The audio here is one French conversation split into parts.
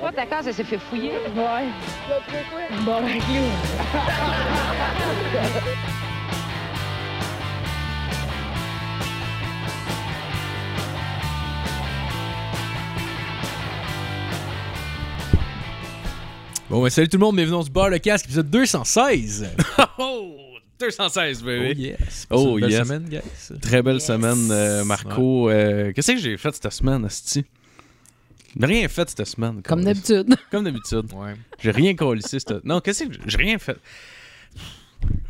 Toi, ta case, elle s'est fait fouiller. Ouais. Bon, avec lui. Bon, ben, salut tout le monde, bienvenue dans ce bar le casque, épisode 216. Oh, 216, baby. yes. Oh, Oh, yes. yes. semaine, guys. Très belle Yes. semaine, euh, Marco. Euh, Qu'est-ce que j'ai fait cette semaine, Asti? J'ai Rien fait cette semaine. Carlis. Comme d'habitude. Comme d'habitude. Ouais. J'ai rien collé cette... Non, qu'est-ce que j'ai- j'ai rien fait?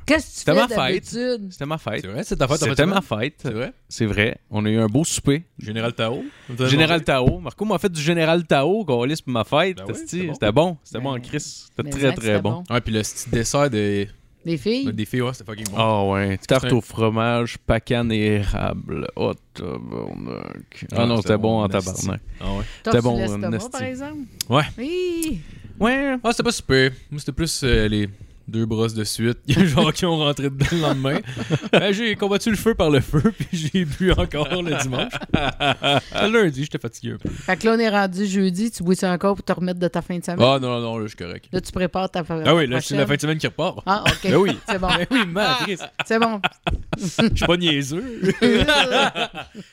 Qu'est-ce que C'était tu fais ma fête. d'habitude? C'était ma fête. C'est vrai, c'est ta fête, ta fête C'était ma semaine? fête. C'est vrai. C'est vrai. On a eu un beau souper. Général Tao. Général Tao. Marco m'a fait du Général Tao, Gaulis, pour ma fête. Ben oui, Asti. c'était bon. C'était bon. C'était Ben, bon en Chris. C'était Mais très, Zach, très c'était bon. Ouais, puis le petit dessert des, Des filles? des filles, ouais, c'était fucking bon. Ah ouais, tarte C'est un- au fromage, pacane et érable. Oh, tabarnak. Ah Ouais, non, c'était c'était bon en bon, Asti. tabarnak. Ah ouais. Tortue bon, l'estomac, Nasty. par exemple? Ouais. Oui. Ouais, Ah, c'était pas super. Moi, c'était plus euh, les deux brosses de suite, genre qui ont rentré dedans le lendemain. Ben, j'ai combattu le feu par le feu, puis j'ai bu encore le dimanche. le lundi, j'étais fatigué un peu. Fait que là, on est rendu jeudi. Tu bois ça encore pour te remettre de ta fin de semaine? Ah non, non, non, là, je suis correct. Là, tu prépares ta fin Ah oui, là, c'est la fin de semaine qui repart. Ah, OK. Ben oui. C'est bon. Ben oui, man, Chris, C'est bon. je suis pas niaiseux.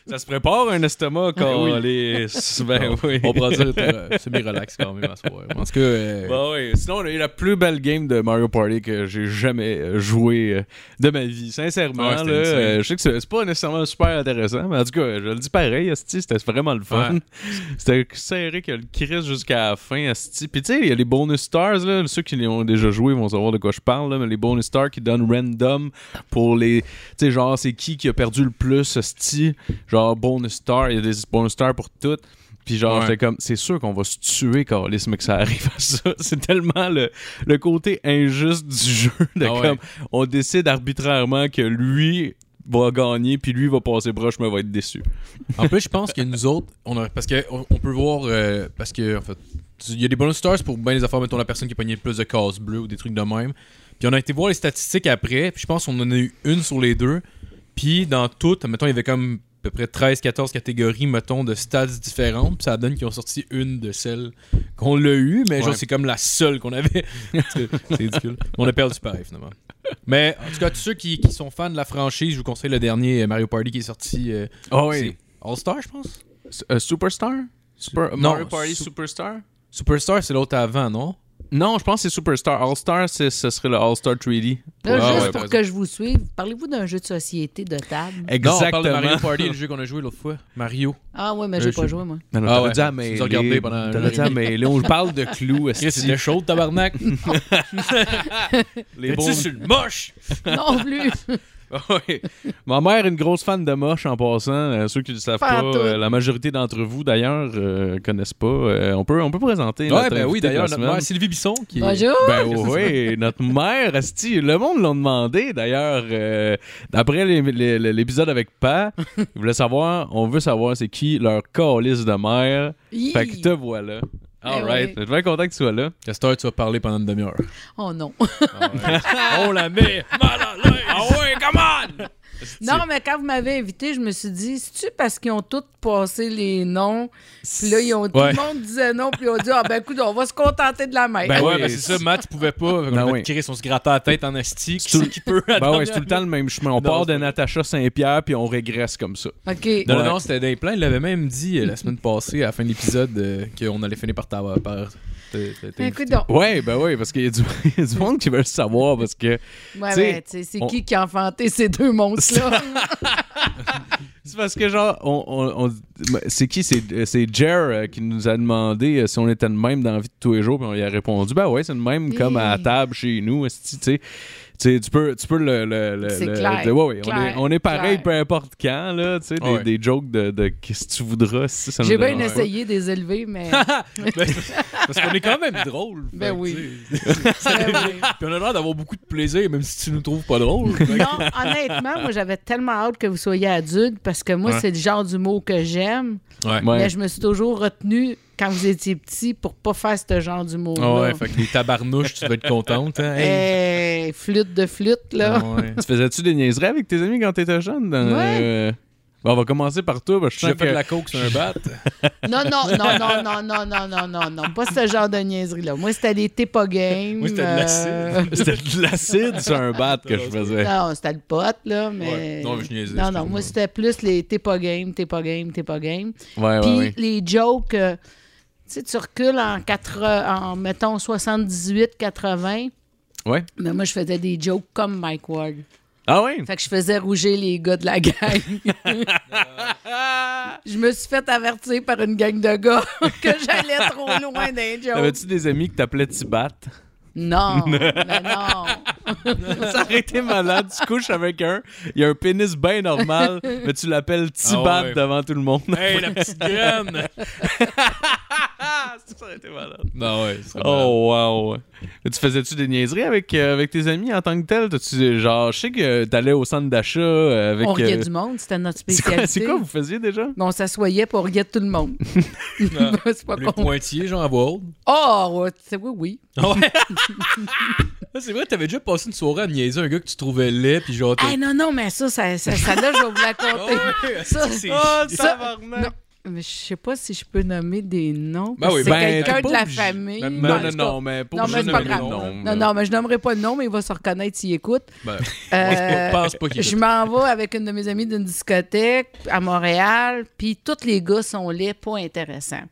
Ça se prépare un estomac quand Oui. on les. Ben oui. On prend ça euh, semi-relax quand même à ce soir. En tout cas, euh, Ben oui. Sinon, on a eu la plus belle game de Mario Party que j'ai jamais euh, joué euh, de ma vie. Sincèrement, Ouais, c'était là, insane. euh, je sais que c'est c'est pas nécessairement super intéressant, mais en tout cas, je le dis pareil, Asti, c'était vraiment le fun. Ouais. C'était serré que le Chris jusqu'à la fin, Asti. Puis tu sais, il y a les bonus stars, là, ceux qui les ont déjà joué vont savoir de quoi je parle, là, mais les bonus stars qui donnent random pour les. Tu sais, genre, c'est qui qui a perdu le plus, Asti. Genre, bonus star, il y a des bonus stars pour toutes. Puis genre, Ouais. j'étais comme, c'est sûr qu'on va se tuer, Carlis, mais que ça arrive à ça. C'est tellement le, le côté injuste du jeu. De Ah ouais. comme, on décide arbitrairement que lui va gagner, puis lui va passer proche, mais va être déçu. En plus, je pense que nous autres, on a- parce que on, on peut voir, euh, parce que en fait, tu- il y a des bonus stars pour bien les affaires, mettons la personne qui a pogné le plus de cases bleues ou des trucs de même. Puis on a été voir les statistiques après, puis je pense qu'on en a eu une sur les deux. Puis dans toutes, mettons, il y avait comme à peu près 13-14 catégories, mettons, de stats différentes. Puis ça donne qu'ils ont sorti une de celles qu'on l'a eu, mais genre Ouais. c'est comme la seule qu'on avait. c'est c'est ridicule. On a perdu pareil finalement. Mais en tout cas, tous ceux qui, qui sont fans de la franchise, je vous conseille le dernier euh, Mario Party qui est sorti. euh, Ah c'est All-Star, je pense. euh, Superstar? Super, Non, Mario Party Sup- Superstar? Superstar, c'est l'autre avant, non? Non, je pense que c'est Superstar. All-Star, c'est- ce serait le All-Star 3D. Là, Ah, juste ouais, pour par que je vous suive, parlez-vous d'un jeu de société de table? Non, on parle de Mario Party, le jeu qu'on a joué l'autre fois. Mario. Ah ouais, mais Un j'ai jeu. pas joué, moi. Non, non, Ah t'aurais ouais, dû à tu nous as mêler, regardé pendant- t'aurais dû à mêler. On parle de clous, Chris, c'était chaud, tabarnak. les T'es-tu sur le moche? Non plus. Ouais. Ma mère est une grosse fan de moche en passant. Euh, ceux qui ne le savent Pas pas, en tout. euh, la majorité d'entre vous d'ailleurs euh, connaissent pas. Euh, on peut on peut présenter. Ouais, notre ben oui, invité de la d'ailleurs, notre semaine. mère Sylvie Bisson qui est- Bonjour. Ben oui, notre mère, Asti, le monde l'ont demandé d'ailleurs. euh, D'après les- les- les- l'épisode avec Pa, ils voulaient savoir, on veut savoir c'est qui leur calice de mère. Hi. Fait que te voilà. Eh Alright, oui. je suis bien content que tu sois là. Castor, tu vas parler pendant une demi-heure. Oh non. On la met mal à l'aise. Ah ouais, come Non, mais quand vous m'avez invité, je me suis dit, c'est-tu parce qu'ils ont tous passé les noms? Puis là, ils ont, tout Ouais. le monde disait non, puis ils ont dit, ah ben écoute, on va se contenter de la mère. Ben Ben ouais, oui. ben c'est ça, Matt, tu pouvais pas. Fait qu'on Ben a oui. fait Chris, on se grattait la tête en asti. Qui c'est qui peut? Ben ouais, c'est tout le temps le même chemin. On part de c'est- Natacha Saint-Pierre puis on régresse comme ça. OK. Ben, Non, non, Ouais. non, c'était des plans. Il l'avait même dit euh, la semaine passée, à la fin de l'épisode, euh, qu'on allait finir par ta... Par... te- te- Ben, t'inviter. écoute donc. Ouais, ben oui, parce qu'il y, a du- il y a du monde qui veut le savoir parce que Ouais, t'sais, ouais, t'sais, c'est on- qui qui a enfanté ces deux monstres-là? c'est parce que genre on, on- on- c'est qui c'est euh, c'est Jer euh, qui nous a demandé euh, si on était de même dans la vie de tous les jours puis on lui a répondu ben ouais, c'est le même Hey. comme à la table chez nous, esti, tu sais. Tu sais, tu peux tu peux le, le, le- C'est le- clair, de- ouais, ouais, on clair, est on est pareil clair. peu importe quand là, tu sais des, Ouais. des jokes de, de qu'est-ce que tu voudras, esti, ça nous J'ai bien dérange pas. essayé des élevés, mais... Ben, parce qu'on est quand même drôle. Ben Fait que, oui. tu sais, Ben oui. Puis on a l'air d'avoir beaucoup de plaisir, même si tu nous trouves pas drôle. Fait que- Non, honnêtement, moi, j'avais tellement hâte que vous soyez adulte parce que moi, Ouais. c'est le genre d'humour que j'aime. Ouais. Mais je me suis toujours retenue quand vous étiez petit pour pas faire ce genre Ah d'humour-là. ouais, fait que les tabarnouches, tu vas être contente. Hein? Hey. Hey, Euh, flûte de flûte, là. Ah ouais. Tu faisais-tu des niaiseries avec tes amis quand t'étais jeune? Dans, Ouais. euh, Bon, on va commencer par toi. parce que je J'ai sens fait que- de la coke sur un bat. Non, non, non, non, non, non, non, non, non, non. Pas ce genre de niaiserie-là. Moi, c'était des Tepa Games. euh, Moi, c'était de l'acide. C'était de l'acide sur un bat que je faisais. Non, c'était le pote, là, mais... Ouais. Non, mais je niaisais, Non, non, excuse-moi. moi, c'était plus les t'es pas game, t'es pas game, t'es pas game. Ouais, Puis ouais, ouais. les jokes, euh, tu sais, tu recules en, 80 en, mettons, 78, 80, Ouais. mais moi, je faisais des jokes comme Mike Ward. Ah ouais? Fait que je faisais rouger les gars de la gang. je me suis fait avertir par une gang de gars que j'allais trop loin d'un joke. T'avais-tu des amis qui t'appelaient Tibat? Non, mais non. Ça aurait été malade. Tu couches avec un, il y a un pénis bien normal, mais tu l'appelles Tibat Ah ouais. devant tout le monde. hey, la petite graine! Ça aurait été malade. Non, Bah ouais, c'est Oh, wow. Mais tu faisais-tu des niaiseries avec, euh, avec tes amis en tant que tel? T'as-tu, genre, je sais que t'allais au centre d'achat euh, avec. On riait euh, du monde, c'était notre c'est, quoi, spécialité. c'est quoi vous faisiez déjà? Mais on s'assoyait pour regarder tout le monde. c'est pas Le con. pointillé, genre à voix haute. Oh, ouais, c'est- oui, oui. Ouais. Ah, c'est vrai, t'avais déjà passé une soirée à niaiser un gars que tu trouvais laid, puis genre. Ah t'as- Ah non, non, mais ça, ça, ça, ça, là, je vais vous la conter. ça, c'est- Oh, ça- non. Mais je sais pas si je peux nommer des noms. parce oui, que c'est ben, quelqu'un t'es pas de la obligé. famille. Ben, Non, en non, tout non, mais pour Non, je mais c'est pas nomme grave. le nom, cas, non, non, mais je nommerai pas de nom, mais il va se reconnaître s'il écoute. Ben, Euh, je pense pas qu'il je écoute. m'en vais avec une de mes amies d'une discothèque à Montréal, puis tous les gars sont laids, pas intéressants.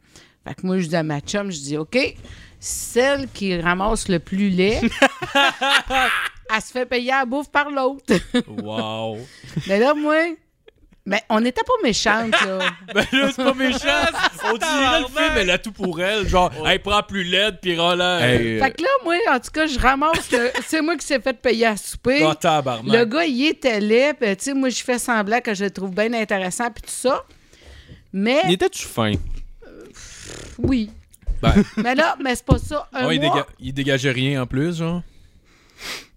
Fait que moi, je dis à ma chum, je dis, OK, celle qui ramasse le plus laid, elle se fait payer à bouffe par l'autre. Wow. Mais là, moi, mais on n'était pas méchantes, là. Ben là, c'est pas méchant. On dirait le film, elle a tout pour elle. Genre, elle prend plus laide, puis là. Hey, euh, Fait que là, moi, en tout cas, je ramasse le... C'est moi qui s'est fait payer à souper. Dans euh, Le Ah, tabarnak. gars, il était laid. puis, Tu sais, moi, je fais semblant que je le trouve bien intéressant, puis tout ça. Mais il était-tu fin? oui. Ben. Mais là, mais c'est pas ça. Ouais, Un Ah il, mois, déga- il dégageait rien en plus, genre.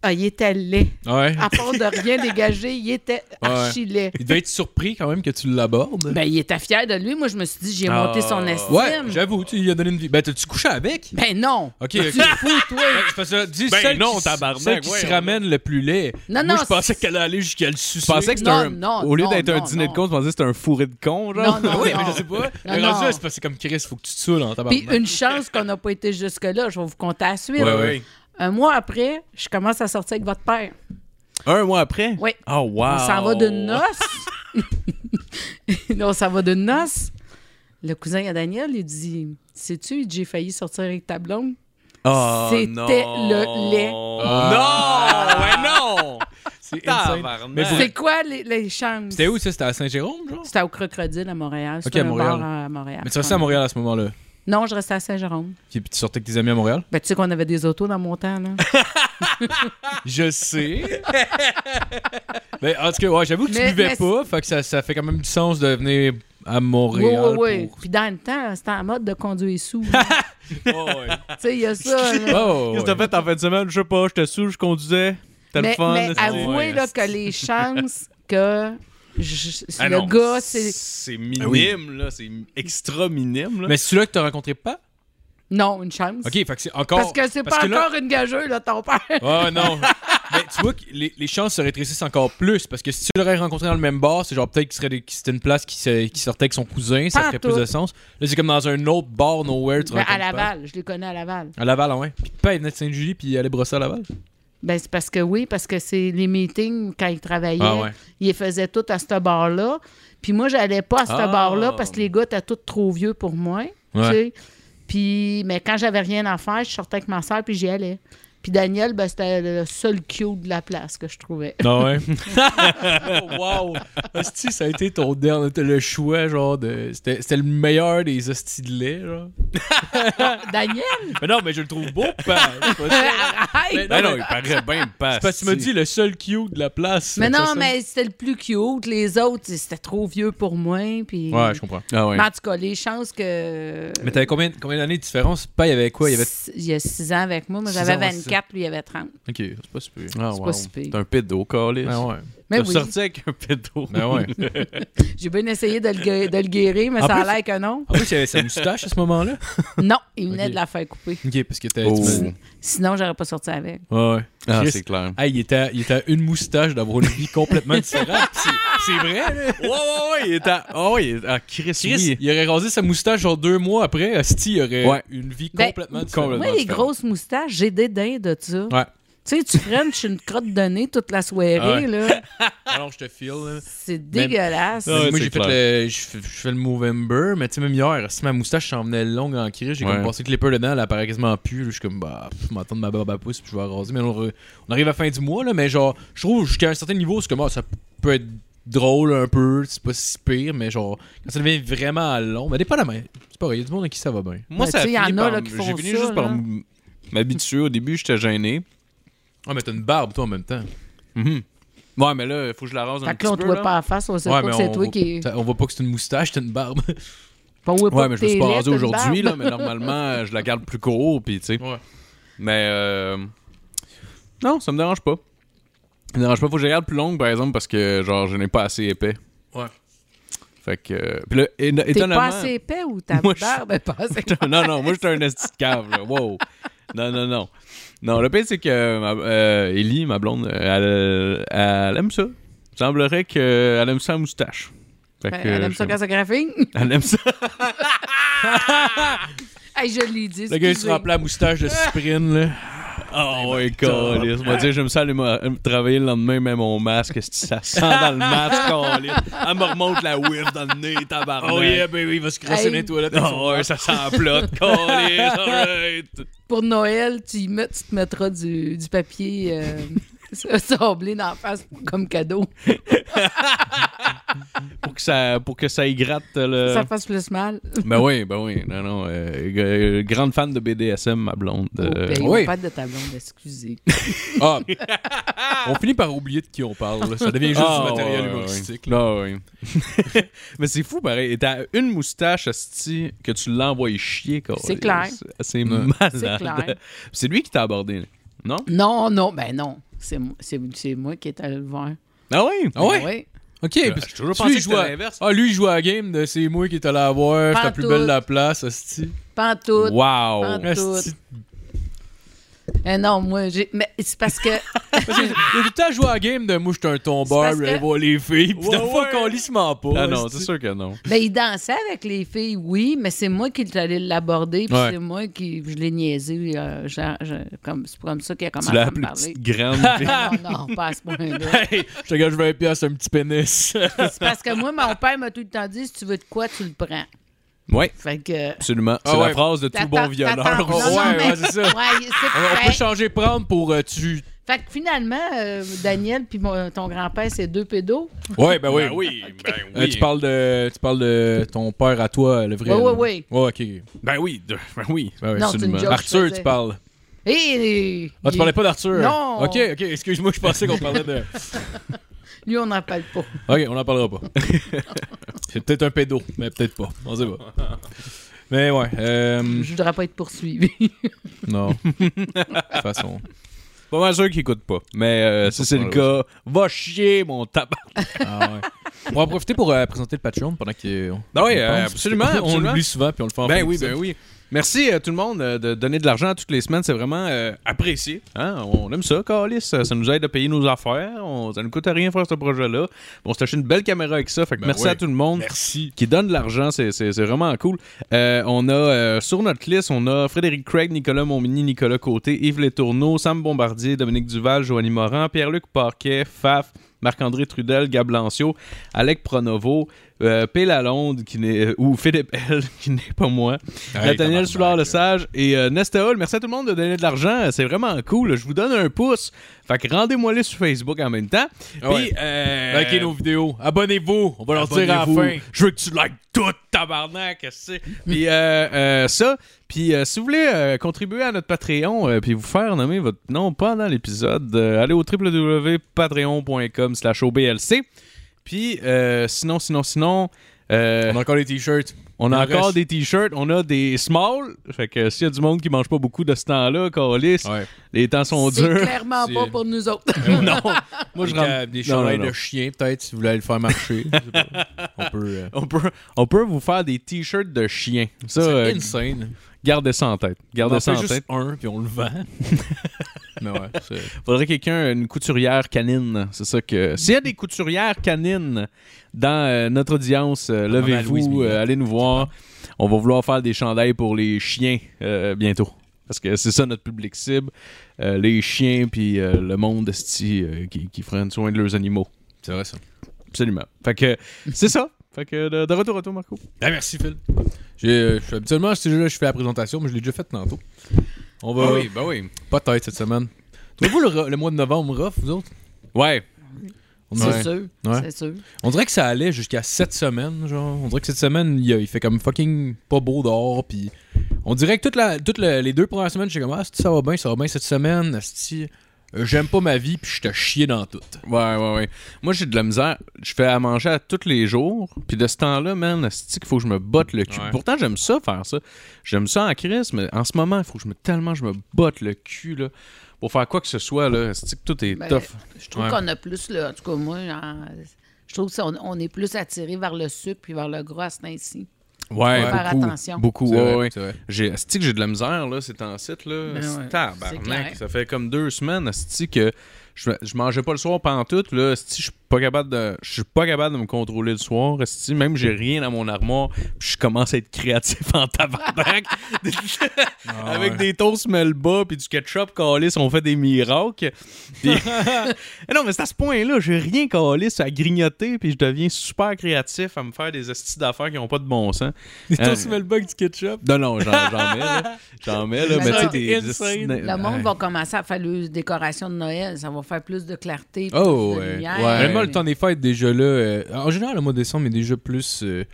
ah, il était laid. Ouais. À part de rien dégager, il était archi laid. Il devait être surpris quand même que tu l'abordes. Ben, il était fier de lui. Moi, je me suis dit, j'ai Ah. monté son estime. ouais, j'avoue, tu lui as donné une vie. Ben, t'as-tu couché avec? ben non. Ok, Tu ok. fous, toi. Ben, c'est parce que, dis, Ben celle non, qui, tabarnak, celle qui se voyons. ramène le plus laid. Non, Moi, non, je pensais c'est- qu'elle allait jusqu'à le sucer. Je pensais que c'était Non, un. non, au lieu non, d'être un non, dîner non. de con, je pensais que c'était un fourré de con, genre. Non, non, Oui, non. mais je sais pas. Non, Le non. rendu, là, c'est parce que c'est comme Chris, faut que tu te saoules en Puis tabarnak. une chance qu'on n'a pas été jusque-là. Je vais vous compter à la suite. Ouais, ouais. Un mois après, je commence à sortir avec votre père. Un mois après? Oui. Oh, wow. On s'en va de noces. on s'en va de noces. Le cousin à Daniel, il dit Sais-tu, j'ai failli sortir avec ta blonde. Oh, C'était non. le lait. Ah. Non! Ouais, non! C'est Tabarnak. insane. Mais pour- C'est quoi les, les chambres? C'était où ça? C'était à Saint-Jérôme, genre? C'était au Crocodile à Montréal. C'était à un Montréal. bar euh, à Montréal. Mais tu restais à Montréal à ce moment-là. Non, je restais à Saint-Jérôme. Puis puis tu sortais avec tes amis à Montréal? Ben, tu sais qu'on avait des autos dans mon temps, là. Je sais. mais en tout cas, ouais, j'avoue que tu Mais- buvais mais- pas, fait que ça, ça fait quand même du sens de venir à Oui, Montréal. oui, oui. pour- Puis dans le temps, c'était en mode de conduire sous. là. Oh, ouais. tu sais, il y a ça. là. Oh, Qu'est-ce que ouais. t'as fait en fin de semaine? Je sais pas, j'étais sous, je conduisais. T'as le mais, fun. mais esti. avouez là, que les chances que je- Ah le non, gars, c'est. Ah minime, là. C'est extra minime, là. Mais c'est celui-là que t'as rencontré pas? Non, une chance. Ok, fait que c'est encore. Parce que c'est pas que là- encore une gageuse, là, ton père. Oh non. mais tu vois que les, les chances se rétrécissent encore plus parce que si tu l'aurais rencontré dans le même bar, c'est genre peut-être qu'il serait des- que c'était une place qui, se- qui sortait avec son cousin, ça Pas ferait tout. plus de sens. Là, c'est comme dans un autre bar nowhere, tu Ben, à rencontres pas. Laval, je les connais à Laval. À Laval, ouais. Puis pas elle venait de Saint-Julie puis elle allait brosser à Laval. Ben, c'est parce que oui, parce que c'est les meetings, quand ils travaillaient, Ah ouais. ils les faisaient tout à ce bar-là. Puis moi, j'allais pas à ce Ah. bar-là parce que les gars étaient tous trop vieux pour moi. tu Ouais. sais. Puis, mais quand j'avais rien à faire, je sortais avec ma soeur puis j'y allais. Puis Daniel, ben, c'était le seul cute de la place que je trouvais. Non, ouais. Oh, wow! Hostie, ça a été ton dernier. Le choix, genre, de. C'était c'était le meilleur des hosties de lait, genre. Daniel, Mais non, mais je le trouve beau, pas. hein, C'est pas ça. arrête! Mais Ben non, il paraît bien pas. C'est parce que tu me dis le seul cute de la place. Mais Fait que ça, non, ça- mais c'était le plus cute. Les autres, c'était trop vieux pour moi. Puis... Ouais, je comprends. Ah ouais. Mais en tout cas, les chances que. Mais t'avais combien, combien d'années de différence? Pas, il y avait quoi? Il y avait. S- Il y a 6 ans avec moi. Moi, Six j'avais ans, ouais, c'est ça. 24, lui, il avait 30. Ok, c'est pas super. Ah, C'est wow. pas si pire. T'es un pédo, Calis. Ah ouais. Mais Mais T'as oui. sorti avec un pédo. Ben ouais. J'ai bien essayé de le, gué- de le guérir, mais En ça a plus- l'air que non. En plus, il avait sa moustache à ce moment-là. Non, il venait Ok. de la faire couper. Ok, parce que t'as. Oh. tu Sinon, j'aurais pas sorti avec. m'as- Ouais, ouais. Ah, Chris, c'est clair. Hey, il était, à, il était à une moustache d'avoir une vie complètement différente. C'est c'est vrai, là. Ouais, ouais, ouais, il est à. Ah, ouais, il est à Chris, Chris, oui. il aurait rasé sa moustache genre deux mois après. Asti, il aurait Ouais. une vie Ben, complètement complètement. différente. Moi, les grosses moustaches, j'ai dédain de ça. Ouais. Tu sais, tu frenches une crotte de nez toute la soirée, Ah ouais. là. Alors, je te file, là. C'est dégueulasse. Ah ouais, moi, c'est j'ai fait clair. le, je, fais- je fais le Movember, mais tu sais, même hier, si ma moustache s'en venait longue en cri, j'ai Ouais. comme passé le clipper dedans, elle apparaît quasiment plus. Je suis comme, bah, pff, m'entendre ma barbe à pouce, puis je vais la raser. Mais on, re- on arrive à la fin du mois, là, mais genre, je trouve jusqu'à un certain niveau, c'est comme, ah, ça peut être drôle un peu, c'est pas si pire, mais genre, quand ça devient vraiment long, ben, mais dépendamment, c'est pareil, il y a du monde à qui ça va bien. Moi, Ben, ça a tu sais, y fini en a, par- là, qui J'ai font fini ça, juste par là. m- m'habituer. Au début, j'étais gêné. Ah, mais t'as une barbe, toi, en même temps. Mhm. Ouais, mais là, il faut que je la rase un Fait que petit là, on te peu. voit là. pas en face, on sait Ouais, pas mais que on, c'est toi voit- qui. ça- on voit pas que c'est une moustache, t'as une barbe. On voit pas Ouais, mais que je me t'es suis pas rasé laid, t'as une aujourd'hui, là, barbe. mais normalement, euh, je la garde plus court, puis tu sais. Ouais. Mais euh, non, ça me dérange pas. Ça me dérange pas. Faut que je la garde plus longue, par exemple, parce que genre, je n'ai pas assez épais. Ouais. Fait que. euh, Puis là, éno- T'es étonnamment. pas assez épais ou ta Moi, je- barbe est pas assez. non, non, moi, j'étais un esti de cave, là. Wow. Non, non, non. Non, le pire, c'est que ma, euh, Ellie, ma blonde, euh, elle, elle aime ça. Il semblerait qu'elle aime ça à moustache. Fait que, Ben, Elle aime ça je- quand ça graphique. Elle aime ça. hey, je l'ai dit. Le gars, il se excusez. remplit la moustache de Cyprine, là. Ah Oh, ouais, calice. Moi, dire, j'aime ça aller ma- travailler le lendemain, mais mon masque, esti, ça sent dans le masque, calice. Elle me remonte la whiff dans le nez, tabarnak. Oh yeah, baby, il va se crosser Hey. dans les toilettes. Oh, ouais, ça sent la plotte, calice. Alright. Pour Noël, tu, y mets- tu te mettras du, du papier euh, sablé dans la face comme cadeau. Pour que ça, pour que ça y gratte le... Ça fasse plus mal. Ben oui, ben oui. Non, non. euh, g- euh, grande fan de BDSM, ma blonde. euh, oh, ben, oui. Pas de ta blonde, excusez. Ah. on finit par oublier de qui on parle. là. Ça devient juste Ah, du matériel ouais, humoristique. ouais. là. Ah, ouais. Mais c'est fou, pareil. Et T'as une moustache, asti, que tu l'envoies chier, quoi. C'est clair. C'est Ouais. malade. C'est clair. C'est lui qui t'a abordé, là. non? Non, non, ben non. C'est mo- c'est- c'est moi qui est allé le voir. Ah oui? Ah ouais? Oui. Ok, parce j'ai toujours tu pensé lui que jouais- c'était l'inverse. Ah, lui, il joue à la game de c'est moi qui est allé la voir, j'étais la plus Pantoute. belle de la place, hostie. Pantoute. Wow! Pantoute. Eh non, moi, j'ai. Mais c'est parce que. Il a tout le temps joué à la game de moi, j'étais un tombeur, C'est parce je vais aller que- voir les filles, pis Ouais, la fois ouais. qu'on lit, se ment pas. Ah non, hostie. c'est sûr que non. Ben, il dansait avec les filles, oui, mais c'est moi qui est allé l'aborder, puis Ouais. c'est moi qui. Je l'ai niaisé. euh, genre, je- comme- c'est comme ça qu'il a Tu commencé l'as à me appelé parler. petite grande. Non, non, non, pas à ce point-là. Hey, je te gage 20 piastres, un petit pénis. C'est parce que moi, mon père m'a tout le temps dit si tu veux de quoi, tu le prends. ouais, Fait que. absolument. C'est Ah la ouais. phrase de tout T'attends- bon t'attends- violeur. non, non, Ouais, mais- ouais, c'est ça. Ouais, on, c'est on peut changer prendre pour euh, tu. Fait que finalement, euh, Daniel puis mon- ton grand-père, c'est deux pédos. Ouais, ben oui. Ben oui, ben oui. Euh, tu, parles de, tu parles de ton père à toi, le vrai. Ouais, là. ouais, Ouais, ok. Ben oui, de- ben oui. Ben oui, Non, c'est absolument. une joke, je Arthur, faisais. tu parles. Et, Ah, tu parlais pas d'Arthur? Non. Ok, ok, excuse-moi, je pensais qu'on parlait de. Lui, on n'en parle pas. Ok, on n'en parlera pas. C'est peut-être un pédo, mais peut-être pas. On sait pas. Mais ouais, euh, Je voudrais pas être poursuivi. non. De toute façon. Pas mal sûr qu'il écoute pas. Mais euh, si c'est le cas, va chier, mon tabac. Ah ouais. On va en profiter pour euh, présenter le Patreon pendant qu'il. Ben oui, euh, pense. absolument, On absolument. l'oublie souvent puis on le fait en Ben fin oui, d'épisode. ben oui. Merci à tout le monde euh, de donner de l'argent toutes les semaines. C'est vraiment euh, apprécié. hein. On aime ça, Calis. Ça ça nous aide à payer nos affaires. On, ça ne coûte rien faire ce projet-là. On s'achète une belle caméra avec ça. Fait que Ben merci oui. à tout le monde Merci. qui donne de l'argent. C'est- C'est c'est vraiment cool. Euh, on a euh, sur notre liste, on a Frédéric Craig, Nicolas Montmini, Nicolas Côté, Yves Letourneau, Sam Bombardier, Dominique Duval, Joanie Morin, Pierre-Luc Parquet, Faf, Marc-André Trudel, Gab Lancio, Alec Pronovo, euh, P. Lalonde, qui n'est, euh, ou Philippe L, qui n'est pas moi, Hey, Nathaniel tabarnak, là. Soulard-Lesage et euh, Nesta Hall. Merci à tout le monde de donner de l'argent. C'est vraiment cool. Je vous donne un pouce. Fait que rendez-moi les sur Facebook en même temps. Puis, Ah Ouais. euh, Likez nos vidéos. Abonnez-vous. On va leur dire à la fin. Abonnez-vous. Je veux que tu likes tout, tabarnak. qu'est-ce que c'est? puis euh, euh, ça. Puis euh, si vous voulez euh, contribuer à notre Patreon, euh, puis vous faire nommer votre nom pendant l'épisode, euh, allez au www.patreon.com slash OBLC. Puis euh, sinon, sinon, sinon, Euh, On a encore les t-shirts. on a Le encore reste- des t-shirts, on a des small. Fait que s'il y a du monde qui mange pas beaucoup de ce temps-là, Carlis, Ouais. les temps sont C'est durs. clairement C'est- pas pour nous autres. Euh, non, Des moi je ca- rentre. Des Non, non, chandails non. de chien, peut-être, si vous voulez aller le faire marcher. Je sais pas. On peut. euh, On peut, on peut vous faire des t-shirts de chien. Ça, euh, C'est insane. gardez ça en tête. On Gardez en ça fait en juste tête. un, puis on le vend. Mais ouais, c'est. Faudrait quelqu'un, une couturière canine. C'est ça que. S'il y a des couturières canines dans euh, notre audience, euh, demande à Louise levez-vous, Mignon. euh, allez nous voir. On va vouloir faire des chandails pour les chiens euh, bientôt. Parce que c'est ça notre public cible. Euh, les chiens, puis euh, le monde esti, euh, qui, qui prennent soin de leurs animaux. C'est vrai ça. Absolument. Fait que c'est ça. Fait que de, de retour à toi, Marco. Ah, merci Phil. J'ai, euh, je fais- habituellement, ce jeu-là, je fais la présentation, mais je l'ai déjà faite tantôt. On va. bah oui. Peut-être cette semaine. Trouvez-vous le, re- le mois de novembre rough, vous autres Ouais. on, C'est ouais. sûr. Ouais. C'est sûr. on dirait que ça allait jusqu'à cette semaine, genre. On dirait que cette semaine, il, y a- il fait comme fucking pas beau dehors, puis on dirait que toute la, toutes le- les deux premières semaines, j'ai comme ah, asti, ça va bien, ça va bien cette semaine, asti, euh, j'aime pas ma vie, puis je te chier dans tout. Ouais, ouais, ouais. Moi, j'ai de la misère. Je fais à manger à tous les jours. Puis de ce temps-là, man, c'est qu'il faut que je me botte le cul. Ouais. Pourtant, j'aime ça faire ça. J'aime ça en crise, mais en ce moment, il faut que je me tellement je me botte le cul là, pour faire quoi que ce soit. là. C'est que tout est Ben, tough. Je trouve Ouais. qu'on a plus, là, en tout cas, moi, genre, je trouve qu'on on est plus attiré vers le sucre puis vers le gras à ce temps-ci. Ouais, faut faire beaucoup. attention. Beaucoup, C'est ouais, vrai, ouais. c'est vrai. J'ai asti que j'ai de la misère là, c'est en site là. Ben Asti, ouais, c'est tabarnak, clair. ça fait comme deux semaines asti que je, je mangeais pas le soir pendant tout là, asti, je suis pas capable de je suis pas capable de me contrôler le soir, asti, même j'ai rien dans mon armoire, puis je commence à être créatif en tabarnak. Avec Ah ouais. des toasts melba puis du ketchup calice, on fait des miracles. Puis- non, mais c'est à ce point-là, j'ai rien calice à grignoter puis je deviens super créatif à me faire des estis d'affaires qui ont pas de bon sens. Des Euh, toasts Melbourne du ketchup. non, non, j'en, j'en mets, là. J'en mets, là. Mais Mais tu ça, sais, des. insane. des- Le monde Ouais. va commencer à faire les décorations de Noël. Ça va faire plus de clarté, plus Oh, de ouais. lumière. Ouais. Même le temps des fêtes, déjà là. euh, en général, le mois de décembre est déjà plus, euh,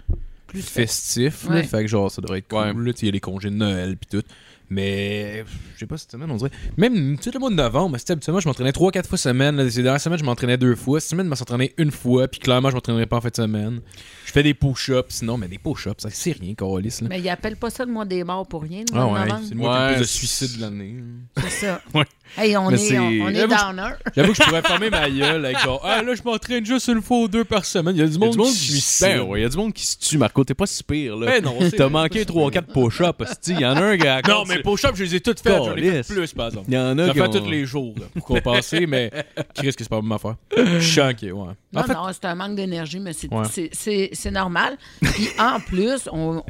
Plus festif. là. Ouais. fait que genre, ça devrait être Ouais. cool. là. Tu sais, Il y a les congés de Noël puis tout. Mais, pff, je sais pas, cette semaine, on dirait. Même tout le mois de novembre, c'était habituellement, je m'entraînais 3-4 fois semaine. là. Ces dernières semaines, je m'entraînais deux fois. Cette semaine, je m'entraînais une fois. Puis clairement, je m'entraînerai pas en fin de semaine. Je fais des push-ups. Sinon, mais des push-ups, ça, c'est rien, Carlis. là. Mais ils appellent pas ça le mois des morts pour rien, le Ah mois de ouais, novembre. c'est le mois qui a le Ouais. plus de suicides de l'année. là. C'est ça. Ouais. Hey, on Mais est, on, c'est- on Mais Eh, est moi, je- downer. J'avoue que je pourrais fermer ma gueule avec genre, ah là, je m'entraîne juste une fois ou deux par semaine. Il y a du Il y a monde, du monde qui qui se suicide. tue. Il y a du monde qui se tue, Marco. T'es pas si pire, là. Ben non, c'est- T'as manqué 3-4 push-ups. hostie. Il y en a un qui a Non, mais pour shop, je les ai toutes faites. J'en ai fait Calisse. plus, par exemple. Il y en a J'en qui fais ont- tous les jours là, pour compenser, mais qui risque que c'est pas ma affaire. Je suis choqué, ouais. Non, non, c'est un manque d'énergie, mais c'est Ouais. c'est- c'est- c'est normal. Puis en plus, on,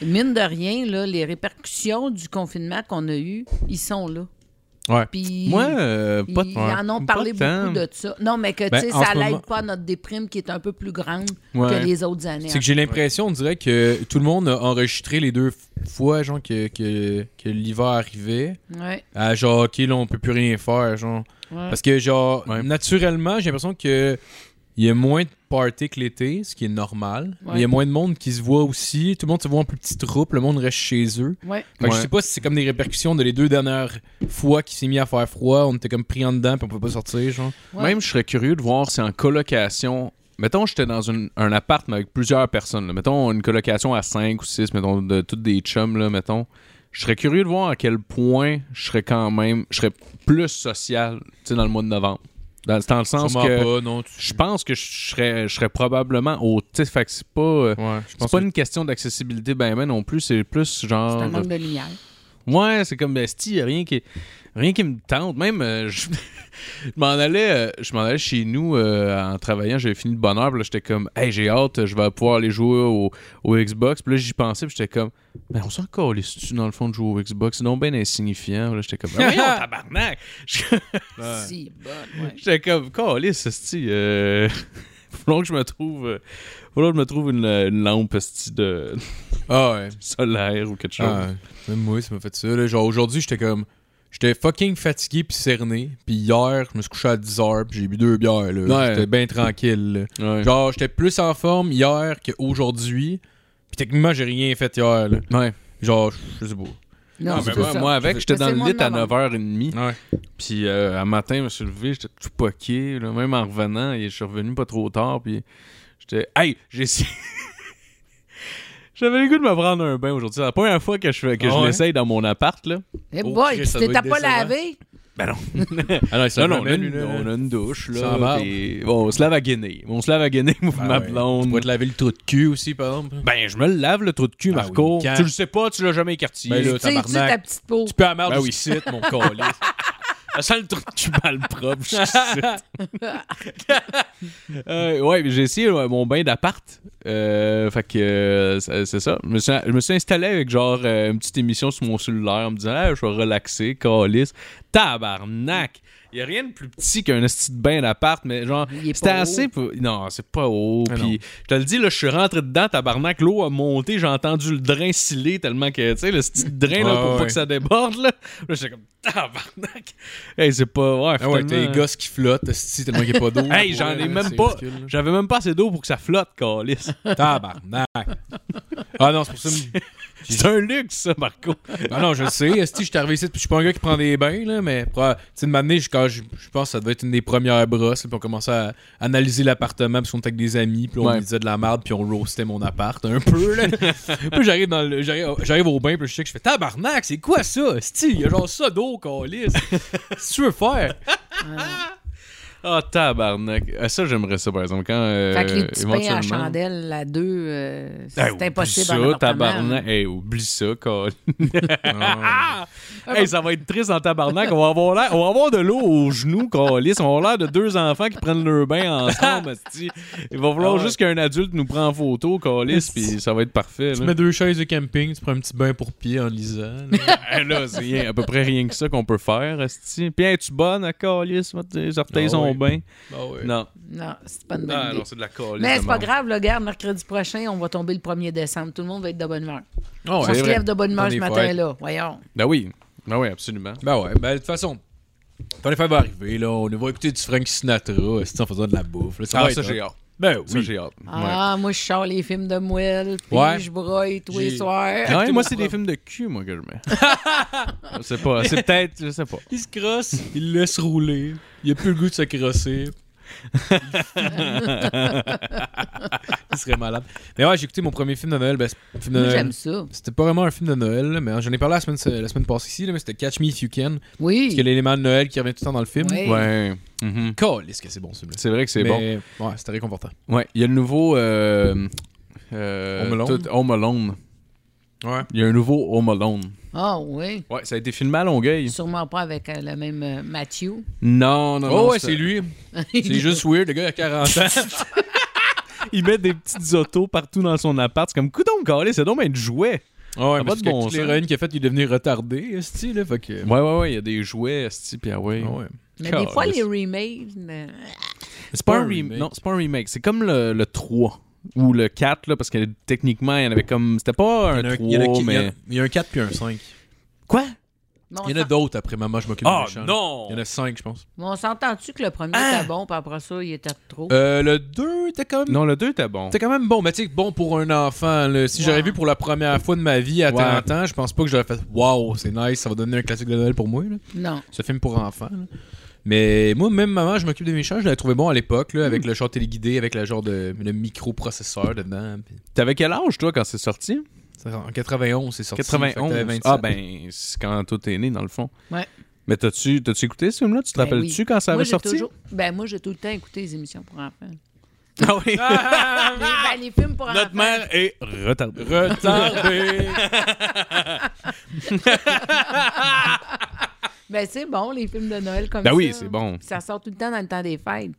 mine de rien, là, les répercussions du confinement qu'on a eu, ils sont là. Ouais. Puis Moi, euh, ils, pas ils ouais. en ont Pas parlé tant. beaucoup de ça. Non, mais que Ben, tu sais, en ça ce moment- n'aide pas à notre déprime qui est un peu plus grande Ouais. que les autres années. C'est que j'ai l'impression, on dirait que tout le monde a enregistré les deux fois, genre, que, que, que l'hiver arrivait. Ouais, À genre, ok, là, on peut plus rien faire, genre. ouais. Parce que, genre, Ouais. naturellement, j'ai l'impression que. Il y a moins de party que l'été, ce qui est normal. Mais Il y a Ouais. moins de monde qui se voit aussi. Tout le monde se voit en plus petit troupe. Le monde reste chez eux. Ouais. Fait que Ouais. Je sais pas si c'est comme des répercussions de les deux dernières fois qu'il s'est mis à faire froid, on était comme pris en dedans puis on pouvait pas sortir, genre. Ouais. Même, je serais curieux de voir si en colocation. Mettons, j'étais dans une- un appart mais avec plusieurs personnes. là. Mettons, une colocation à 5 ou 6, mettons, de toutes des chums, là, mettons. Je serais curieux de voir à quel point je serais quand même. Je serais plus social, tu sais, dans le mois de novembre. Dans, dans le sens Sûrement que. pas, non. tu- Je pense que je serais, je serais probablement au. Tu sais, fait que c'est pas. euh, Ouais, je C'est pense pas que- une question d'accessibilité ben ben non plus, c'est plus C'est genre... un manque de lumière. Ouais, c'est comme Besti, y a rien qui rien qui me tente. Même euh, je, je m'en allais euh, je m'en allais chez nous euh, en travaillant, j'avais fini de bonne heure, puis là j'étais comme hey, j'ai hâte, je vais pouvoir aller jouer au, au Xbox. Puis là j'y pensais, puis j'étais comme ben on s'en colle si tu dans le fond de jouer au Xbox, c'est donc ben insignifiant. Là j'étais comme ben voyons, tabarnak. Si, bonne, ouais. J'étais comme, calisse, esti, euh... Faut que je me trouve... euh, Faut que je me trouve une, une lampe, esti, de Ah ouais. solaire ou quelque chose. Ah, même moi, ça m'a fait ça. là. Genre aujourd'hui, j'étais comme. J'étais fucking fatigué puis cerné. Puis hier, je me suis couché à 10h puis j'ai bu deux bières, là. Ouais. J'étais bien tranquille. là. Ouais. Genre, j'étais plus en forme hier qu'aujourd'hui. Puis techniquement, j'ai rien fait hier, là. Ouais. Genre, je sais pas. Non, Ah, c'est ben, ça. moi, avec, j'étais Mais dans c'est le le mois lit de à novembre. 9h30. Ouais. Puis euh, un matin, je me suis levé, j'étais tout poqué. là, même en revenant, et je suis revenu pas trop tard. Puis j'étais. Hey, j'ai essayé. J'avais le goût de me prendre un bain aujourd'hui. C'est la première fois que je, fais, que Ah je ouais? l'essaye dans mon appart, là. Eh Oh, boy, Chris, tu ça doit t'es pas être décevant. lavé? Ben non. Ah non, Non, non, on a, une, on a une douche, là. Sans barbe. puis- Bon, on se lave à Guinée. On se lave à Guinée, moi, ma blonde. Ben Tu pourrais te laver le trou de cul aussi, par exemple. Ben, je me le lave, le trou de cul, Ah Marco. oui, quand? tu le sais pas, tu l'as jamais écartillé. Ben là, Tu sais, tu tabarnak. ta petite peau. Tu peux amarrer Ben du oui. site, mon colis. Ça sent le trou de cul mal propre, je suis euh, Ouais, mais j'ai essayé ouais, mon bain d'appart. Euh, fait que euh, c'est c'est ça. Je me, suis, je me suis installé avec genre euh, une petite émission sur mon cellulaire en me disant Ah, je vais relaxer, calice. Tabarnak! Il a rien de plus petit qu'un petit bain d'appart, mais genre, Il est c'était pas assez. pour- Non, c'est pas haut. Ah non. Puis, je te le dis, là, je suis rentré dedans, tabarnak, l'eau a monté, j'ai entendu le drain sciller tellement que, tu sais, le petit drain, là, Ouais, pour pas ouais. que ça déborde, là. Là, j'étais comme, tabarnak! Hey, c'est pas. Ouais, Ah ouais, finalement, t'as les gosses qui flottent, esti, tellement qu'il n'y a pas d'eau. Hey, Ouais, j'en ai là, même c'est pas. ridicule, J'avais même pas assez d'eau pour que ça flotte, Calis. là. Tabarnak. Ah non, c'est pour ça. que- C'est un luxe, ça, Marco. Ah non, je le sais. Esti, je suis arrivé ici, puis je suis pas un gars qui prend des bains, là, mais proba- tu sais, de m'amener, je quand je- je pense que ça devait être une des premières brosses, là, puis on commençait à analyser l'appartement, puis on était avec des amis, puis on Ouais. me disait de la merde, puis on roastait mon appart un peu, là. puis j'arrive dans le- j'arrive j'arrive au bain, puis je sais que je fais tabarnak, c'est quoi ça? Esti, il y a genre ça d'eau, Calis. Qu'est-ce que tu veux faire? Ah, tabarnak. Ah, Ça, j'aimerais ça, par exemple. Quand, euh, Fait que les petits pains à éventuellement- chandelle à deux, euh, Hey, c'est oublie impossible. en Ça, appartement. hein. tabarnak. Hey, oublie ça, Calis. Ah. Hey, ça va être triste en tabarnak. On va avoir, l'air- on va avoir de l'eau aux genoux, Calis. On va avoir l'air de deux enfants qui prennent leur bain ensemble, esti. Il va falloir Ah ouais. juste qu'un adulte nous prenne en photo, Calis, puis ça va être parfait. Tu là. mets deux chaises de camping, tu prends un petit bain pour pied en lisant. là. Ah, là, c'est rien- à peu près rien que ça qu'on peut faire, esti. Puis, es-tu bonne à calice? va te dire, Les orteils Ah sont oui. bien. Ah ouais. Non. Non, c'est pas une bonne Ah, idée. non, c'est de la calice. Mais de c'est pas merde. grave, le gars, mercredi prochain, on va tomber le 1er décembre. Tout le monde va être de bonne humeur. Ah ouais, on c'est se vrai. lève de bonne humeur On ce est fêtes. matin-là. Voyons. Ben oui. Ben oui, absolument. Ben ouais, ben de toute façon, ton effet va arriver, là. On va écouter du Frank Sinatra esti, en faisant de la bouffe. là. Ah, va ça, être j'ai hot. hâte. Ben Ça, oui. j'ai hâte. Ouais. Ah, moi, je sors les films de Mouel, puis Ouais. je broille tous les J'ai- soirs. Ah ouais, moi, c'est des films de cul, moi, que je mets. c'est pas. C'est peut-être. Je sais pas. il se crosse, il le laisse rouler. Il a plus le goût de se crosser. il serait malade. Mais ouais, j'ai écouté mon premier film de Noël. Ben, c'est- film de Moi, Noël. j'aime ça. C'était pas vraiment un film de Noël, là, mais j'en ai parlé la semaine, la semaine passée ici, là, mais c'était Catch Me If You Can. Parce qu'il y a Oui. l'élément de Noël qui revient tout le temps dans le film. Ouais. Ouais. Mhm. Calisse que c'est bon, ce film C'est vrai que c'est bon. Mais, Ouais, c'était réconfortant. Ouais, il y a le nouveau. Euh, euh, Home Alone? tout- Home Alone. Ouais. Il y a un nouveau Home Alone. Ah, oui. Ouais, ça a été filmé à Longueuil. Sûrement pas avec euh, le même euh, Matthew. Non, non, non. Oh ouais, ça- c'est lui. C'est juste weird, le gars il a 40 ans. Il met des petites autos partout dans son appart. C'est comme, coudon, calé, c'est donc bien de jouets. Ah ouais, Ah, mais pas c'est de que bon toute sens. l'héroïne qu'il a faite, il est devenu retardé, esti, là, fait que... Ouais, ouais, ouais, il y a des jouets, esti, puis ah ouais. Ah ouais. Mais des fois, Calisse. les remakes. euh, C'est pas, un remake. Non, c'est pas un remake. C'est comme le, le 3 ou le 4, là, parce que techniquement, il y en avait comme. C'était pas un 3, mais. il y a un 4 puis un 5. Quoi? mais on Il y en a s'en- d'autres après Maman, je m'occupe Ah du méchant. non! Il y en a 5, je pense. mais on s'entend-tu que le premier Hein? était bon, puis après ça, il était trop? Euh, le 2 était quand même... Non, le 2 était bon. C'était quand même bon, mais tu sais, bon pour un enfant. là. Si Ouais. j'avais vu pour la première fois de ma vie à Ouais. 40 ans, je pense pas que j'aurais fait Waouh, c'est nice, ça va donner un classique de Noël pour moi. Là. Non. Ce film pour enfants. là. Mais moi, même Maman, je m'occupe des méchants, je l'avais trouvé bon à l'époque, là, avec le chant téléguidé, avec le genre de le microprocesseur dedans. puis- T'avais quel âge, toi, quand c'est sorti? Ça, En 91, c'est sorti. fait que t'avais 91. 27. Ah, ben, c'est quand toi t'es né, dans le fond. Ouais. Mais t'as-tu t'as-tu écouté ce film-là? Tu te Ben rappelles-tu oui. quand ça Moi, avait j'ai sorti? toujours- Ben, moi, j'ai tout le temps écouté les émissions pour enfants. Ah oui. les, ben, les films pour Notre enfants. mère est retardée. Retardé. Ben, c'est bon, les films de Noël comme Ben ça. oui, c'est bon. Ça sort tout le temps dans le temps des fêtes.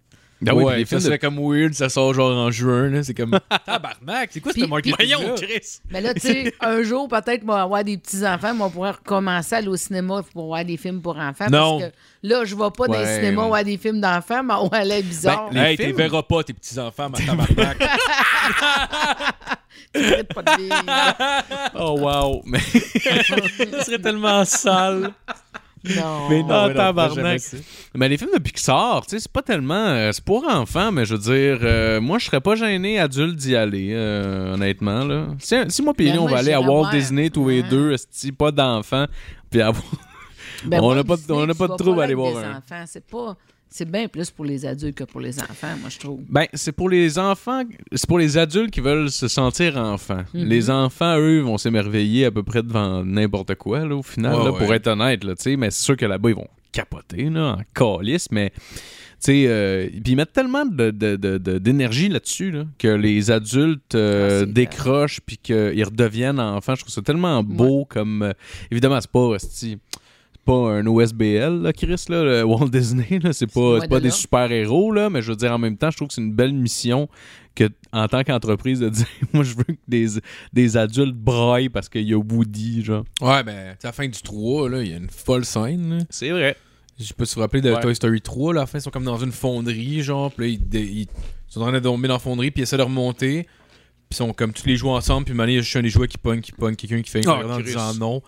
Ben oui, puis les films de- comme weird, ça sort genre en juin, là, c'est comme tabarnak, c'est quoi Puis- puis- Oh. là? Chris! Mais là, tu sais, un jour, peut-être, moi, avoir des petits-enfants, moi, pourrais recommencer à aller au cinéma pour voir des films pour enfants. Non. Parce que là, je ne vais pas dans Ouais. les cinémas voir des films d'enfants, mais on va aller bizarre. Ben, Hey, Les t'es films. verras pas tes petits-enfants, ma tabarnak. Arrête pas de dire. Oh wow! Mais Ça serait tellement sale. non. Mais non. Ah, Ah, tabarnak. tabarnak. Mais les films de Pixar, tu sais, c'est pas tellement. euh, c'est pour enfants, mais je veux dire, euh, moi, je serais pas gêné adulte d'y aller, euh, honnêtement. Là. Si, si moi, puis Ben, lui, on moi, va aller à j'irais Walt voir. Disney tous les Ouais. deux, esti, pas d'enfants, puis avoir. Ben, On moi, n'a pas de- Disney, on n'a tu pas de vas trouble à là aller avec voir des un. enfants. C'est pas. C'est bien plus pour les adultes que pour les enfants, moi, je trouve. Ben, c'est pour les enfants, c'est pour les adultes qui veulent se sentir enfants. Mhm. Les enfants, eux, vont s'émerveiller à peu près devant n'importe quoi, là, au final, Ouais, là, ouais. pour être honnête, là, tu sais. Mais c'est sûr que là-bas, ils vont capoter, là, en calice, mais, tu sais, euh, puis ils mettent tellement de- de- de- de- d'énergie là-dessus, là, que les adultes euh, Ah, c'est décrochent, puis qu'ils redeviennent enfants. Je trouve ça tellement beau comme. euh, évidemment, c'est pas. esti, c'est pas un OSBL, là, Chris, là, le Walt Disney. là, C'est pas, loin c'est pas de des là. super-héros, là, mais je veux dire, en même temps, je trouve que c'est une belle mission que, en tant qu'entreprise, de dire moi, je veux que des, des adultes braillent parce qu'il y a Woody, genre. Ouais, ben, tu sais, à la fin du 3, là, il y a une folle scène. là. C'est vrai. Je sais pas si vous vous rappelez de Ouais. Toy Story 3, là, à la fin, ils sont comme dans une fonderie, genre, puis là, ils, dé- ils sont en train de tomber dans la fonderie, puis ils essaient de remonter, puis ils sont comme tous les joueurs ensemble, puis maintenant, il y a juste un des joueurs qui pogne, qui pogne, quelqu'un qui fait Ah, un regard en Chris. disant non.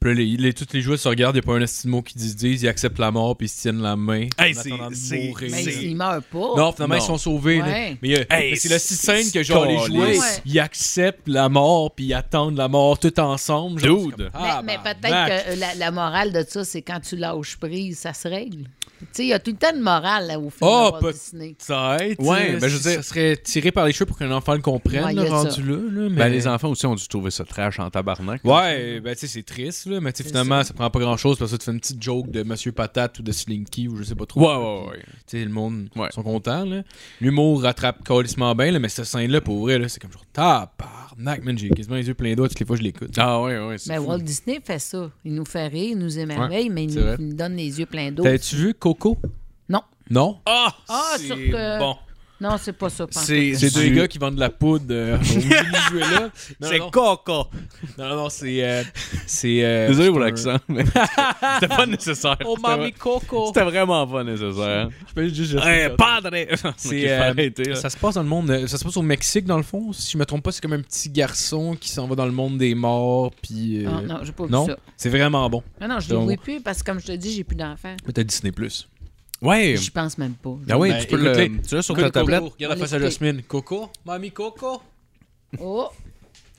Puis là, les, les- tous les joueurs se regardent, il n'y a pas un estime mot qui se disent, ils acceptent la mort, puis ils se tiennent la main. Hey, en c'est- attendant de c'est- mourir. Mais c'est- Ben, ils meurent pas. Non, finalement, Non. ils sont sauvés. là. Ouais. Mais, euh, Hey, mais c'est la si c'est- scène que genre les c'est- joueurs, Ouais. ils acceptent la mort, puis ils attendent la mort tout ensemble. genre, Dude. c'est comme, Mais, ah, Ben, mais bah, bac. peut-être que la, la morale de ça, c'est quand tu lâches prise, ça se règle. Tu sais, il y a tout le temps de morale là, au film Ah, Oh, de Walt peut- Disney. Peut-être. Ouais, euh, ben, je veux ça dire- serait tiré par les cheveux pour qu'un enfant le comprenne, Ouais, là, il y a rendu ça. là. là, mais... Ben, les enfants aussi ont dû trouver ça trash en tabarnak. Ouais, ben tu sais, c'est triste, là, mais tu sais, C'est finalement, ça. prend pas grand-chose parce que tu fais une petite joke de Monsieur Patate ou de Slinky ou je sais pas trop. Ouais, ouais, ouais. Tu sais, le monde Ouais. sont contents, là. L'humour rattrape calissement bien, là, mais cette scène-là, pour vrai, là, c'est comme genre tabarnak, man, j'ai quasiment les yeux pleins d'eau toutes les fois que je l'écoute. Ah, ouais, ouais. c'est Mais fou. Ben, Walt Disney fait ça. Il nous fait rire, il nous émerveille, mais il c'est nous, vrai. il nous donne les yeux pleins d'eau. T'as-tu vu Coco? Non, Non? Ah, Ah, sur c'est que- bon. non, c'est pas ça. pantoute. C'est C'est deux du- gars qui vendent de la poudre euh, au Venezuela. Non, C'est non, coco. non, non, c'est. euh, c'est. euh, Désolé pour c'est un- l'accent, mais c'était pas nécessaire. Oh, C'était mami vra- Coco! C'était vraiment pas nécessaire. Je peux juste. Eh, padre! C'est, C'est euh, arrêté. Ça se passe dans le monde, euh, ça se passe au Mexique dans le fond. Si je me trompe pas, c'est comme un petit garçon qui s'en va dans le monde des morts, puis. euh, Ah, Non, non, j'ai pas vu non? ça. c'est vraiment bon. Non, non, je Donc- ne plus parce que, comme je te dis, j'ai plus d'enfants. Mais t'as Disney Plus. Ouais. Je pense même pas. Ah oui, Ben, tu peux écoutez, le. Tu l'as sur ta tablette. Regarde la On face à l'écoutait. Jasmine. Coco, mamie Coco. Oh,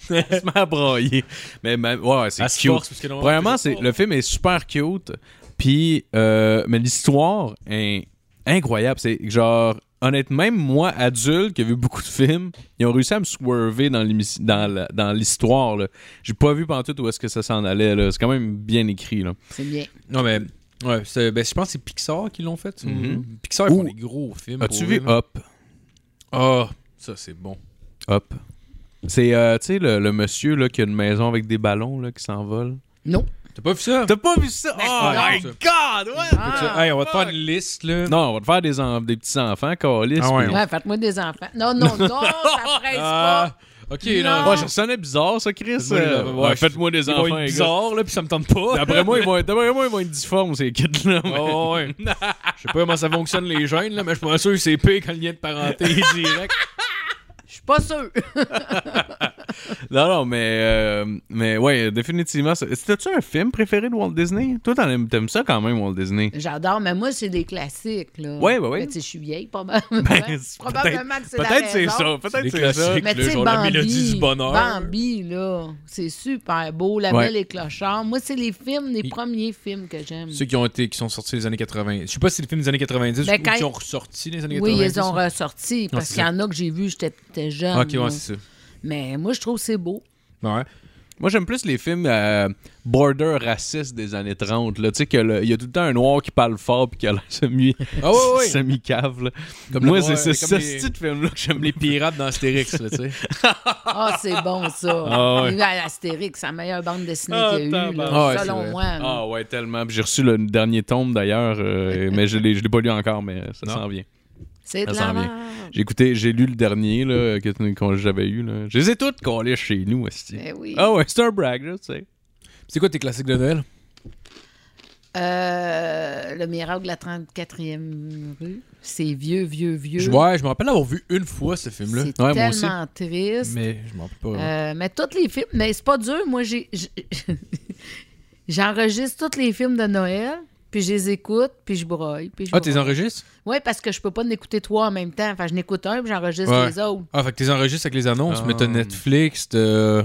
Elle se met à brailler. Mais, mais- ouais, ouais, c'est Elle se cute. force, parce que normalement, Premièrement, c'est c'est, pas. le film est super cute. Puis, euh, mais l'histoire est incroyable. C'est genre, honnêtement, même moi, adulte, qui ai vu beaucoup de films, ils ont réussi à me swerver dans, l'émission- dans, la- dans l'histoire. là. J'ai pas vu pendant tout où est-ce que ça s'en allait. là. C'est quand même bien écrit. Là. c'est bien. Non mais. Ouais, c'est- ben, je pense que c'est Pixar qui l'ont fait. Mm-hmm. Mhm. Pixar, ils font Ouh. des gros films. As-tu pour vu eux, là. Hop? Ah, ça c'est bon. Hop. C'est, euh, tu sais, le, le monsieur là, qui a une maison avec des ballons là, qui s'envole. Non. T'as pas vu ça? T'as pas vu ça? Oh non. my God! what? Ah, Hey, on va te fuck. faire une liste là. Non, on va te faire des, en- des petits-enfants, câlisse. Ah ouais. puis- ouais, faites-moi des enfants. Non, non, non, ça presse Ah, pas. ok, Non. non. Ouais, ça sonnait bizarre, ça, Chris. Faites-moi des- Euh, ouais, ouais, je- Faites-moi des Ils vont enfants, être les gars. bizarre là, puis ça me tente pas. D'après moi, ils vont être, d'après moi, ils vont être difformes, ces kids-là. mais- Oh, ouais. Je sais pas comment ça fonctionne les gènes, là, mais je suis pas sûr que c'est pire quand le lien de parenté est direct. Je suis pas sûre. Non, non, mais, euh, mais ouais, définitivement. ça- C'était-tu un film préféré de Walt Disney? Toi, t'en aimes, t'aimes ça quand même, Walt Disney? J'adore, mais moi, c'est des classiques. Là. Ouais, ouais, ouais. Mais tu sais, je suis vieille, probablement. Ben, c'est Mm. probablement que c'est la Peut-être c'est raison. ça, peut-être des c'est ça. classiques. Mais tu Le sais, genre, Bambi, la mélodie du bonheur. Bambi, là, c'est super beau. La Ouais. Belle et Clochard. Moi, c'est les films, les Il- premiers films que j'aime. Ceux qui ont été, qui sont sortis les années 80. Je sais pas si c'est les films des années 90 Ben, ou quand- qui ont ressorti les années Oui, 90. ils ont ressorti parce Ah, c'est qu'il y en a que j'ai vu, j'étais j'étais jeune. Ah, Ok, là. ouais, c'est ça. mais moi, je trouve que c'est beau. Ouais. Moi, j'aime plus les films euh, border racistes des années 30. là. Tu sais, qu'il y a tout le temps un noir qui parle fort puis qui a l'air semi- Ah, ouais, ouais. semi-cave. là. Comme Moi, le c'est noir- ce, comme ce les- style de film-là que j'aime Comme euh, les les pirates dans Astérix, là, tu sais. Ah, c'est bon, ça. Ah, ouais. Il y a Astérix, la meilleure bande dessinée Ah, qu'il y a eu, là, tabarnak. Ah, ouais, c'est selon vrai. moi. là. Ah ouais, tellement. Puis J'ai reçu le dernier tome d'ailleurs, euh, mais je l'ai je l'ai pas lu encore, mais ça Non. s'en vient. c'est de ça la s'en vient. merde. J'ai écouté, j'ai lu le dernier là, que, qu'on- j'avais eu. Là. Je les ai toutes collées chez nous, aussi. Ben oui. Ah ouais, c'est un brag, là, tu sais. C'est quoi tes classiques de Noël? Euh, le miracle de la 34e rue. C'est vieux, vieux, vieux. Je- Ouais, je me rappelle avoir vu une fois ce C'est film-là. moi tellement triste. Euh, Mais... Mais je m'en rappelle pas. vraiment. mais tous les films, mais c'est pas dur. Moi, j'ai, j'- j'enregistre tous les films de Noël, puis je les écoute, puis je broille. Puis je Ah, t'es broille. enregistres? Oui, parce que je peux pas en écouter trois en même temps. Enfin, je n'écoute un, puis j'enregistre Ouais. les autres. Ah, fait que t'es enregistres avec les annonces, Ah. mais t'as Netflix, t'as.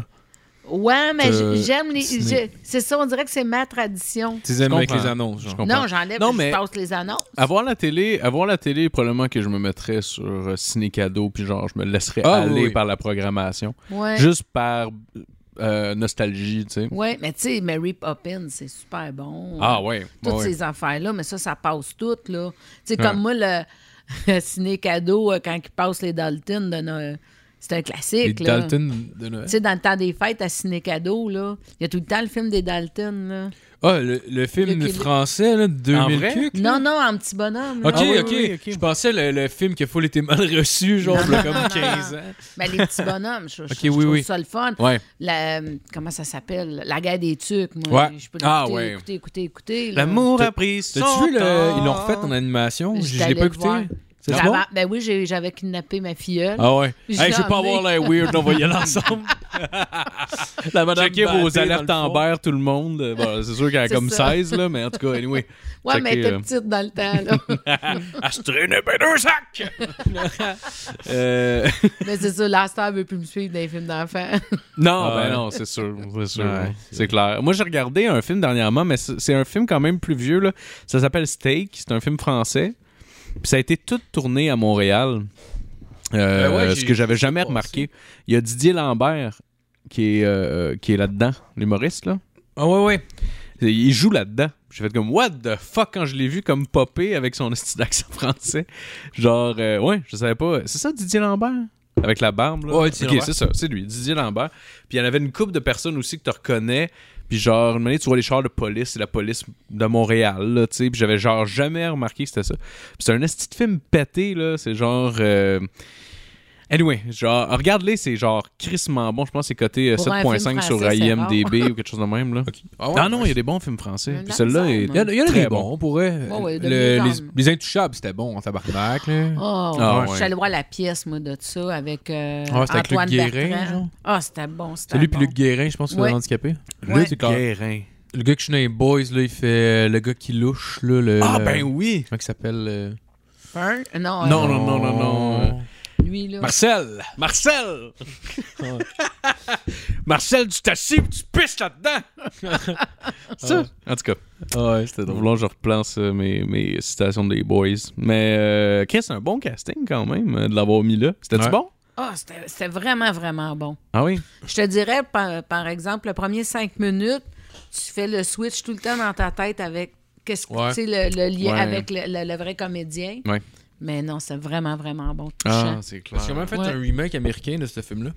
Ouais, mais Euh, j- j'aime les. ciné. je- C'est ça, on dirait que c'est ma tradition. Tu les aimes avec comprends. les annonces, genre. Je comprends. Non, j'enlève, Non, je mais- passe les annonces. Avoir la télé, avoir la télé, probablement que je me mettrais sur euh, Ciné Cadeau, puis genre, je me laisserais Ah, aller oui, oui. par la programmation. Ouais. Juste par euh, nostalgie, tu sais. Ouais, mais tu sais, Mary Poppins, c'est super bon. Ah ouais. Toutes ouais. ces affaires-là, mais ça, ça passe toutes, là. Tu sais, Ouais. comme moi, le, le ciné-cadeau, euh, quand ils passent les Dalton, de Noël, c'est un Les classique, là. Tu Dalton de Noël. sais, dans le temps des fêtes à ciné-cadeau, là, il y a tout le temps le film des Dalton, là. Ah, le, le film Le Québec. français, là, de 2000 En vrai? cucs, là. Non, non, en petit bonhomme. là. Ok, Ah oui, ok. oui, ok. Je pensais le, le film que Full était mal reçu, genre, il y a comme 15 ans. Mais Ben, les petits bonhommes, je, je- Ok, je oui, trouve oui. ça le fun. Ouais. La- comment ça s'appelle? La guerre des tucs, moi. Ouais. Je peux Ah, l'écouter, ouais. écouter, écouter, écouter. là. L'amour T'as- a pris son T'as-tu vu, le... temps. ils l'ont refait en animation? J'étais Je je l'ai allée pas le écouté. voir. C'est J'avais- bon? Ben oui, j'ai- j'avais kidnappé ma filleule. Ah ouais. Je Hey, l'ai je veux pas emmené. avoir l'air weird, on va y aller ensemble. La madame Checkez battée vos dans alertes le fond. en berre, tout le monde. Euh, bon, c'est sûr qu'elle a C'est comme ça. 16, là, mais en tout cas, anyway. ouais, mais elle checkez, était euh, petite dans le temps, là. Elle se traînait ben deux sacs! Euh, Mais c'est ça, la star veut plus me suivre dans les films d'enfants. Non, Ah ben ouais. non, c'est sûr. C'est sûr. Ouais, c'est clair. Moi, j'ai regardé un film dernièrement, mais c'est c'est un film quand même plus vieux. Là. Ça s'appelle Steak. C'est un film français. Puis ça a été tout tourné à Montréal. Euh, Ben ouais, ce j'ai- que j'avais j'ai jamais passé. remarqué. Il y a Didier Lambert qui est, euh, qui est là-dedans, l'humoriste. Là. Ah ouais, ouais. Il joue là-dedans. J'ai fait comme What the fuck quand je l'ai vu comme popper avec son style d'accent français. Genre, euh, ouais, je savais pas. C'est ça Didier Lambert? Avec la barbe, là? Ouais, Didier Ok, Lambert. c'est ça, c'est lui, Didier Lambert. Puis il y en avait une couple de personnes aussi que tu reconnais. Puis genre, une manière, tu vois les chars de police, c'est la police de Montréal, là, tu sais. Puis j'avais genre jamais remarqué que c'était ça. Puis c'est un esti de film pété, là. C'est genre... euh, Anyway, genre, regarde-les, c'est genre crissement bon. Je pense que c'est coté euh, Pour un film 7.5 sur français, c'est IMDB ou quelque chose de même, là. Ah ouais, Ah non, il ouais. y a des bons films français. Un Puis celui-là est. ensemble. Il y en a- il y en a Très des bon. bons, on pourrait. Ouais, ouais, de Le- mieux les, en mieux. les Intouchables, c'était bon en tabarnak. Là. Oh, Ah, Je ouais. suis allée voir la pièce, moi, de ça, avec euh, Ah, c'était avec Antoine Luc Guérin, genre? Bertrand. Ah, c'était bon, c'était C'est lui bon. puis Luc Guérin, je pense, qui Ouais. est handicapé. Ouais. Luc Guérin. Le gars que je suis dans les Boys, là, il fait euh, le gars qui louche. Là, le, Ah ben oui! Comment il s'appelle euh, Hein? Non, Non, euh, non, non, non, non. lui, là. Marcel Marcel! Marcel, tu t'assis pis tu pisses là-dedans! ça? En tout cas, Ah Ouais, c'était drôle. Là, je replace euh, mes, mes citations des boys. Mais euh, Chris, c'est un bon casting quand même euh, de l'avoir mis là. C'était-tu Ouais. bon? Ah, c'était c'était vraiment, vraiment bon. Ah oui? Je te dirais, par, par exemple, le premier cinq minutes, tu fais le switch tout le temps dans ta tête avec qu'est-ce que Ouais. tu sais, le, le lien Ouais. avec le, le- le vrai comédien. Ouais. Mais non, c'est vraiment, vraiment bon. Ah, Touchant. c'est clair. Parce qu'ils ont même fait Ouais. un remake américain de ce film-là.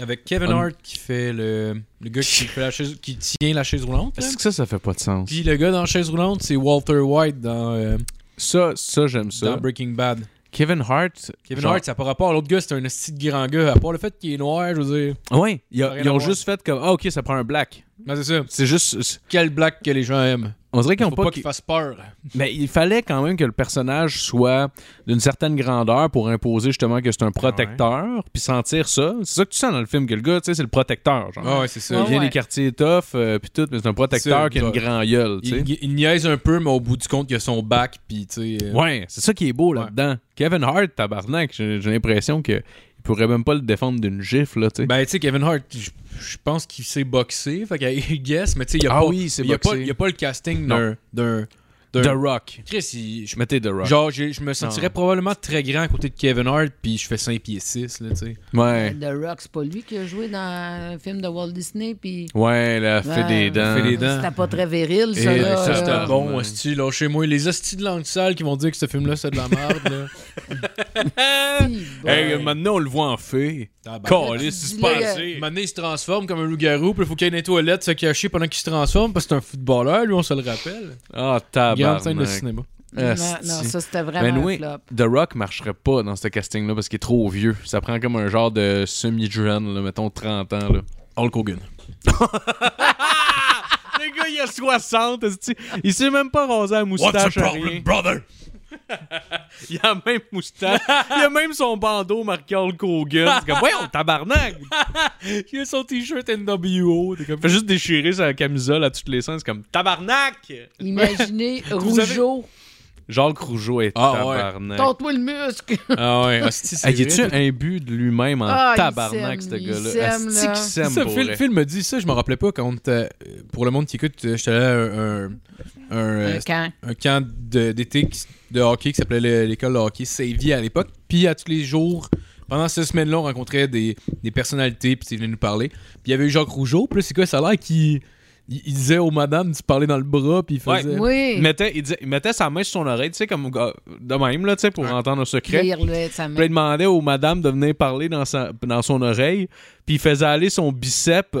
Avec Kevin Un- Hart qui fait le, le gars qui, fait la chaise, qui tient la chaise roulante. là. Est-ce que ça, ça fait pas de sens? Puis le gars dans la chaise roulante, c'est Walter White dans, euh, Ça, ça j'aime ça. dans Breaking Bad. Kevin Hart. Kevin genre- Hart, ça n'a pas rapport. L'autre gars, c'est un esti de grand gars. À part le fait qu'il est noir, je veux dire. Ouais, ils, Ça a a- rien ils à ont voir. juste fait comme Ah, ok, ça prend un black. Non, c'est ça. C'est juste. Quel black que les gens aiment. On dirait qu'ils ont Faut pas, pas. qu'il fasse peur. Mais il fallait quand même que le personnage soit d'une certaine grandeur pour imposer justement que c'est un Ah protecteur, puis sentir ça. C'est ça que tu sens dans le film, que le gars, tu sais, c'est le protecteur. Genre. Ah ouais, c'est ça. il Ouais, vient ouais. des quartiers tough, euh, puis tout, mais c'est un protecteur C'est- qui a une ouais. grande gueule, tu sais. Il, il niaise un peu, mais au bout du compte, il a son bac, puis tu sais. euh, Ouais, c'est ça qui est beau Ouais. là-dedans. Kevin Hart, tabarnak, j'ai j'ai l'impression que il pourrait même pas le défendre d'une gifle, là, tu sais. Ben, tu sais, Kevin Hart, je je pense qu'il sait boxer, fait qu'il guess, mais tu sais, il y a ah pas. oui, c'est il y a pas, boxé. il y a pas le casting Non. d'un. d'un- d'un- The Rock. Chris, il- je Je mettais The Rock. Genre, j'ai- je me sentirais Non. probablement très grand à côté de Kevin Hart, puis je fais 5 pieds 6, là, tu sais. Ouais. The Rock, c'est pas lui qui a joué dans le film de Walt Disney, puis... Ouais, la Ouais. fée des dents. Fée des dents. C'était pas très viril, ça, Et là. ça, euh, c'était c'était euh, bon, ouais. hostie, là, chez moi. Les hosties de langue sale qui vont dire que ce film-là, c'est de la merde, là. si, bon. Hey, maintenant, on le voit en fée. Tabarnak. Caliste, tu c'est dis, là, il y a- passé. Maintenant, il se transforme comme un loup-garou, puis il faut qu'il y ait des toilettes se cacher pendant qu'il se transforme, parce que c'est un footballeur, lui, on se le rappelle. Ah, Grande scène de tabarnak. cinéma. Non, Asti. non, ça, c'était Ben vraiment un oui, flop. The Rock marcherait pas dans ce casting-là parce qu'il est trop vieux. Ça prend comme un genre de semi-jeune, là, mettons 30 ans. Là. Hulk Hogan. Le gars, il a 60. esti. Il s'est même pas rasé la moustache. à rien. brother? Il a même moustache. il a même son bandeau marqué Hulk Hogan. C'est comme, voyons, tabarnak. Il a son t-shirt NWO. t'es comme- Il fait juste déchirer sa camisole à toutes les sens. C'est comme, tabarnak. Imaginez Vous avez- Rougeau Jacques Rougeau est Ah, ouais. tabarnak. Tente-moi le muscle! Ah ouais, hostie, c'est Hey, y a-tu vrai. un but de lui-même en Ah, il tabarnak, ce s'aime, il gars-là? s'aime, Asti là. qu'il s'aime, Ça, pour Phil, vrai. Phil me dit ça, je m'en rappelais pas quand on était- euh, Pour le monde qui écoute, euh, j'étais allé à un, un, un, euh, Un camp. un camp de- d'été qui- de hockey qui s'appelait le- l'école de hockey Savy à l'époque. Puis à tous les jours, pendant cette semaine-là, on rencontrait des, des personnalités, puis ils venaient nous parler. Puis il y avait eu Jacques Rougeau, puis là, c'est quoi, ça a l'air qu'il il, il disait aux madames de se parler dans le bras, puis il Ouais. faisait... Oui. Il mettait, il, disait- il mettait sa main sur son oreille, tu sais, comme euh, de même, là, tu sais, pour Ouais. entendre un Puis secret. il relevait sa Puis là, main. il demandait aux madames de venir parler dans, sa- dans son oreille, puis il faisait aller son bicep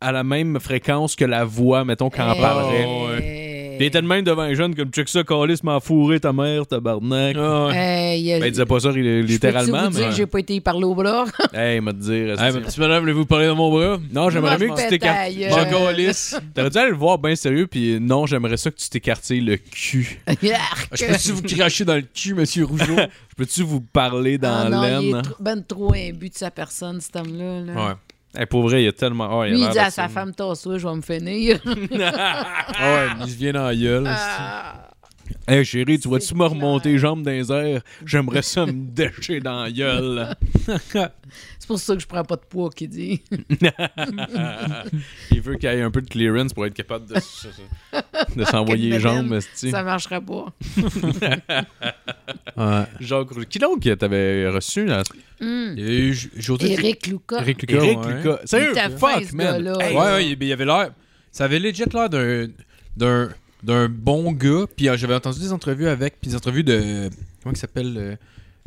à la même fréquence que la voix, mettons, quand Hey. on parlait. eh, Hey. Puis il était de même devant un jeune, comme check ça, Calis m'a fourré ta mère, tabarnak. Ah Euh, ouais. Hey, Eh, il a- Ben, il disait pas ça il- Je peux-tu littéralement, vous dire mais. que j'ai pas été parler au bras. Hey, il m'a dire. Hey, esti. ma petite madame, voulez-vous parler dans mon bras? Non, j'aimerais mieux Moi, je que tu pète t'écartes. ta gueule. Jean- Jacques Aulis. T'aurais dû aller le voir bien sérieux, puis non, j'aimerais ça que tu t'écartilles le cul. Yark. Je peux-tu vous cracher dans le cul, monsieur Rougeau? Je peux-tu vous parler dans Ah non, l'aine? hein. Il est trop- ben trop imbu de sa personne, cet homme-là. là. ouais. Hey, Eh, pour vrai, il y a tellement. oh, il a Lui, il l'air dit à d'être sa une- femme, tasse-toi, je vais me finir. Ah ouais, il se vient dans la gueule. Hey chérie, tu vas-tu me clair. remonter les jambes dans les airs? J'aimerais ça me décher dans la gueule. C'est pour ça que je prends pas de poids, qu'il dit. Il veut qu'il y ait un peu de clearance pour être capable de, s- de s'envoyer les Quelle jambes. bedaine. esti. Ça marchera pas. Ouais. Jacques Rougeau. Qui donc que t'avais reçu? Là? Hum. Il y a eu J- José Éric Lucas. Eric Lucas. Eric ouais. Lucas. Il Sérieux, t'a fait, fuck, ce man. gars-là. Hey, Ouais, ouais, il il y avait l'air. Ça avait legit l'air d'un. d'un. d'un bon gars. Puis euh, j'avais entendu des entrevues avec. Puis des entrevues de. Comment il s'appelle euh,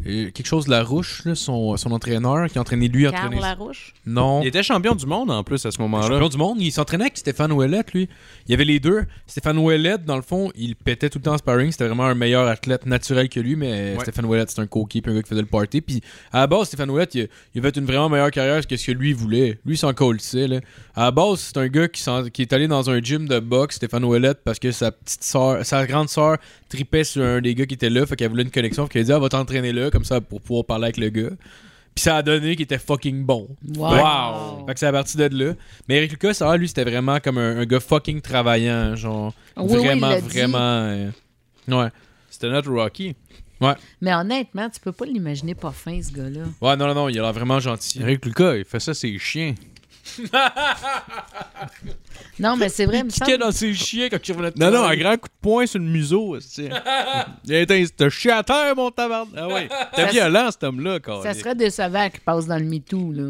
euh, Quelque chose de la rouche, là, son, son entraîneur qui entraînait lui. Carl entraînait... Larouche. Non. Il était champion du monde en plus à ce moment-là. Champion du monde, il s'entraînait avec Stéphane Ouellette, lui. Il y avait les deux. Stéphane Ouellette, dans le fond, il pétait tout le temps en sparring. C'était vraiment un meilleur athlète naturel que lui, mais Ouais. Stéphane Ouellette, c'était un coquille, puis un gars qui faisait le party. Puis à la base, Stéphane Ouellette, il, il avait une vraiment meilleure carrière que ce que lui voulait. Lui, il s'en colissait, là. À la base, c'est un gars qui, s'en- qui est allé dans un gym de boxe, Stéphane Ouellette, parce que sa petite sœur, sa grande sœur tripait sur un des gars qui était là, fait qu'elle voulait une connexion, fait qu'elle dit, ah, va t'entraîner là, comme ça, pour pouvoir parler avec le gars. Puis ça a donné qu'il était fucking bon. Wow. Fait que c'est à partir de là. Mais Eric Lucas, ça, lui, c'était vraiment comme un, un gars fucking travaillant, genre. Ah Oui, oui, il vraiment, l'a dit. vraiment. euh, ouais. C'était notre Rocky. Mais honnêtement, tu peux pas l'imaginer pas fin, ce gars-là. Ouais, non, non, non, il a l'air vraiment gentil. Eric Lucas, il fait ça, c'est chiens. Non, mais c'est vrai, il me semble. dans ses chiens quand tu revenais de Non, non, un grand coup de poing sur le museau. esti. il a été t'as chié à terre, mon tabarnak. Ah ouais. T'es Ça- violent, cet homme-là, quand Ça serait décevant qu'il passe dans le MeToo, là.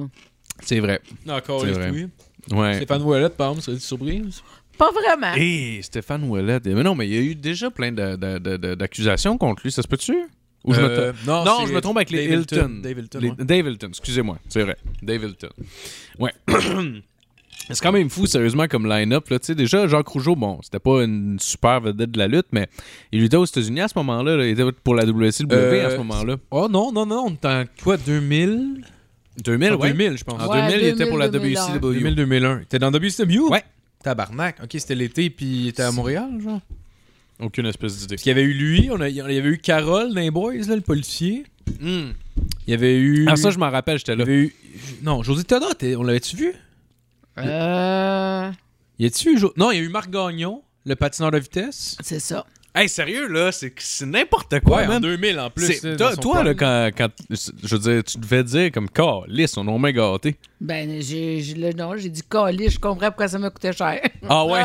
C'est vrai. Encore, C'est les vrai. oui. Ouais. Stéphane Ouellette, par exemple, ça a été surprise. Pas vraiment. Hé, Stéphane Ouellet. Mais non, mais il y a eu déjà plein de- de- de- de- d'accusations contre lui. Ça se peut-tu? Ou je me Euh, trompe? non, non, c'est je me trompe avec les Dave Hilton. Hilton. Dave Hilton, Les- ouais. Dave Hilton, excusez-moi. C'est vrai. Dave Hilton. Ouais. C'est quand même fou, sérieusement, comme line-up. là. Tu sais, Déjà, Jacques Rougeau, bon, c'était pas une super vedette de la lutte, mais il luttait aux États-Unis à ce moment-là. là. Il était pour la WCW à ce Euh, moment-là. Oh non, non, non, on est en quoi, 2000 2000, En ouais. 2000, je pense. En Ouais, 2000, il était pour la 2000, WCW. 2000-2001. T'es dans WCW? Ouais. Tabarnak. Ok, c'était l'été, puis il était à Montréal, genre. Aucune espèce d'idée. Parce qu'il y avait eu lui, on a- il y avait eu Carole dans les Boys, là, le policier. Hmm. Il y avait eu. Ah, ça, je m'en rappelle, j'étais Il y là. avait eu. Non, José Tonat, on l'avait-tu vu? Euh, Y a-tu eu Jo- Non, il y a eu Marc Gagnon, le patineur de vitesse. c'est ça. Hey, sérieux, là, c'est c'est n'importe quoi, man. 2000 en C'est- toi, toi, là, quand, quand- Je veux dire, tu devais dire comme lisse, on a bien gâté. Ben, j'ai, j'ai- là, non, j'ai dit colis, je comprends pourquoi ça m'a coûté cher. Ah ouais.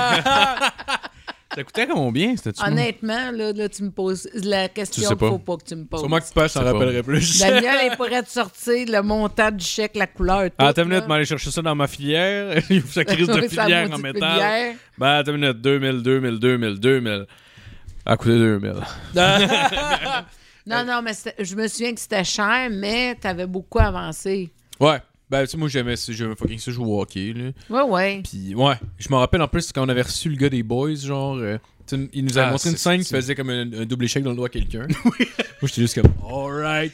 ça coûtait combien, c'était-tu? Honnêtement, là, là, tu me poses la Tu question sais qu'il pas. faut pas que tu me poses. Sûrement que tu passes, Je t'en sais pas. rappellerais plus. Daniel, il pourrait te sortir le montant du chèque, la couleur. Tout, Ah, t'as une là. minute, m'aller chercher ça dans ma filière. Il ouvre sa crise de Oui, sa filière en maudite métal. filière. Ben, t'as une minute, 2000, 2000, 2000, 2000. À coûté 2000. Euh. Non, non, mais c'était- je me souviens que c'était cher, mais t'avais beaucoup avancé. ouais. Ben, tu sais, moi, j'aimais ça, j'aimais fucking ça, jouer au hockey, là. Ouais, ouais. Puis, ouais. Je me rappelle en plus quand on avait reçu le gars des Boys, genre. euh, tu sais, il nous avait Ah, montré une c'est- scène qui c'est- faisait comme un, un double échec dans le doigt à quelqu'un. moi, j'étais juste comme, alright.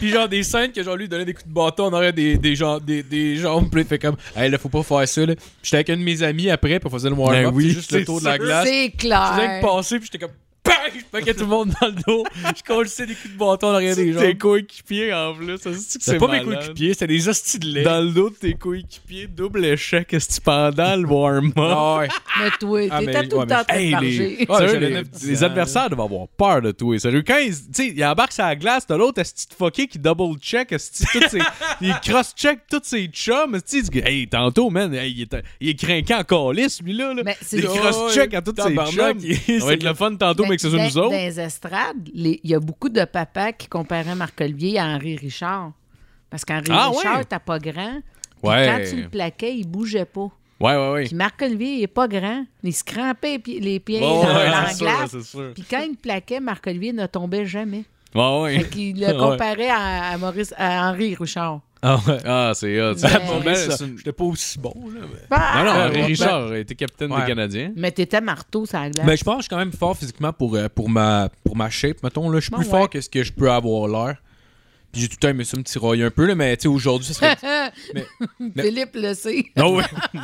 Puis, genre, des scènes que, genre, lui, il donnait des coups de bâton, on aurait des, des, gens- des, des jambes, puis il fait comme, hey, là, faut pas faire ça, là. Puis j'étais avec un de mes amis après, pour on faisait le warm-up, Ben oui, c'est juste le c'est tour de la sûr. glace. C'est Je faisais que clair. passer, puis j'étais comme. Bang! Je paquais tout le monde dans le dos. Je colissais des coups de bâton derrière des gens. Tes coéquipiers en plus. ça, c'est-tu que C'était C'est pas mes malade? coéquipiers, c'était des hosties de lait. Dans le dos de tes coéquipiers, double échec, est-ce que pendant le warm-up? Ah ouais. Mais toi, Ah, t'étais mais- tout ouais, le temps en mais- train de Hey, marcher. les, Ouais, sérieux, j'avais les- 9-10 les ans, adversaires doivent avoir peur de toi. Sérieux, quand ils, tu sais, ils embarquent sur la glace, t'as l'autre esti de fucké qui double-check, esti, toutes ses- il cross-check tous ses chums, esti, il dit, hey, tantôt, man, hey, il, est, il est craquant en calice, lui-là. là. Mais c'est- il cross-check à tous ses Tabarnak, chums. il- Ça va être le fun tantôt, mais ben, que c'est sur dans, nous autres. Ben, Dans les estrades, les- il y a beaucoup de papas qui comparaient Marc-Olivier à Henri Richard. Parce qu'Henri Ah, Richard, ouais. t'as pas grand. Puis Ouais. Quand tu le plaquais, il bougeait pas. Ouais, ouais, ouais. Puis Marc-Olivier, il est pas grand. Il se crampait les pieds, les pieds Ouais, dans, ouais, dans la c'est sûr, glace. c'est sûr. Puis quand il me plaquait, Marc-Olivier ne tombait jamais. Ouais, ouais. Fait qu'il le comparait à, à Maurice, à Henri Richard. Ah ouais. Ah, c'est hot. Mais- C'est Bon, une Ben, belle- ça, c'est une- J'étais pas aussi bon, là. Mais, Ah, Non, non, ah, Henri ah, Richard Ben, a été capitaine Ouais. des Canadiens. Mais t'étais marteau sur la glace. Mais Ben, je pense que je suis quand même fort physiquement pour, euh, pour, ma, pour ma shape, mettons. Là. Je suis Bon, plus ouais. fort que ce que je peux avoir l'air. Puis j'ai tout le temps aimé ça me tirailler un peu, là, mais tu sais, aujourd'hui, ça serait. mais- Philippe le sait. Non, oui.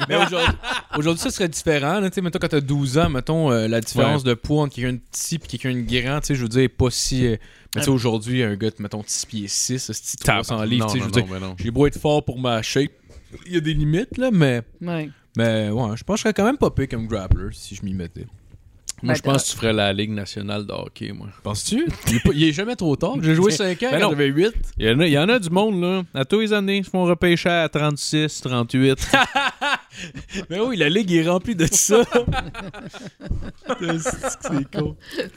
Mais aujourd'hui, aujourd'hui, ça serait différent. Là, Tu sais, mettons, quand t'as 12 ans, mettons, euh, la différence de poids entre quelqu'un de petit et quelqu'un de grand, tu sais, je veux dire, est pas si. euh, mais Ah. tu sais, aujourd'hui, un gars, de, mettons, 6 pieds 6, c'est 300 livres, Non, tu sais, je non, veux dire, non, mais non. j'ai beau être fort pour ma shape. Il y a des limites, là, mais. Ouais. Mais ouais, je pense que je serais quand même pas pire comme grappler si je m'y mettais. Moi, Ben, je pense que tu ferais la Ligue nationale de hockey, moi. Penses-tu? Il, est pas- il est jamais trop tard. J'ai joué 5 ans, Ben quand non. j'avais 8. Il y, en a, il y en a du monde, là. À tous les années, ils se font repêcher à 36, 38. Mais Ben oui, la ligue est remplie de ça.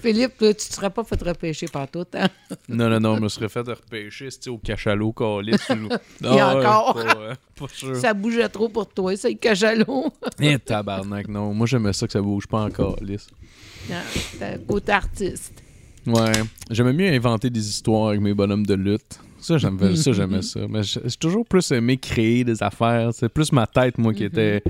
Philippe, toi, tu ne serais pas fait repêcher par tout. Hein? non, non, non, je me serais fait repêcher c'était au cachalot, calice. ou- Ah, Et encore. Pas, euh, pas sûr. Ça bougeait trop pour toi, ça, il cachalot. Eh, tabarnak, non. Moi, j'aimais ça que ça bouge pas en calice. Non, T'as un euh, côté artiste. Ouais. J'aimais mieux inventer des histoires avec mes bonhommes de lutte. Ça, j'aimais ça. J'aimais ça. Mais j'ai j'ai toujours plus aimé créer des affaires. C'est plus ma tête, moi, qui Mm-hmm. était.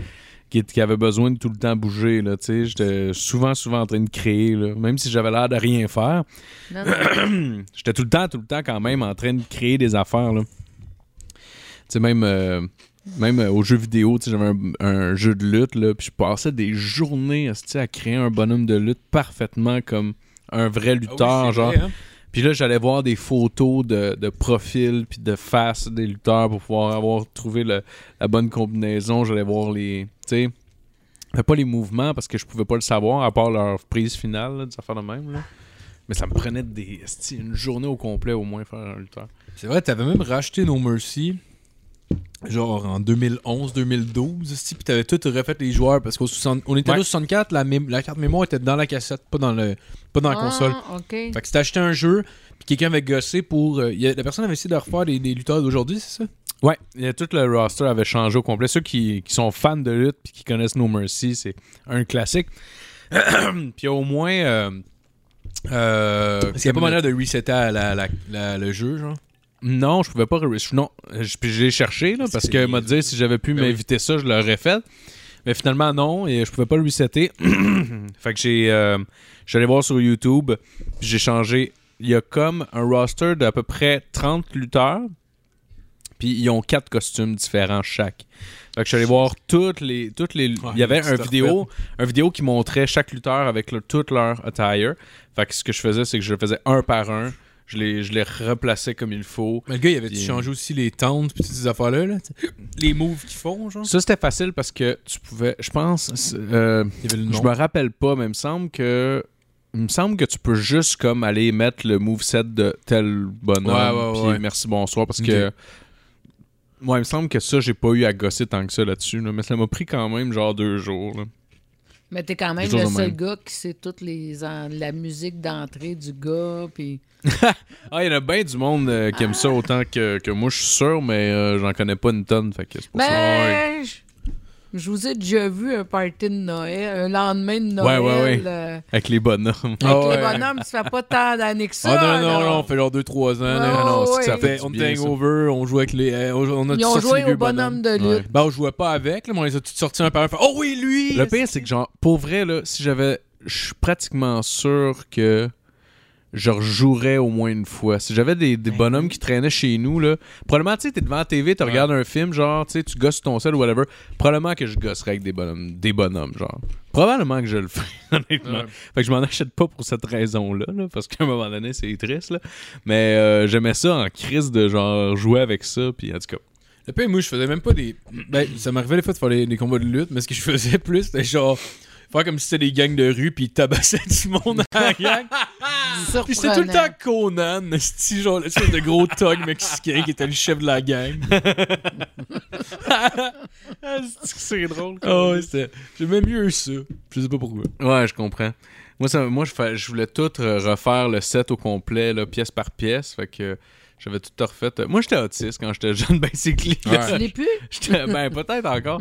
Qui, qui avait besoin de tout le temps bouger. Là, tu sais. J'étais souvent, souvent en train de créer. Là. Même si j'avais l'air de rien faire, Non, non. j'étais tout le temps, tout le temps quand même en train de créer des affaires. Là. Tu sais, même, euh, même euh, aux jeux vidéo, tu sais, j'avais un, un jeu de lutte, là, puis je passais des journées hostie, à créer un bonhomme de lutte parfaitement comme un vrai lutteur. genre. hein. Puis là, j'allais voir des photos de, de profil puis de face des lutteurs pour pouvoir avoir trouvé le- la bonne combinaison. J'allais voir les. Tu sais. mais Pas les mouvements parce que je pouvais pas le savoir à part leur prise finale, là, des affaires de même. là. Mais ça me prenait des, esti, une journée au complet au moins faire un lutteur. C'est vrai, t'avais même racheté No Mercy, genre en 2011-2012, si, puis t'avais tout refait les joueurs, parce qu'on était Ouais. là au 64, la, mé- la carte mémoire était dans la cassette, pas dans, le, pas dans la console. Ah, OK. Fait que si t'achetais un jeu, puis quelqu'un avait gossé pour... euh, il y a- la personne avait essayé de refaire des, des lutteurs d'aujourd'hui, c'est ça? Ouais, et tout le roster avait changé au complet. Ceux qui, qui sont fans de lutte puis qui connaissent No Mercy, c'est un classique. puis au moins. Euh, euh, Parce qu'il y a pas comme- manière de resetter à la- la- la- le jeu, genre. Non, je pouvais pas. re- Non, euh, je, puis je l'ai cherché là, parce Ah, C'est- que m'a dit si j'avais pu Ben oui. m'inviter ça, je l'aurais fait. Mais finalement non, et je pouvais pas le resetter. fait que j'ai, euh, j'allais voir sur YouTube, puis j'ai changé. Il y a comme un roster d'à peu près 30 lutteurs, puis ils ont quatre costumes différents chaque. Fait que je suis allé voir toutes les, toutes les. il y les avait un petites vidéo, un vidéo qui montrait chaque lutteur avec le- toute leur attire. Fait que ce que je faisais, c'est que je le faisais un par un. Je les, je les replaçais comme il faut. Mais le gars, il avait Puis- changé aussi les tentes pis toutes ces affaires-là, là, tu sais. les moves qu'ils font, genre. Ça, c'était facile parce que tu pouvais. Je pense. c'est- euh, Il y avait le je nom. me rappelle pas, mais il me semble que. Il me semble que tu peux juste comme aller mettre le moveset de tel Ouais, ouais, bonhomme. puis ouais. merci, bonsoir. Parce que. Ouais, il me semble que ça, j'ai pas eu à gosser tant que ça là-dessus. là, mais ça m'a pris quand même genre deux jours. là. Mais t'es quand Des même choses le de seul même. gars qui sait toute les, en- la musique d'entrée du gars. Puis... Ah, il y en a bien du monde euh, qui aime Ah. ça autant que, que moi, je suis sûr, mais euh, j'en connais pas une tonne. Fait que c'est pour ça. Ouais. Ben, je, je vous ai déjà vu un party de Noël, un lendemain de Noël. ouais, ouais. euh, Avec les bonhommes. avec Ah les ouais. bonhommes, ça fait pas tant d'années que Oh ça. non, non, là. non, on fait genre 2-3 ans. là. Ah non, c'est que ça ouais. fait Fait- du Ben, on bien, était ça. hangover, on jouait avec les. euh, on, on a Ils tous ont sorti joué les vieux au bonhomme de Ouais. lutte. Ben, on jouait pas avec, là, mais on les a tous sortis un par un. Fait, oh oui, lui! Le pire, c'est que, genre, pour vrai, là, si j'avais. Je suis pratiquement sûr que je rejouerais au moins une fois. Si j'avais des, des bonhommes qui traînaient chez nous, là, probablement, tu sais, t'es devant la TV, tu regardes un film, genre, tu sais, tu gosses sur ton sel ou whatever, probablement que je gosserais avec des bonhommes, des bonhommes, genre. Probablement que je le ferais, honnêtement. Ouais. Fait que je m'en achète pas pour cette raison-là, là, parce qu'à un moment donné, c'est triste, là. Mais euh, j'aimais ça en crise de, genre, jouer avec ça, puis en tout cas. Le pire, moi, je faisais même pas des. Ben, ça m'arrivait des fois de faire des, des combats de lutte, mais ce que je faisais plus, c'était genre. Faire comme si c'était des gangs de rue, puis ils tabassaient du monde en gang. Puis c'était tout le temps Conan, esti, genre l'espèce de gros thug mexicain qui était le chef de la gang. Ah, c'est drôle, Oh, c'était. J'ai même mieux ça. Je sais pas pourquoi. Ouais, je comprends. Moi, ça, moi je, fais- je voulais tout euh, refaire le set au complet, là, pièce par pièce. Fait que euh, j'avais tout refait. Euh, Moi, j'étais autiste quand j'étais jeune, basically. Ouais. Tu l'es plus? J'étais- ben, peut-être encore.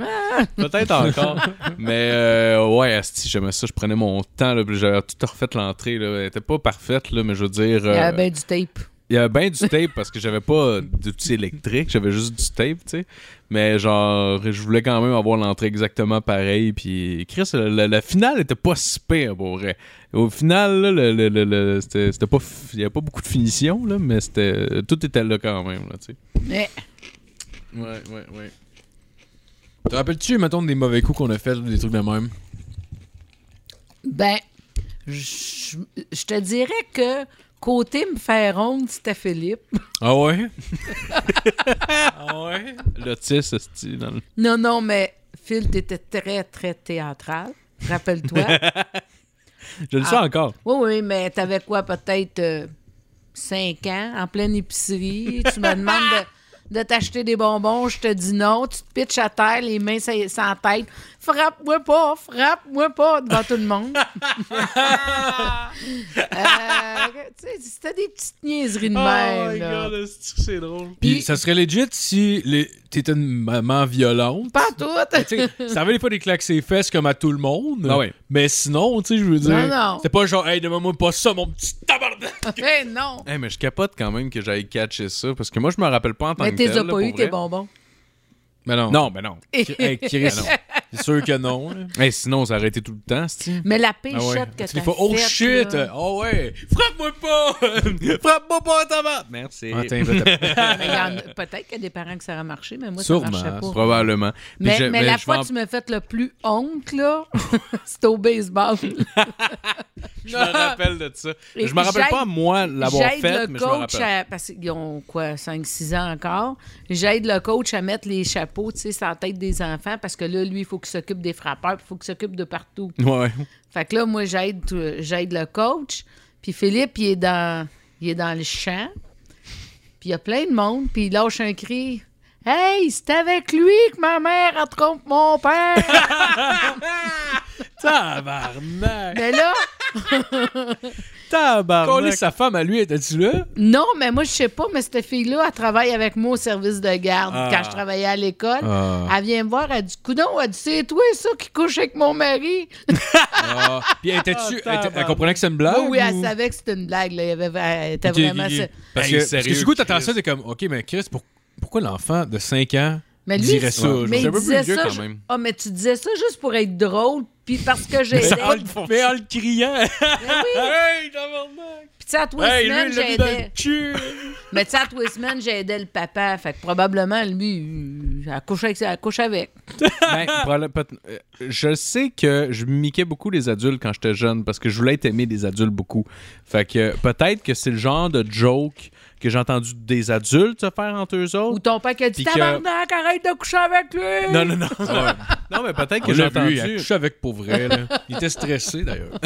peut-être encore. Mais euh, ouais, asti, j'aimais ça. Je prenais mon temps. là, puis J'avais tout refait l'entrée. là. Elle était pas parfaite, là, mais je veux dire... Il y a euh, ben du tape. il y avait bien du tape parce que j'avais pas d'outils électriques, j'avais juste du tape, tu sais. Mais genre, je voulais quand même avoir l'entrée exactement pareille. Puis, Chris, la, la- la finale était pas si pire pour vrai. Au final, là, le, le- le- le- c'était c'était pas, fi- il y avait pas beaucoup de finition, là, mais c'était tout était là quand même, là, tu sais. Mais Ouais, ouais, ouais. Te rappelles-tu, mettons, des mauvais coups qu'on a fait, des trucs de même? Ben, je je te dirais que côté me faire honte, c'était Philippe. Ah ouais? ah ouais? L'autiste, asti, dans le- Non, non, mais Phil, t'étais très, très théâtral. Rappelle-toi. Je le sens Ah. encore. oui, oui, mais t'avais quoi, peut-être 5 ans, en pleine épicerie. Tu me demandes de, de t'acheter des bonbons. Je te dis non. Tu te pitches à terre, les mains sa- sans tête. Frappe-moi pas, frappe-moi pas devant tout le monde. Euh, tu sais, c'était des petites niaiseries de Oh même. Ben, là. c'est drôle. Puis ça serait legit si les... t'étais une maman violente. Pas toutes. Tu sais, ça avait des fois des claques ses fesses comme à tout le monde. Ah ouais. Mais sinon, tu sais, je veux dire. Non, non. C'était pas genre, hey, demande-moi pas ça, mon petit tabarnak! Eh non. Hey, mais je capote quand même que j'aille catcher ça parce que moi, je me rappelle pas en tant Mais que t'es tel. déjà là, pas pour eu tes vrai. bonbons. Mais non. Non, ben non. Hey, Chris, non. C'est sûr que non. là. Mm. Hey, sinon, ça aurait été tout le temps, c'ti. Mais la péchotte Ah ouais. que t'as Tu fais, oh faite, shit! là. Oh ouais! Frappe-moi pas! Frappe-moi pas, tabarnak! Merci. Ah, t'es un peu tapé. Mais il y en a- Peut-être qu'il y a des parents que ça aurait marché, mais moi, Sûrement, ça marchait pas. Probablement. Puis Mais, je- mais la je fois vais en- que tu m'as fait le plus honte, là, c'était au baseball. je me rappelle de ça. Et je me rappelle j'aide- pas, moi, l'avoir J'aide fait, le mais je me coach rappelle. à, parce qu'ils ont quoi, 5-6 ans encore. J'aide le coach à mettre les chapeaux, tu sais, sur la tête des enfants parce que là, lui, il faut qu'il s'occupe des frappeurs, puis il faut qu'il s'occupe de partout. Ouais. Fait que là, moi, j'aide, tout- j'aide le coach. Puis Philippe, il est dans, il est dans le champ. Puis il y a plein de monde. Puis il lâche un cri. Hey, c'est avec lui que ma mère a trompé mon père. Tabarnak! mais là, Quand est Tabarnak. sa femme à lui, était-tu là? non, mais moi, je sais pas, mais cette fille-là, elle travaille avec moi au service de garde Ah. quand je travaillais à l'école. Ah. Elle vient me voir, elle dit Coudon, elle dit C'est toi, ça, qui couche avec mon mari. Ah. Puis elle était-tu. elle était- elle comprenait que c'est une blague? Ah oui, elle ou- savait que c'était une blague. Là. Il y avait, elle était Ben Ok, vraiment. ok, ok. ça. Parce, Hey, que, sérieux, parce que du coup, t'attends Chris. ça, t'es comme, OK, mais Chris, pour- pourquoi l'enfant de 5 ans Mais lui, dirait ça? ouais. Mais J'étais il un peu plus disait vieux, ça. quand ju- même. Ah, mais tu disais ça juste pour être drôle, puis parce que j'aidais. Mais en, le- mais en le criant. Mais oui, hey, tabarnak! puis tu sais, à tous les Hey, semaines, lui, il l'a mis dans j'aidais. le cul! Mais tu sais, à tous les semaines, j'aidais le papa. Fait que probablement, lui, il- elle couche avec. Elle couche avec. Ben, probable- peut- euh, je sais que je miquais beaucoup les adultes quand j'étais jeune parce que je voulais être aimé des adultes beaucoup. Fait que euh, peut-être que c'est le genre de joke que j'ai entendu des adultes se faire entre eux Ou autres. ton père qui a dit Puis que- Tabarnak, arrête de coucher avec lui. Non, non, non. non, mais peut-être que On j'ai l'a vu, il a entendu. couché avec pour vrai. là. Il était stressé, d'ailleurs.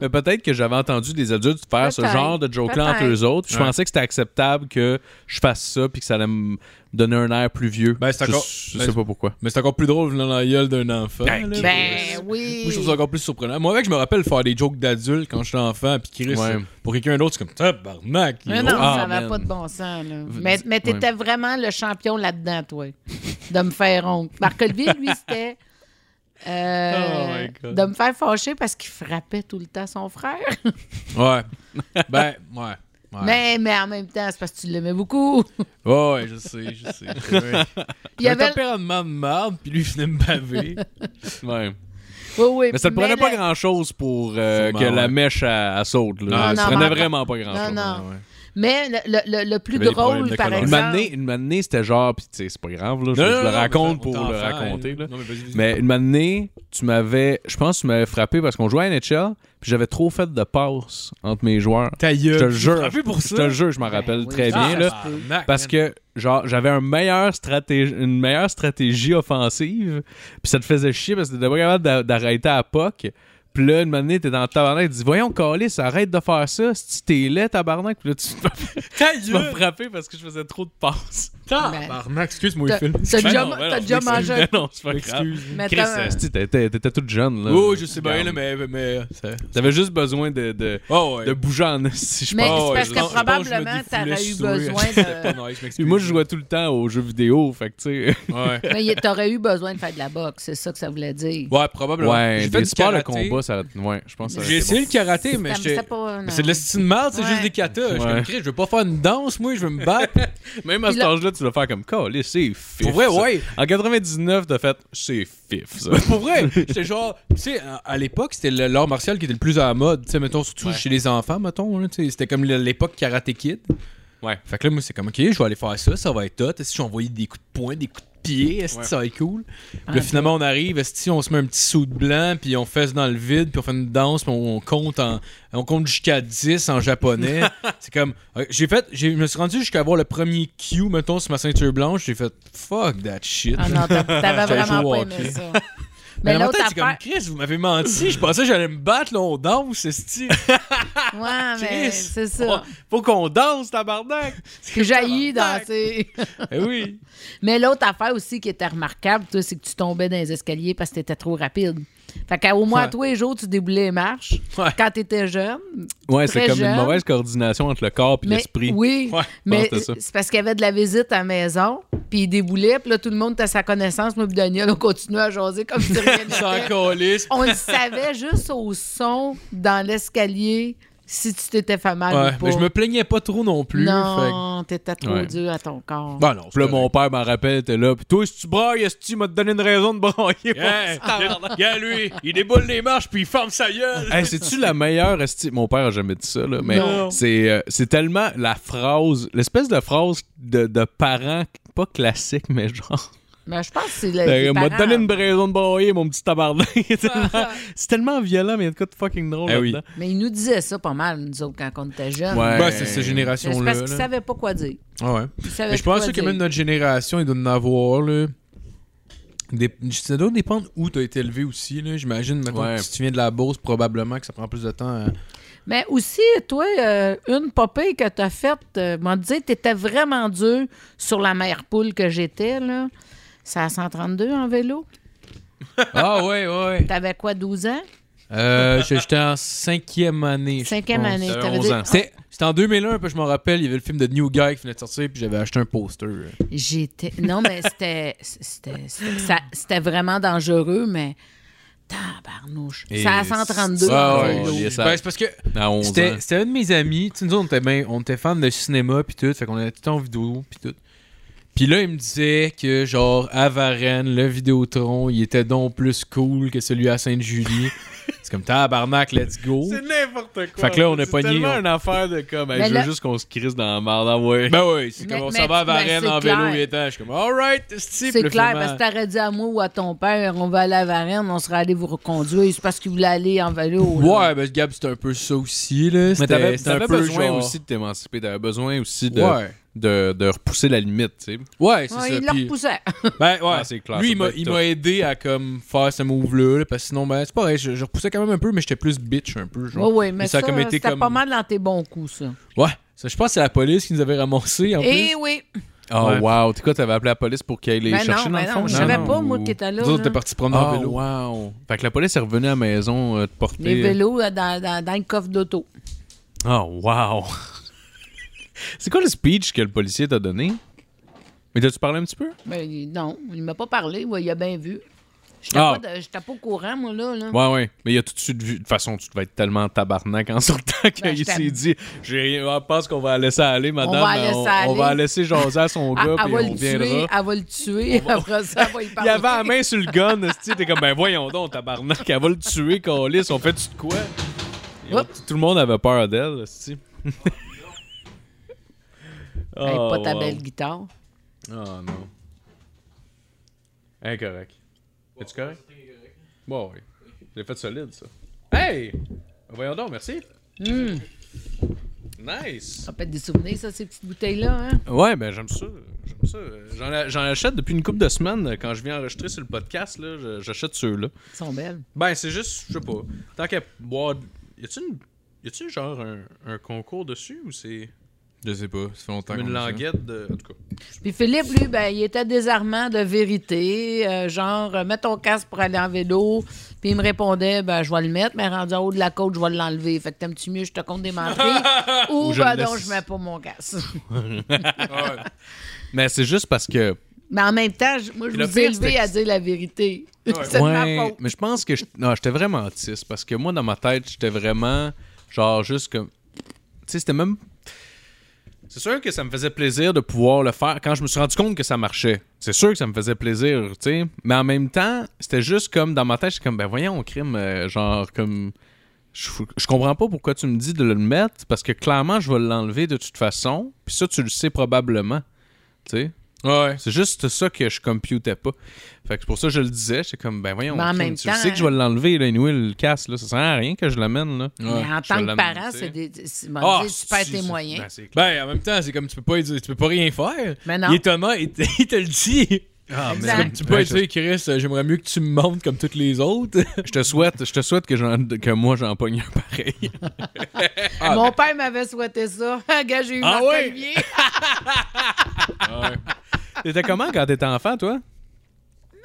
Mais peut-être que j'avais entendu des adultes faire ce Peut-être, genre de joke-là entre peut-être. eux autres. puis Je Ouais. pensais que c'était acceptable que je fasse ça puis que ça allait me donner un air plus vieux. Ben, c'est Je- encore- Je, ben, sais pas pourquoi. Mais c'est encore plus drôle venant dans la gueule d'un enfant. Ben, là. Ben oui. Moi, je trouve ça encore plus surprenant. Moi, avec, je me rappelle faire des jokes d'adultes quand j'étais enfant, puis Chris, Ouais. pour quelqu'un d'autre, c'est comme tabarnak. il est Mais non, drôle. Ah, ça n'avait man. pas de bon sens. Là. Mais, mais ouais. t'étais vraiment le champion là-dedans, toi, de me faire honte. Marc-Olivier, lui, c'était euh, Oh my God. de me faire fâcher parce qu'il frappait tout le temps son frère. Ouais. Ben, ouais. Ouais. Mais, mais en même temps, c'est parce que tu l'aimais beaucoup. Ouais, ouais, je sais, je sais. Il Il y avait un avait, tempérament de marde, puis lui, il venait me baver. Ouais. Oui, oui. Mais ça ne prenait pas le- grand-chose pour euh, Sûrement, que la ouais. mèche à, à saute. Là. Non, ça non, prenait mais- vraiment pas Non, grand-chose. non. ouais. Mais le, le- le- le plus Il y avait des problèmes drôle, de par colorage. Une exemple. année, une année c'était genre, puis tu sais, c'est pas grave, là, je, je le raconte pour le raconter. là. Non, mais vas-y, vas-y. Mais une année, tu m'avais, je pense que tu m'avais frappé parce qu'on jouait à NHL, puis j'avais trop fait de passes entre mes joueurs. Ta Je gueule. te le Euh, Tu jure. te rappelles pour Je ça? te le jure, je m'en Ben rappelle oui, très ça, bien. ça là. se Ah, peut. tabarnak, Parce man. que genre j'avais un meilleur stratégie, une meilleure stratégie offensive, puis ça te faisait chier parce que t'étais pas capable d'a- d'arrêter à POC. Puis là, une manée, t'es dans le tabarnak, tu dis Voyons, Calis, arrête de faire ça, si t'es laid, tabarnak. Puis là, tu Ta tu m'as gueule. frappé parce que je faisais trop de passes. Tabarnak, excuse-moi, T'as- Phil. t'as déjà- Ben non, ben t'as non, déjà je mangé un- m'excuse. Ben Non, c'est pas grave. Excuse. Mais Chris, attends, euh, si, t'étais t'étais toute jeune, là. Oui, oui, je sais bien, Regarde. là, mais. mais ça... T'avais juste besoin de, de, Oh, ouais. euh, de bouger en si je Mais pense. Ah, c'est ouais, parce je que pense- je pense que je me probablement, t'aurais défoulais eu sur eux. besoin de- C'était pas nice, je Puis m'excuse. moi, je jouais tout le temps aux jeux vidéo, fait que tu sais. Ouais. mais y- t'aurais eu besoin de faire de la boxe, c'est ça que ça voulait dire. Ouais, probablement. Ouais, J'ai des fait du sports de karaté. combat, ça. Ouais, je pense que ça J'ai c'est essayé le karaté, Ça mais me j'étais- fait pas, mais non. c'est de la style de mal, c'est Ouais. juste des katas. Je suis Ouais. comme, Chris, je veux pas faire une danse, moi, je veux me battre. bon. Même à Puis cet là- âge-là, tu vas faire comme Calé, c'est fif. Pour vrai, ça. ouais. En 99, t'as fait c'est fif, ça. Pour vrai, j'étais genre, tu sais, à- à l'époque, c'était le- l'art martial qui était le plus à la mode, tu sais, mettons, surtout chez les enfants, mettons, là, tu sais, c'était comme le- l'époque Karate Kid. Ouais. Fait que là, moi, c'est comme, ok, je vais aller faire ça, ça va être hot. Est-ce que je vais envoyer des coups de poing, des coups de pied, est-ce que Ouais. ça va être cool? Puis Ah, là, finalement, on arrive, est-ce que on se met un petit saut de blanc, puis on fesse dans le vide, puis on fait une danse, puis on compte, en, on compte jusqu'à 10 en japonais. c'est comme, euh, j'ai fait, j'ai- je me suis rendu jusqu'à avoir le premier Q, mettons, sur ma ceinture blanche, j'ai fait, fuck that shit. Ah non, t'a- t'avais J'avais vraiment joué pas au aimé hockey. ça. Mais Mais en même l'autre temps, c'est comme affaire. Chris, vous m'avez menti. Je pensais que j'allais me battre, là, on danse, c'est style. Ouais, mais Ah, Chris, Ben, c'est Oh, ça. Faut qu'on danse, tabarnak. Que jaillit dans tabarnak. ces. Eh Ben oui. Mais l'autre affaire aussi qui était remarquable, toi, c'est que tu tombais dans les escaliers parce que t'étais trop rapide. Fait qu'au moins, Ouais. tous les jours, tu déboulais les marches. Ouais. Quand t'étais jeune. Ouais, c'est Très comme jeune. une mauvaise coordination entre le corps et Mais, l'esprit. oui, Ouais, je mais pense que c'est ça. c'est parce qu'il y avait de la visite à la maison, puis il déboulait, puis là, tout le monde était à sa connaissance. Moi, puis Daniel, on continuait à jaser comme si rien Sans n'était. colis. On le savait juste au son dans l'escalier si tu t'étais fait mal Ouais, ou pas. mais je me plaignais pas trop non plus. fait Ah, Non, t'étais trop Ouais. dur à ton corps. que- Bah non, Puis là, mon père m'en rappelle, était là. Puis toi, si tu brailles, est-ce que tu m'as donné une raison de brailler? Regarde lui, il déboule les marches puis il forme sa gueule. Hey, c'est-tu la meilleure esti- Mon père a jamais dit ça, là, mais Non. c'est euh, c'est tellement la phrase, l'espèce de phrase de, de parents, pas classique, mais genre. Mais je pense que c'est le. Euh, les m'a parents. donné une raison de broyer, mon petit tabarnak. C'est tellement- c'est tellement violent, mais il y a de quoi de fucking drôle Eh oui. là-dedans. Mais ils nous disaient ça pas mal, nous autres, quand on était jeunes. Ouais. Bah, c'est cette Mais C'est génération-là. parce qu'ils là. savaient pas quoi dire. Ah ouais. Ils savaient Mais je pas pense quoi que dire. même notre génération, il doit en avoir, là. Des- Ça doit dépendre où t'as été élevé aussi, là. J'imagine, mettons, Ouais. que si tu viens de la Beauce, probablement que ça prend plus de temps à... Mais aussi, toi, euh, une popée que t'as faite, euh, m'en disait, t'étais vraiment dur sur la mère poule que j'étais, là. C'est à 132 en vélo. Ah ouais, ouais. T'avais quoi, 12 ans? Euh, J'étais en cinquième année. je Cinquième pense. euh, année. j'avais T'avais 11 dit, Ah, ans. C'était c'était en 2001, puis je me rappelle, il y avait le film de New Guy qui venait de sortir, puis j'avais acheté un poster. J'étais. Non, mais c'était. C'était ça- c'était vraiment dangereux, mais. Tabarnouche. Et C'est à 132. en Ah, ouais, vélo. ouais, Ben, ça- c'est parce que À 11 ans. c'était c'était un de mes amis. Tu sais, nous autres, on était, ben- on était fans de cinéma, puis tout, fait qu'on était tout le temps en vidéo, puis tout. Puis là, il me disait que, genre, à Varennes, le Vidéotron, il était donc plus cool que celui à Sainte-Julie. c'est comme tabarnak, let's go. n'importe quoi. Fait que là, on a C'est pogné, tellement on- une affaire de comme. hey, Mais je là- veux juste qu'on se crisse dans la merde, ah ouais. Ben oui, c'est Mais- comme on mais- s'en va à ben, Varennes c'est en vélo, clair. il était. Je suis comme, alright, c'est C'est clair, parce que t'aurais dit à moi ou à ton père, on va aller à Varennes, on serait allé vous reconduire. C'est parce qu'il voulait aller en vélo. là. Ouais, ben Gab, c'était un peu ça aussi, là. Mais C'était- t'avais c'était t'avais un peu besoin genre- aussi de t'émanciper, t'avais besoin aussi de, Ouais. de, de repousser la limite, tu sais. Ouais, c'est Ouais, ça. il le puis- repoussait. Ben ouais, Ah, c'est clair, Lui, ça il m'a- doit être il tough. m'a aidé à comme faire ce move-là, là, parce que sinon, ben c'est pareil, je, je repoussais quand même un peu, mais j'étais plus bitch un peu, genre. Oui, oui, mais ça ça, a comme été c'était comme- pas mal dans tes bons coups, ça. Ouais, ça, je pense que c'est la police qui nous avait ramassés en Oh. Eh plus. oui, Oh, Ouais. wow. Tu quoi, t'avais appelé la police pour qu'elle les Ben chercher non, dans ben le fond? non, je Non, savais non. pas, moi, qui était là. Nous autres, là. t'es parti promener en Oh, vélo. wow. Fait que la police est revenue à la maison euh, te porter. Les vélos là, dans, dans- dans le coffre d'auto. Oh, wow. c'est quoi le speech que le policier t'a donné? Mais t'as-tu parlé un petit peu? Ben, Mais il- non, il m'a pas parlé. ouais, il a bien vu. J'étais Ah. pas, de- j'étais pas au courant, moi, là. là. Ouais, ouais. Mais il a tout de suite vu. De toute façon, tu devais être tellement tabarnak en sortant qu'il Ben, je s'est t'aime. dit J'ai rien. On pense qu'on va la laisser aller, madame. va la laisser on va la aller. laisser jaser à son Ah, gars, elle, puis va on le tuer, viendra. elle va le tuer, après ça, elle va y Il parler. avait la main sur le gun, esti, t'es comme, ben voyons donc, tabarnak, elle va le tuer, Calis, on fait tu de quoi? Et Oups. on- Tout le monde avait peur d'elle, esti. oh, Hey, pas ta wow. belle guitare. Oh non. Incorrect. Es-tu correct? Bon, oui. J'ai fait solide, ça. Hey! Voyons donc, merci. Hmm, Nice! Ça peut être des souvenirs, ça, ces petites bouteilles-là. Hein? Ouais, ben j'aime ça. J'aime ça. J'en a- J'en achète depuis une couple de semaines. euh, Quand je viens enregistrer sur le podcast, là, je- j'achète ceux-là. Elles sont belles. Ben, c'est juste, je sais pas. Tant qu'à boire. Y a-tu une. Y a-tu genre un, un concours dessus ou c'est Je sais pas, ça fait longtemps une qu'on fait ça. languette de. En tout cas. Puis Philippe, lui, ben, il était désarmant de vérité. euh, genre, euh, mets ton casque pour aller en vélo. Puis il me répondait, ben, je vais le mettre, mais rendu en haut de la côte, je vais l'enlever. Fait que t'aimes-tu mieux, je te compte des menteries. ou, Ou je ben, le non, laisse. je mets pas mon casque. Mais c'est juste parce que. mais en même temps, je- moi, je le vous ai pire, c'était élevé que- à dire la vérité. C'est de ma faute. mais je pense que. je- Non, j'étais vraiment autiste parce que moi, dans ma tête, j'étais vraiment. Genre, juste comme. Tu sais, c'était même. C'est sûr que ça me faisait plaisir de pouvoir le faire quand je me suis rendu compte que ça marchait. C'est sûr que ça me faisait plaisir, tu sais. Mais en même temps, c'était juste comme dans ma tête, j'étais comme, ben voyons, crime, euh, genre, comme. Je, je comprends pas pourquoi tu me dis de le mettre parce que clairement, je vais l'enlever de toute façon. Puis ça, tu le sais probablement. Tu sais. Ouais. C'est juste ça que je computais pas. Fait que c'est pour ça que je le disais. J'étais comme, ben voyons, Mais en Kim, même tu le temps, sais que je vais l'enlever, là, anyway, le casse, là. Ça sert à rien que je l'amène, là. Mais en tant que parent, c'est des. c'est- m'en Ah, dire, tu perds si, tes ça- moyens. ben, c'est clair. Ben, en même temps, c'est comme tu peux pas, tu peux pas rien faire. Mais non. Il est Thomas, il te, il te le dit. Exact. Comme tu peux Ah, Ouais, être, tu sais, Chris, euh, j'aimerais mieux que tu me montes comme toutes les autres. Je te souhaite, je te souhaite que, j'en- que moi j'en pogne un pareil. Mon père m'avait souhaité ça. Gars, j'ai eu ben. Ah mon ouais? Ah premier. T'étais comment quand t'étais enfant, toi? Ben,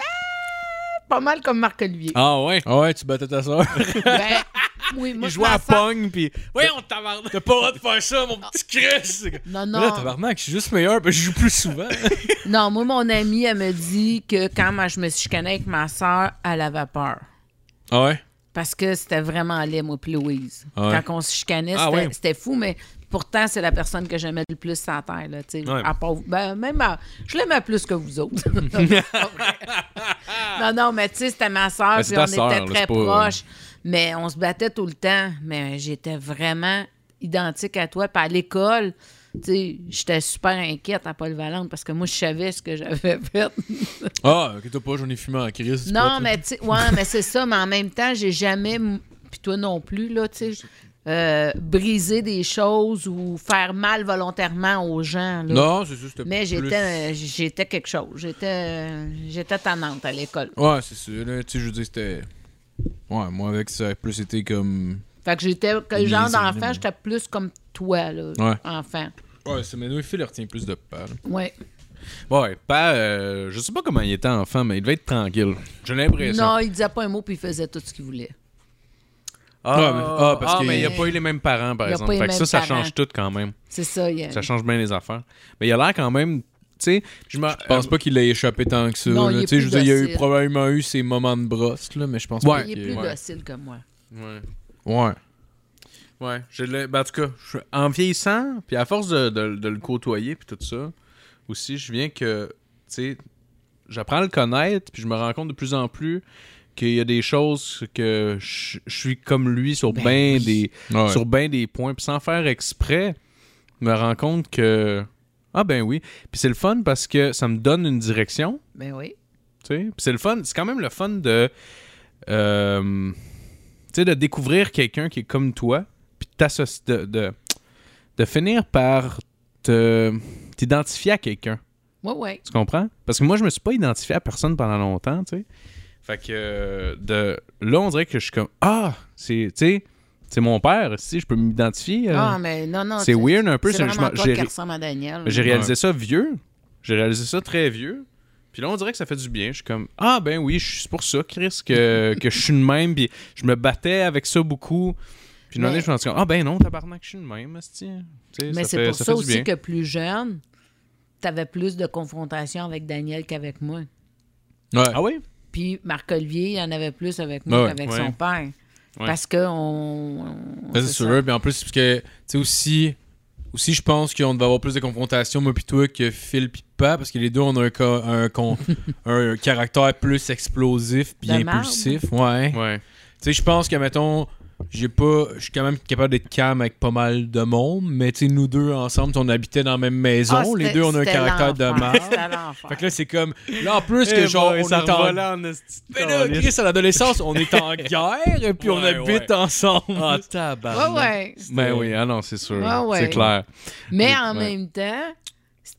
Pas mal comme Marc Olivier. Ah ouais. Ah ouais, tu battais ta soeur. Ben, oui, moi, Il je jouait à m'en sors- Pong, puis. Voyons, tabarnak. T'as pas le droit de faire ça, mon petit Chris. Là, Non, non. tabarnak, je suis juste meilleur, parce que je joue plus souvent. Non, moi, mon amie, elle me dit que quand ma- je me suis chicanée avec ma soeur, elle avait peur. ah ouais? Parce que c'était vraiment laid, moi, puis Louise. Ah ouais. Quand on se chicanait, Ah c'était ouais. c'était fou, mais pourtant, c'est la personne que j'aimais le plus sur la terre. Là, tu sais. Ouais. À part- ben, même à- je l'aimais plus que vous autres. Non, c'est pas vrai. non, non, mais tu sais, c'était ma soeur, Ben, c'est puis ta on sœur, là, était c'est très pas- euh, proches. Mais on se battait tout le temps. Mais j'étais vraiment identique à toi. Puis à l'école, tu sais, j'étais super inquiète à Paul Valente parce que moi, je savais ce que j'avais fait. Ah, que t'as pas, j'en ai fumé en Chris. c'est pas Non, tout. mais tu sais, ouais, mais c'est ça, mais en même temps, j'ai jamais, m- puis toi non plus, là, tu sais, euh, briser des choses ou faire mal volontairement aux gens. là. Non, c'est juste. Mais j'étais euh, j'étais quelque chose. J'étais euh, j'étais tannante à l'école. Ouais, c'est sûr. Là, tu sais, je veux dire, c'était. Ouais, moi, avec ça, a plus été comme. Fait que j'étais, que Les genre animaux. d'enfant, j'étais plus comme toi, là, Ouais. enfant. Ouais, c'est mais Phil retient plus de peur. Ouais. Ouais, pas. euh, je sais pas comment il était enfant, mais il devait être tranquille. J'ai l'impression. Non, il disait pas un mot, puis il faisait tout ce qu'il voulait. Ah, Ouais, mais- ah, parce ah, que- mais il a pas eu les mêmes parents, par Il a exemple. pas eu Fait les que ça, mêmes ça parents. change tout quand même. C'est ça, il y a- Ça change bien les affaires. Mais il a l'air quand même. Tu sais, je euh, me. Je pense pas qu'il ait échappé tant que ça. Non, là. il est Tu sais, je plus veux dire, il y a eu docile. probablement eu ses moments de brosse, là, mais je pense Ouais. pas il est qu'il- plus ouais. docile que moi. Ouais. Ouais. Ouais, je l'ai- ben, en tout cas, je- en vieillissant, puis à force de, de- de le côtoyer, puis tout ça, aussi, je viens que, tu sais, j'apprends à le connaître, puis je me rends compte de plus en plus qu'il y a des choses que je je suis comme lui sur ben, Ben des Ouais. sur ben des points, puis sans faire exprès, je me rends compte que ah ben oui, puis c'est le fun parce que ça me donne une direction, Ben oui. tu sais. Puis c'est le fun, c'est quand même le fun de, euh, tu sais, de découvrir quelqu'un qui est comme toi, puis de t'asso- de, de, de finir par te t'identifier à quelqu'un. Ouais, ouais. Tu comprends? Parce que moi, je me suis pas identifié à personne pendant longtemps, tu sais. Fait que euh, de là, on dirait que je suis comme ah, c'est, tu sais, c'est mon père, si je peux m'identifier. euh. Ah, mais non, non. c'est tu- weird un peu, C'est c'est- je vraiment m'en- toi j'ai- qui ressemble à Daniel. j'ai réalisé ça vieux. J'ai réalisé ça très vieux. Puis là, on dirait que ça fait du bien. Je suis comme, ah ben oui, je- c'est pour ça, Chris, que, que je suis de même. Puis je me battais avec ça beaucoup. Puis une Mais- année, je me suis dit, ah ben non, tabarnak, je suis de même, esti. Tu sais, Mais c'est fait- pour ça, fait du aussi bien. que plus jeune, tu avais plus de confrontations avec Daniel qu'avec moi. Ouais. Ah oui? Puis Marc Olivier, il en avait plus avec moi Ouais, qu'avec ouais. son père. Ouais. Parce que on. on- Ben, c'est c'est sûr. ça. Puis en plus, parce que, tu sais, aussi, aussi je pense qu'on devait avoir plus de confrontations, moi, puis toi, que Phil, puis Pat, parce que les deux, on a un, ca- un, con- un caractère plus explosif, puis De marbre. impulsif. Ouais. Ouais. Tu sais, je pense que, mettons, j'ai pas. Je suis quand même capable d'être calme avec pas mal de monde, mais tu sais, nous deux ensemble, on habitait dans la même maison. Ah, les c'était- deux, on a un c'était caractère de l'enfer, marde. c'était l'enfer. Fait que là, c'est comme. Là, en plus, Eh que genre, on est en. en esti de Ben là, ah calice. Chris, à l'adolescence, on est en guerre, et puis on Ouais, habite ouais. ensemble. Ah, tabarnak. Ouais, ouais. Ben oui, ah non, c'est sûr. Ouais, ouais. C'est clair. Mais en Ouais. même temps,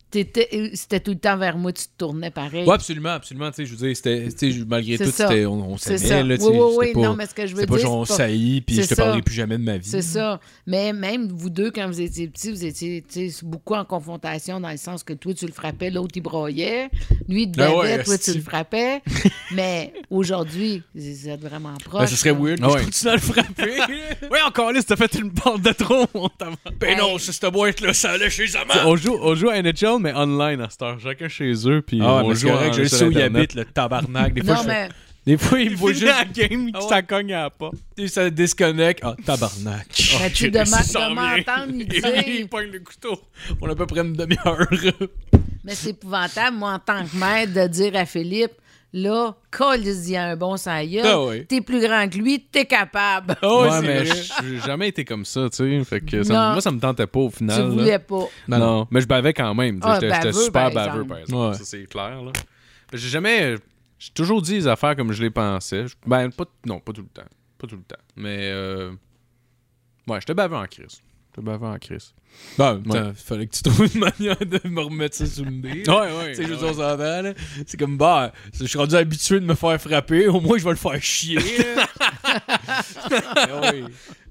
t'étais- c'était tout le temps vers moi, tu te tournais pareil. Ouais, absolument, absolument. Tu sais, je veux dire, c'était, tu sais, malgré C'est tout, ça. c'était- on, on c'est s'aimait, ça. là, tu sais, oui, oui, c'était oui. pas, non, mais ce que je veux c'était pas dire. genre, on c'est pas- saillit, puis c'est je te ça. parlerai plus jamais de ma vie. C'est ça. Mais même vous deux, quand vous étiez petits, vous étiez tu sais, beaucoup en confrontation dans le sens que toi, tu le frappais, l'autre, il broyait. Lui, il te Ah bavait, ouais, toi, tu esti. le frappais. Mais aujourd'hui, vous êtes vraiment proches. Ben, ce serait là. weird que Ah je ouais. continue à le frapper. Ouais, encore là, t'as fait une bande de trop, mon tabarnak. ben non, c'est cette boîte-là, ça allait chez sa T'sais, mère. on, joue, on joue à NHL, mais online à cette heure. Chacun chez eux, puis Ah, on mais joue c'est correct, en- je sur sais où il Internet. habite, le tabarnak. Des fois, Non, je- mais des fois il me Il voit faut juste, juste la game Ah qui ouais. ça cogne à la pas. ça disconnecte. Ah, tabarnak. mais ben, tu Jésus, demandes ça de revient. m'entendre, il Et dit. il pogne le couteau. On a à peu près une demi-heure. Mais c'est épouvantable, moi, en tant que maître, de dire à Philippe, là, colise y a un bon saïeux, Ah oui. t'es plus grand que lui, t'es capable. Ah ouais, ouais, c'est mais vrai. j- j'ai jamais été comme ça, tu sais. Fait que ça me- Non. moi, ça me tentait pas au final. tu là. voulais pas. Non, non, mais je bavais quand même. tu sais, Ah, J'étais j'étais baveux, super par baveux, exemple. par exemple. Ouais. Ça, c'est clair, là. J'ai jamais. J'ai toujours dit les affaires comme je les pensais. Je- Ben, pas, non, pas tout le temps. Pas tout le temps. Mais. Euh, ouais, j'étais baveux en crise. J'étais baveux en crise. Ben, putain, fallait que tu trouves une manière de me remettre ça sous le nez. Ouais, ouais. Tu sais, je veux dire, on s'entend, là. C'est comme, bah, je suis rendu habitué de me faire frapper, au moins je vais le faire chier. Ah oui.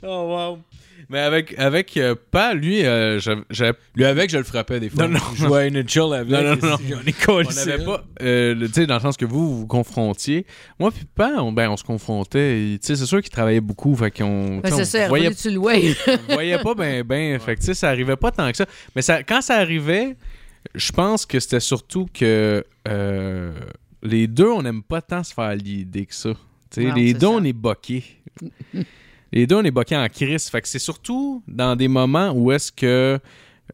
Oh, wow. Mais avec, avec euh, pas lui, euh, j'avais- j'avais Lui avec, je le frappais des fois. Non, non, je jouais à NHL avec. Non, non, et non. J'en ai collé. on c'est n'avait vrai. pas, euh, le- tu sais, dans le sens que vous vous vous confrontiez. Moi puis pas, on, ben, on se confrontait. Et, Tu sais, c'est sûr qu'il travaillait beaucoup, fait qu'on, tu Ben, sais, c'est on ça, voyait, Hervé, tu le vois. on voyait pas ben ben. Fait que tu sais, ça arrivait pas tant que ça. Mais ça, quand ça arrivait, je pense que c'était surtout que euh, les deux, on n'aime pas tant se faire l'idée que ça. Tu sais, Non, les c'est deux, ça. on est boqués. les deux, on est boqués en crise. Fait que c'est surtout dans des moments où est-ce que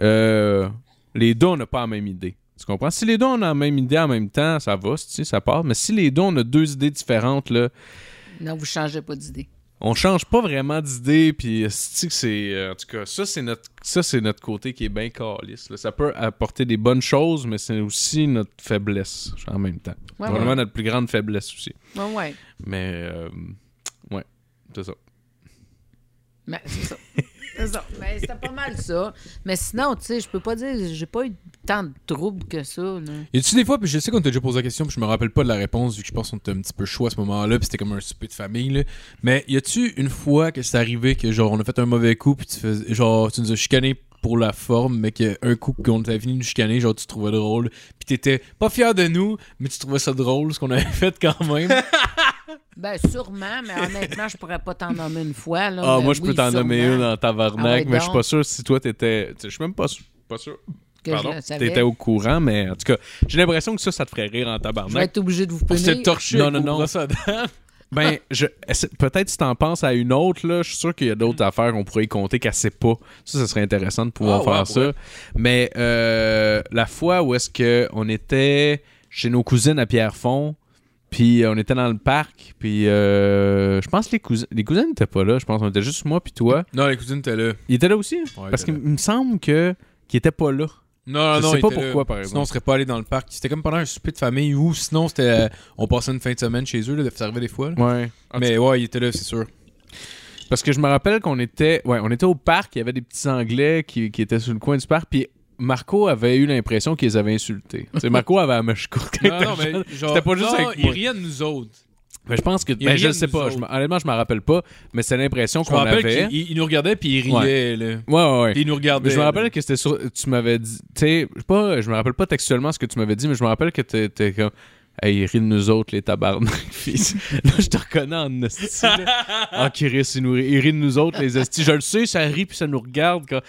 euh, les deux, on n'a pas la même idée. Tu comprends? Si les deux, on a la même idée en même temps, ça va, tu sais, ça part. Mais si les deux, on a deux idées différentes, là, Non, vous changez pas d'idée. on change pas vraiment d'idée puis c'est que c'est euh, en tout cas ça c'est notre ça c'est notre côté qui est bien caliste là. ça peut apporter des bonnes choses mais c'est aussi notre faiblesse en même temps Ouais, vraiment ouais. notre plus grande faiblesse aussi Ouais, ouais. mais euh, ouais c'est ça Mais c'est ça. C'est ça. Mais c'était pas mal ça. Mais sinon, tu sais, je peux pas dire, j'ai pas eu tant de troubles que ça. là. Y a-tu des fois, puis je sais qu'on t'a déjà posé la question, puis je me rappelle pas de la réponse, vu que je pense qu'on était un petit peu chaud à ce moment-là, puis c'était comme un souper de famille, là. Mais y a-tu une fois que c'est arrivé que, genre, on a fait un mauvais coup, puis tu fais, genre, tu nous as chicané pour la forme, mais qu'un coup qu'on t'avait fini de nous chicaner, genre, tu trouvais drôle, puis t'étais pas fier de nous, mais tu trouvais ça drôle, ce qu'on avait fait quand même. Ben, sûrement, mais honnêtement, je pourrais pas t'en nommer une fois. Là, ah Mais moi je oui, peux t'en nommer sûrement une en tabarnak Ah ouais, mais je suis donc. pas sûr si toi t'étais tu sais, je suis même pas sûr pas sûr que pardon je le savais. t'étais au courant mais en tout cas j'ai l'impression que ça ça te ferait rire en Je vais tabarnak être obligé de vous Pour se punir. torcher. Non, non, au non. brosse à dents. Ben, je, essa- peut-être si t'en penses à une autre, là, je suis sûr qu'il y a d'autres affaires qu'on pourrait y compter qu'elle sait pas. Ça, ça serait intéressant de pouvoir Ah, faire ouais, ça. Mais euh, la fois où est-ce que on était chez nos cousines à Pierrefonds, puis euh, on était dans le parc, puis euh, je pense que les, cousines les cousines n'étaient pas là. Je pense qu'on était juste moi puis toi. Non, la cousine était là. Ils étaient là aussi? hein? Ouais, Parce il qu'il était là. me semble que qu'ils étaient pas là. Non, non, Je non, sais il pas était là. pourquoi, par exemple. Sinon, on serait pas allé dans le parc. C'était comme pendant un souper de famille ou sinon, c'était. euh, on passait une fin de semaine chez eux, là, ça arrivait des fois. là. Ouais. Mais ouais, il était là, c'est sûr. Parce que je me rappelle qu'on était, ouais, on était au parc, il y avait des petits Anglais qui, qui étaient sur le coin du parc, puis Marco avait eu l'impression qu'ils avaient insulté. Tu sais, Marco avait la mèche courte quand il était jeune. C'était pas juste non, avec il moi. riait de nous autres. Mais je pense que, il ben, riait je de sais nous pas, je autres. me- honnêtement, je me rappelle pas, mais c'est l'impression Je me qu'on rappelle avait. qu'il il- il nous regardait puis il riait. là. Ouais, ouais, ouais. Puis Il nous regardait. Mais je me là. rappelle que c'était sur. Tu m'avais dit. Tu sais, je sais pas, je me rappelle pas textuellement ce que tu m'avais dit, mais je me rappelle que t'étais comme. Hey, ris de nous autres, les tabarnak, fils. Là, je te reconnais en esti. là. Ah, Chris, il, nous rit, il rit de nous autres, les esti. Je le sais, ça rit, puis ça nous regarde. Quand...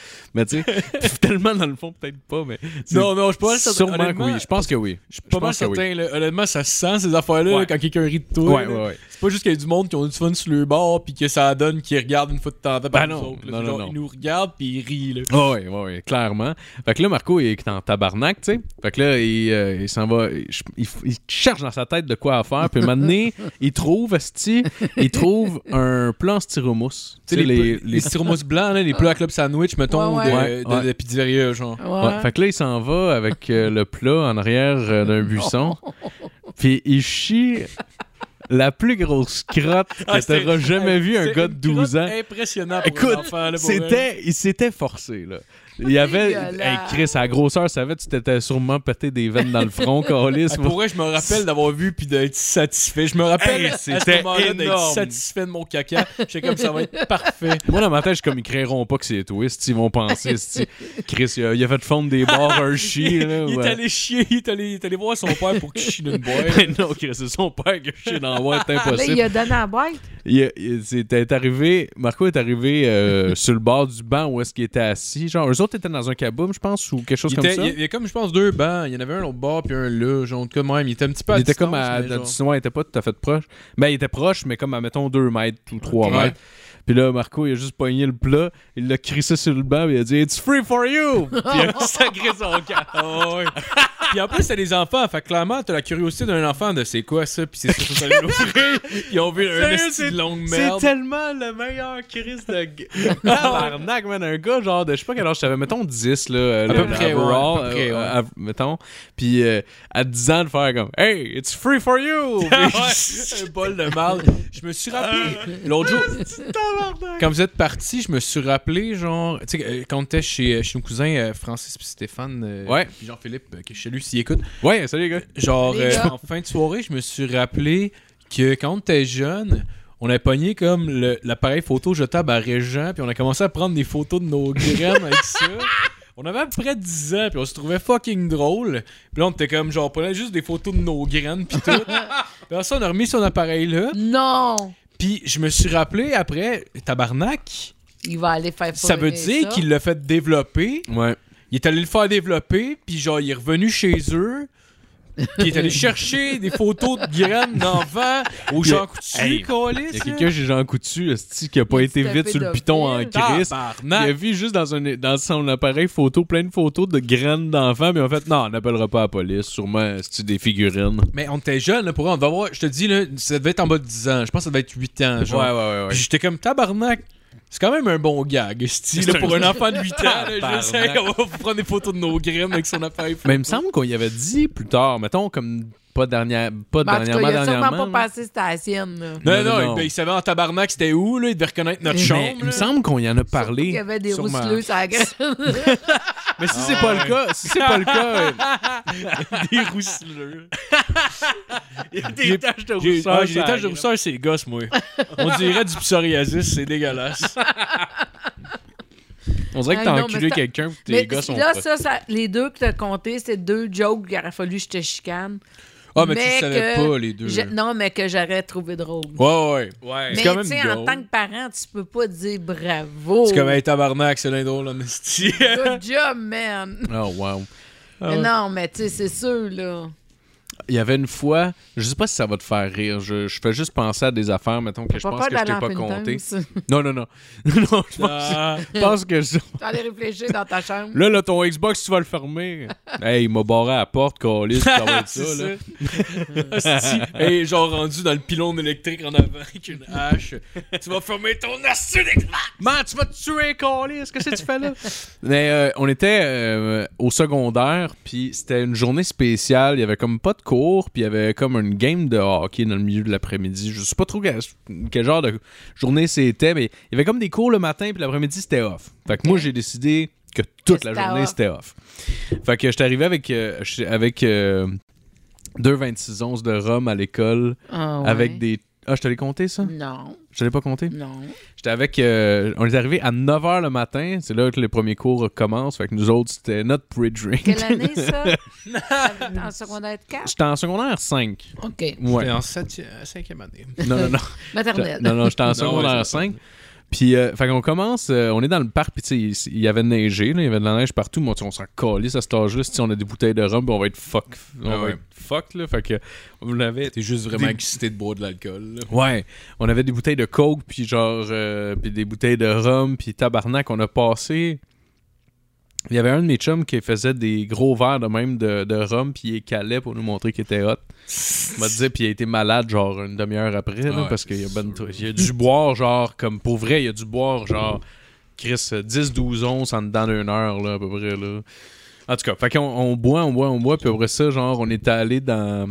Mais tu sais, tellement dans le fond, peut-être pas, mais... c'est Non, non, je suis pas mal certain. Sûrement que honnêtement, oui. Je pense que oui. Je suis pas mal pense que oui. certain, là. honnêtement, ça se sent ces affaires-là là, Ouais. quand quelqu'un rit de toi. Ouais, là. ouais, ouais. C'est pas juste qu'il y a du monde qui ont du fun sur le bord puis que ça donne qu'ils regardent une fois de temps en temps par Ben nous non, autres, là. non, C'est non, genre, non. Ils nous regardent puis ils rient. Là. Ah ouais, ouais, ouais, clairement. Fait que là, Marco, il est en tabarnak, tu sais. Fait que là, il, euh, il s'en va, il, il- il cherche dans sa tête de quoi à faire. Puis un moment donné, il trouve, esti, il trouve un plan styromousse. Tu sais, les, les styromousses blancs, là, les plats à club sandwich, mettons, Ouais, de- ouais. de, Ouais. de pizzeria, genre. Ouais, fait que là, il s'en va avec euh, le plat en arrière euh, d'un buisson. Puis il chie la plus grosse crotte Ah, que t'auras c'était- jamais vu un c'est gars de une 12 ans. crotte Impressionnant pour Écoute, un enfant, là, pour vrai. C'était, il s'était forcé, là. Il y avait. Dégueulasse. Hey, Chris, à la grosseur, ça savait, tu t'étais sûrement pété des veines dans le front, Calis. Ah, pour vrai, je me rappelle d'avoir vu puis d'être satisfait. Je me rappelle Hey, à c'était ce moment-là d'être énorme. satisfait de mon caca. J'étais comme ça va être parfait. Moi, dans ma tête, je suis comme, ils créeront pas que c'est twist. Ils vont penser, c'est- Chris, il a, il a fait fondre des bars Hershey, là. il ouais. est allé chier, il est allé, il est allé voir son père pour qu'il chie une boîte. Mais non, Chris, c'est son père que je suis dans la boîte, c'est Là, il impossible. a donné à boîte. Il, il- c'est- t'es arrivé, Marco est arrivé euh, sur le bord du banc où est-ce qu'il était assis. Genre, eux autres étaient dans un kaboom, je pense, ou quelque chose Il comme était- ça. il y a- il y a comme, je pense, deux bancs. Il y en avait un au bord puis un là. Genre, en tout cas, même, il était un petit peu à il était distance, comme à. mais dans- genre- ouais, il était pas tout à fait proche. Ben, il était proche, mais comme à, mettons, 2 mètres ou 3 Ouais. mètres. Puis là, Marco, il a juste poigné le plat, il l'a crissé sur le banc, puis il a dit It's free for you! Puis il a sacré son camp. Ah ouais. Puis en plus, c'est des enfants. Fait que clairement, t'as la curiosité d'un enfant de c'est quoi ça. Puis c'est ça, ça, ça l'ouvrir. Ils ont vu un Sérieux, esti de longue C'est Oh, merde. tellement le meilleur Chris de. g- Tabarnak, man. Un gars, genre, de, je sais pas quel âge j'avais, mettons 10, là. euh, À peu le- près, ouais, overall, à peu près, euh, ouais. av- mettons. Puis euh, à 10 ans, de faire comme Hey, it's free for you! Ah ouais, un bol de mal. Je me suis rappelé l'autre jour. Quand vous êtes parti, je me suis rappelé, genre, tu sais, euh, quand on était chez, chez nos cousins euh, Francis puis Stéphane, euh, Ouais. puis Jean-Philippe, euh, qui est chez lui, s'il écoute, ouais, salut, les gars. genre, Les gars. euh, en fin de soirée, je me suis rappelé que quand on était jeune, on a pogné comme le- l'appareil photo jetable à Régent, puis on a commencé à prendre des photos de nos graines avec ça. On avait à peu près 10 ans, puis on se trouvait fucking drôle. Puis là, on était comme, genre, on prenait juste des photos de nos graines, puis tout. Puis après ça, on a remis son appareil-là, Non! puis je me suis rappelé après, tabarnak, Il va aller faire ça veut fourrer dire ça. qu'il l'a fait développer. Ouais. Il est allé le faire développer, puis genre, il est revenu chez eux. Puis il est allé chercher des photos de graines d'enfants au Il y a- Jean Coutu, Hey, câlisse, Il y là. a quelqu'un chez Jean Coutu, esti, qui a pas Il été s'est vite fait sur le piton en pédophile. Chris. Il a Tabarnak. vu juste dans, un, dans son appareil photo plein de photos de graines d'enfants, mais en fait, non, on n'appellera pas la police. Sûrement, c'est des figurines. Mais on était jeunes, là, pour vrai, on devait avoir, je te dis, là, ça devait être en bas de 10 ans, je pense que ça devait être 8 ans, genre. ouais, Puis j'étais comme, tabarnak, c'est quand même un bon gag, esti, là, C'est pour un- un enfant de 8 ans, là, je sais Tabarnak. qu'on va prendre des photos de nos graines avec son appareil photo. Mais il me semble qu'on y avait dit plus tard, mettons, comme pas, dernière, pas Ben, en tout cas, dernièrement, il a dernièrement. sûrement pas là. passé c'était la sienne. là. Non, non, Non, non, il- non. ben, il savait en tabarnak c'était où, là. Il devait reconnaître notre Mais chambre. il me là. semble qu'on y en a Surtout parlé. qu'il y avait des sûrement. rousseleux sur la graine. Mais si c'est pas le cas, si c'est pas le cas, euh, des rousseleux. il y a J'ai- taches de J'ai ah, j'ai sur des la taches de gueule. rousseur, c'est gosse, moi. On dirait du psoriasis, c'est dégueulasse. On dirait que t'as Ah, non, mais enculé c'est- quelqu'un pis tes Mais gars sont là, pas- ça, ça- les deux que t'as compté, c'est deux jokes qu'il aurait fallu que je te chicane. Ah, mais, tu Mais le savais que pas, les deux. Je- non, mais que j'aurais trouvé drôle. Ouais, ouais. ouais. mais C'est quand tu même sais, en drôle. tant que parent, tu peux pas dire bravo. C'est comme un tabarnak, c'est l'un drôle, en esti. Good job, man. Oh, wow. Ah Mais Non, mais tu sais, c'est sûr, là. Il y avait une fois, je sais pas si ça va te faire rire, je, je fais juste penser à des affaires, mettons, que je Pas pense peur que je t'ai d'aller en pas compté. pénitence. Non, non, non. non, je pense, Ah, je pense que ça. T'as allé réfléchir dans ta chambre. Là, là, ton Xbox, tu vas le fermer. hey, il m'a barré à la porte, câlisse, ça va être ça, c'est là. ça. Esti. Et genre rendu dans le pylône électrique en avant avec une hache. Tu vas fermer ton astuce Man, tu vas te tuer, Calis! Qu'est-ce que tu fais là? Mais euh, on était euh, au secondaire, puis c'était une journée spéciale. Il y avait comme pas de cours, puis il y avait comme une game de hockey dans le milieu de l'après-midi. Je sais pas trop quel, quel genre de journée c'était, mais il y avait comme des cours le matin, puis l'après-midi c'était off. Fait que moi, j'ai décidé que toute Que la c'était journée off. c'était off. Fait que j'étais arrivé avec, euh, je- avec euh, deux 26 onces de rhum à l'école Ah ouais. Mm. avec des Ah, je te l'ai compté, ça? Non, Je te l'ai pas compté? non. J'étais avec. euh, on est arrivé à 9h le matin. C'est là que le premier cours commence. Fait que nous autres, c'était notre pre-drink. Quelle année, ça? en secondaire 4? J'étais en secondaire 5. OK. Ouais. J'étais en septi- euh, cinquième année. Non, non, non. Maternelle. Non, non, j'étais en Non, secondaire Ah ouais, c'est ça. 5. Puis, euh, fait qu'on commence, euh, on est dans le parc, puis tu sais, il y avait neigé, là, il y avait de la neige partout. Moi, tu sais, on s'en calisse à cet âge-là. Si on a des bouteilles de rhum, puis on va être fuck. On Ah va ouais. être fuck, là. Fait que, on avait. T'es juste vraiment Des- excité de boire de l'alcool. là. Ouais, on avait des bouteilles de coke, puis genre, euh, puis des bouteilles de rhum, puis tabarnak, on a passé. Il y avait un de mes chums qui faisait des gros verres de même de, de rhum, puis il les calait pour nous montrer qu'il était hot. On m'a dit, puis il a été malade genre une demi-heure après, là, Ah ouais, parce qu'il a, c'est ben- sûr. il a dû boire genre, comme pour vrai, il a dû boire genre, Chris, euh, 10-12 onces en dedans d'une heure, là, à peu près, là. En tout cas, fait qu'on on boit, on boit, on boit, puis après ça, genre, on est allé dans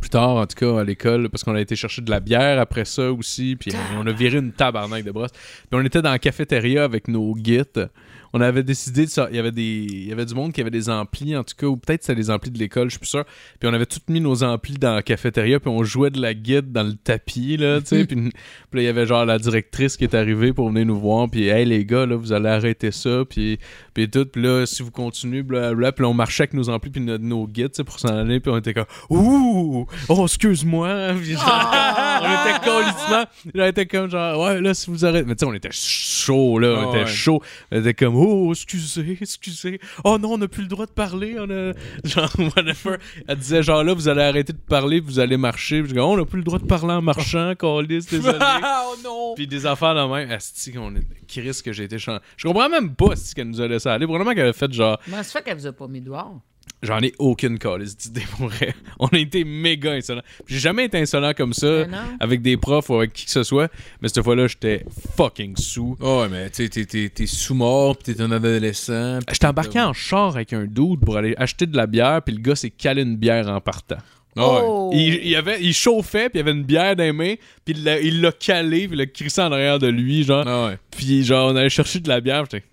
plus tard, en tout cas, à l'école, parce qu'on a été chercher de la bière après ça aussi, puis on a viré une tabarnak de brosse. Puis on était dans la cafétéria avec nos guides. On avait décidé de ça. Il y avait des, il y avait du monde qui avait des amplis, en tout cas, ou peut-être c'était des amplis de l'école, je suis plus sûr. Puis on avait tous mis nos amplis dans la cafétéria, puis on jouait de la guide dans le tapis, là, tu sais. puis, puis là, il y avait genre la directrice qui est arrivée pour venir nous voir, puis hey les gars, là, vous allez arrêter ça, puis, puis tout. Puis là, si vous continuez, blablabla. Puis là, on marchait avec nos amplis, puis nos, nos guides, tu sais, pour s'en aller, puis on était comme Ouh! Oh, excuse-moi! Puis genre, Ah! on était colissement. Là, on était comme genre, ouais, là, si vous arrêtez. Mais tu sais, on était chaud, là. Ah On était ouais. chaud. On était comme, oh, excusez, excusez. Oh non, on n'a plus le droit de parler. On a... Genre, whatever. Elle disait, genre, là, vous allez arrêter de parler, puis vous allez marcher. Puis je dis, oh, on n'a plus le droit de parler en marchant, calice, désolé. oh non! Puis des affaires de même. Asti, qu'on est. Chris, que j'ai été chan... Je comprends même pas si qu'elle nous a laissé aller. Probablement qu'elle a fait genre. Comment ça fait qu'elle vous a pas mis dehors? J'en ai aucune calice d'idée pour vrai. On a été méga insolents. J'ai jamais été insolent comme ça Ben non. avec des profs ou avec qui que ce soit, mais cette fois-là, j'étais fucking sous. Oh, ouais, mais tu sais, t'es- t'es t'es sous-mort, pis t'es un adolescent. pis- J'étais embarqué en char avec un dude pour aller acheter de la bière, puis le gars s'est calé une bière en partant. Oh! Ah Il, il avait, il chauffait, puis il avait une bière dans les mains, puis il l'a- il l'a calé, puis il l'a crissé en arrière de lui, genre. Ah ouais. Puis genre, on allait chercher de la bière, j'étais...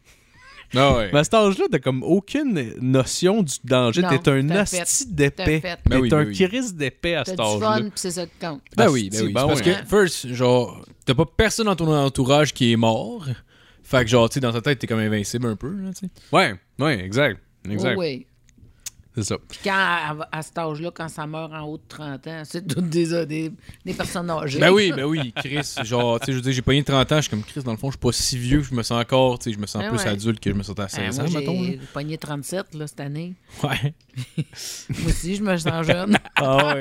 Ah ouais. Mais à cet âge-là, t'as comme aucune notion du danger. Non, T'es un t'as fait. hostie d'épais. T'as fait. T'es Ben oui, un ben oui. crise d'épais à T'as cet du âge-là. fun, puis c'est ça qui compte. Oh Ben oui, ben Asti, oui. ben C'est parce ouais. que, first, genre, t'as pas personne dans ton entourage qui est mort. Fait que, genre, tu sais, dans ta tête, t'es comme invincible un peu, là, tu sais. Ouais, ouais, exact. Exact. Oh oui. C'est ça. Puis quand, à, à cet âge-là, quand ça meurt en haut de 30 ans, c'est toutes des, euh, des, des personnes âgées. Ben oui, ben oui, Chris. Genre, tu sais, je veux dire, j'ai pogné 30 ans, je suis comme Chris, dans le fond, je suis pas si vieux, je me sens encore, tu sais, je me sens Ben plus ouais. adulte que je me sentais à Hein, 16 moi, ans, mettons. j'ai pogné 37 là, cette année. là. Ouais. Moi aussi, je me sens jeune. Ah ouais.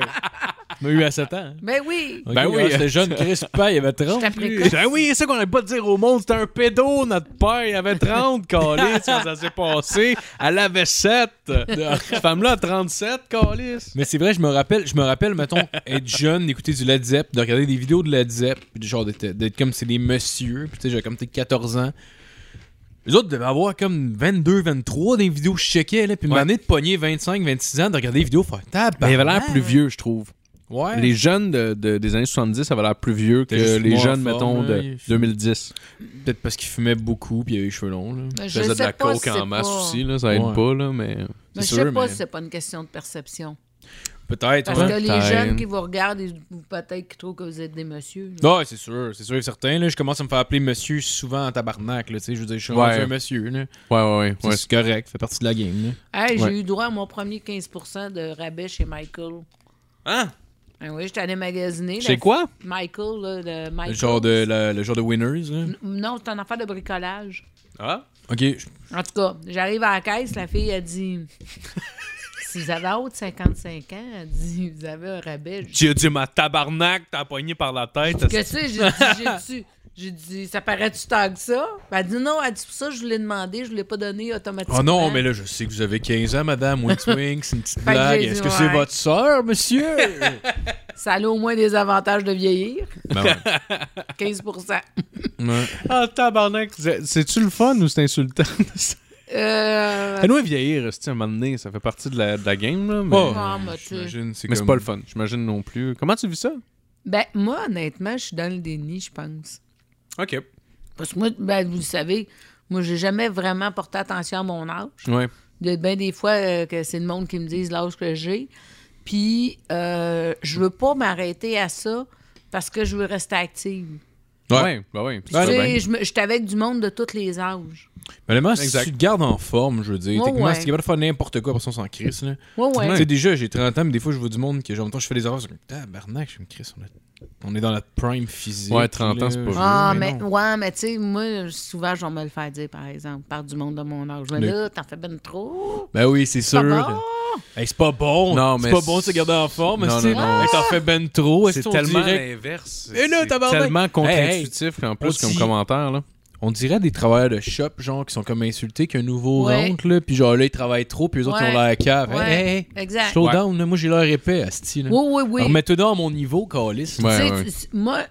M'a eu à 7 ans. Ben oui! ben oui. oui, Ah c'était jeune, Chris, pas, il avait 30. J'étais précoce. Ben oui, c'est ça qu'on n'avait pas de dire au monde. C'était un pédo, notre père. Il avait 30, Calis. quand ça s'est passé. Elle avait 7. Cette femme-là a 37, Calis. Mais c'est vrai, je me rappelle, je me rappelle, mettons, être jeune, d'écouter du Led Zepp, de regarder des vidéos de Led Zepp, puis du genre d'être, d'être comme c'est des messieurs, puis tu sais, j'avais comme peut-être 14 ans. Les autres devaient avoir comme 22, 23 des vidéos que je checkais, là, puis Ouais. m'amener de pogner 25, 26 ans, de regarder des vidéos, faire tab. Mais Ben, il avait Ah. l'air plus vieux, je trouve. Ouais. Les jeunes de, de- des années 70, ça avait l'air plus vieux que T'es juste les moins en jeunes, forme, mettons, là, de il- 2010. Peut-être parce qu'ils fumaient beaucoup, puis il avait les cheveux longs, là. Ben, Ils Je faisaient sais de la pas coke si en c'est masse pas- aussi, là, ça aide Ouais. pas, là, mais... Mais C'est je sais sûr, pas mais- si c'est pas une question de perception. Peut-être, Parce ouais. que les Peut-être. jeunes qui vous regardent, ils- peut-être qu'ils trouvent que vous êtes des messieurs. là. Ouais, c'est sûr, c'est sûr et certain. Là, je commence à me faire appeler monsieur souvent en tabarnak. Là, tu sais, je veux dire, je suis Ouais. rendu un monsieur. Là. Ouais, ouais, C'est- C'est correct, ça fait partie de la game. Là. Hey, j'ai Ouais. eu droit à mon premier 15 de rabais chez Michael. Hein? Ah oui, j'étais allé magasiner. Chez la- quoi? Michael, là, le Le, Michael. genre de, la- le genre de winners. Là. N- Non, c'est un affaire de bricolage. Mm. Ah? Ok, je- En tout cas, j'arrive à la caisse, la fille a dit Si vous avez haut de 55 ans, elle dit Vous avez un rabais. Je- Tu as dit ma tabarnak, t'as poigné par la tête. Que tu sais, j'ai dit J'ai dit, j'ai dit Ça paraît-tu tant que ça Ben, Elle a dit Non, elle dit C'est pour ça, que je vous l'ai demandé, je ne l'ai pas donné automatiquement. Oh non, mais là, je sais que vous avez 15 ans, madame. Wink wink, c'est une petite Fait que blague. j'ai dit, Est-ce que c'est ouais. votre soeur, monsieur? Ça a au moins des avantages de vieillir ben ouais. 15 Ouais. Ah, tabarnak. C'est- C'est-tu le fun ou c'est insultant? euh... À nous, vieillir, c'est un moment donné, ça fait partie de la, de la game, là, mais, Oh, Ah, mais tu sais. j'imagine, c'est mais c'est comme- pas le fun, j'imagine non plus. Comment tu vis ça? Ben, moi, honnêtement, je suis dans le déni, je pense. OK. Parce que moi, ben, vous le savez, moi, j'ai jamais vraiment porté attention à mon âge. Ouais. De, ben des fois, euh, que c'est le monde qui me dise l'âge que j'ai. Puis, euh, je veux pas m'arrêter à ça parce que je veux rester active. Ouais. Ouais, bah ouais. Puis, Ouais, tu ben sais, ben. je me- j'étais avec du monde de tous les âges. Mais honnêtement, si Exact. tu te gardes en forme, je veux dire, Ouais, techniquement, ouais. si tu es capable de faire n'importe quoi, parce qu'on s'en crisse, là. Ouais, ouais. Tu sais, déjà, j'ai 30 ans, mais des fois, je vois du monde que, genre, en même temps, je fais des erreurs, je me dis, tabarnak, je me crisse, on, est- on est dans la prime physique. Ouais, 30 ans, là. c'est pas Ah, Oui, mais, mais ouais, mais tu sais, moi, souvent, je vais me le faire dire, par exemple, par du monde de mon âge. Mais Le- là, t'en fais ben trop. Ben oui, c'est C'est sûr. pas bon. Hey, c'est pas bon. Non, mais c'est pas c'est- bon de se garder en forme. Non, est-ce que- non, non. Hey, T'en fais ben trop. est-ce bah, C'est qu'on tellement dirait- l'inverse. Eh là, C'est tabarnak. tellement contre-intuitif, contre-intuitif, en plus, plus, comme comme commentaire, là. On dirait des travailleurs de shop, genre, qui sont comme insultés qu'un nouveau Ouais. rentre, là, puis genre là, ils travaillent trop, puis eux autres, Ouais. ils ont l'air cave. Hey, Ouais. hey, hey, Exact. slow down, là, moi, j'ai l'air épais, Asti. là. Oui, oui, oui. Remets-toi dans mon niveau, Calis. Ouais. Tu sais, tu- moi,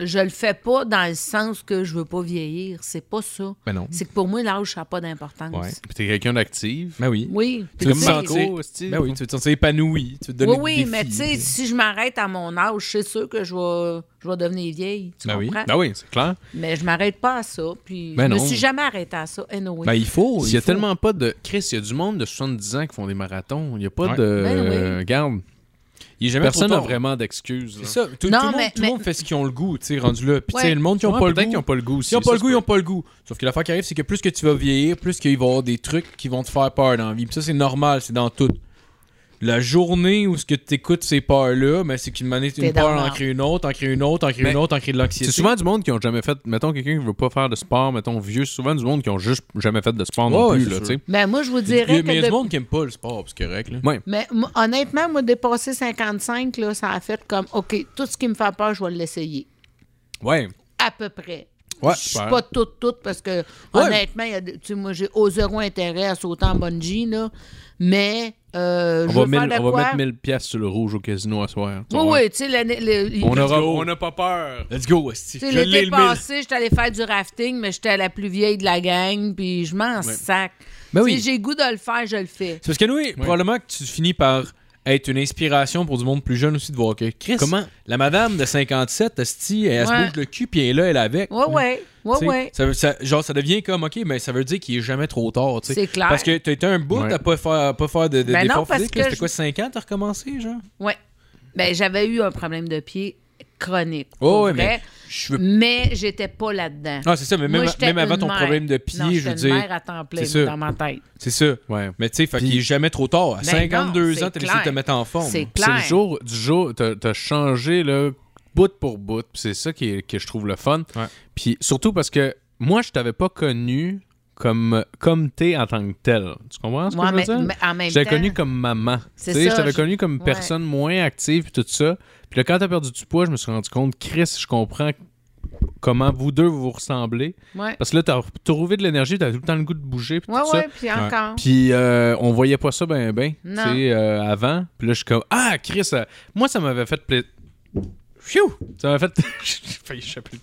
je le fais pas dans le sens que je veux pas vieillir. C'est pas ça. Ben non. C'est que pour moi, l'âge, ça n'a pas d'importance. Ouais. Puis t'es quelqu'un d'actif. Ben oui. Oui. C'est puis comme tu sais- Marco. Ben oui, tu veux te sentir épanoui. Tu veux te donner Oui, des oui, mais tu défis, sais, si je m'arrête à mon âge, c'est sûr que je vais, je vais devenir vieille. Tu Ben oui. comprends? Ben oui, c'est clair. Mais je m'arrête pas à ça. Puis Ben je non. me suis jamais arrêtée à ça. Anyway. Ben, il faut. Il y a faut. tellement pas de. Chris, il y a du monde de 70 ans qui font des marathons. Il y a pas Ouais. de. Ben oui. euh, Garde. Il est jamais Personne trop n'a tard. hein. vraiment d'excuses. C'est là. ça. Tout, tout Non, le monde, mais- tout le mais- monde fait ce qu'ils ont le goût, tu sais, rendu là. Puis, tu sais, Ouais. le monde qui ont Ouais, pas le peut-être goût. qu'ils ont pas le goût. aussi, S'ils ont ça pas le se goût, ils peut. ont pas le goût. Sauf que l'affaire qui arrive, c'est que plus que tu vas vieillir, plus qu'il va y avoir des trucs qui vont te faire peur dans la vie. Puis ça, c'est normal, c'est dans tout. La journée où ce que tu écoutes ces peurs-là, mais c'est qu'une manette, T'es une dans peur le en mal. crée une autre, en crée une autre, en crée Mais une autre, en crée de l'anxiété. C'est souvent du monde qui ont jamais fait. Mettons quelqu'un qui veut pas faire de sport, mettons vieux. C'est souvent du monde qui ont juste jamais fait de sport non Ouais, plus, c'est là, sûr. tu sais. Ben, moi, je vous Il y a- dirais mais il y que. a du de- monde qui aime pas le sport, puis c'est correct. Là. Ouais. Mais m- honnêtement, moi, dépasser 55, là, ça a fait comme OK, tout ce qui me fait peur, je vais l'essayer. Ouais. À peu près. Ouais, je suis super. pas toute, toute, parce que honnêtement, il y a de- tu sais, moi, j'ai au zéro intérêt à sauter en bungee, là. Mais euh, On je va, veux mille- faire de on va quoi. mettre 1000 piastres sur le rouge au casino à soir. Tu Oui, vois. oui, tu sais, l'année- le- On le- aura, go. on n'a pas peur. Let's go, esti. tu Je sais, l'ai l'été le mille. passé, j'étais allée faire du rafting, mais j'étais la plus vieille de la gang, puis je m'en sac. Ben si oui. j'ai goût de le faire, je le fais. C'est parce que nous, probablement que tu finis par être une inspiration pour du monde plus jeune aussi de voir que Chris, Comment- la madame de 57, esti, elle, elle se Ouais. bouge le cul, puis elle est là, elle est avec. Ouais, ouais, ouais, T'sais, ouais. Ça, veut- ça- genre, ça devient comme, OK, mais ça veut dire qu'il est jamais trop tard. t'sais. C'est clair. Parce que t'as été un bout Ouais. à pas faire, pas faire de, de, Ben non, d'efforts parce physiques, que là. C'était je- quoi, 5 ans, t'as recommencé, genre? Ouais. Ben, j'avais eu un problème de pied chronique. Oh, pour ouais, vrai, mais je veux- mais j'étais pas là-dedans. Ah, c'est ça, mais même, Moi, j'étais même avant une ton mère. problème de pied, Non, je j'étais veux dire, une mère à temps plein c'est sûr. dans ma tête. c'est ça. Ouais. Mais tu sais, fait qu'il est jamais trop tard. À Ben 52 non, ans, t'as c'est essayé de te clair. mettre en forme. C'est C'est le clair. jour du jour, t'as t'as changé là, bout pour bout. Puis c'est ça qui est- que je trouve le fun. Ouais. Puis surtout parce que moi, je t'avais pas connu comme, comme t'es en tant que tel. Tu comprends ce que Moi, je veux mais- dire? mais en même Je t'avais temps- connu comme maman. C'est Tu sais, ça, je t'avais je- connu comme ouais. personne moins active puis tout ça. Puis là, quand t'as perdu du poids, je me suis rendu compte, Chris, je comprends comment vous deux vous vous ressemblez. Ouais. Parce que là, t'as retrouvé de l'énergie, t'as tout le temps le goût de bouger puis Ouais, tout ça. ouais, puis encore. Puis euh, on voyait pas ça ben ben, tu Non. sais, euh, avant. Puis là, je suis comme, ah, Chris, euh, moi, ça m'avait fait plaisir. Ça m'a fait... J'ai failli échapper.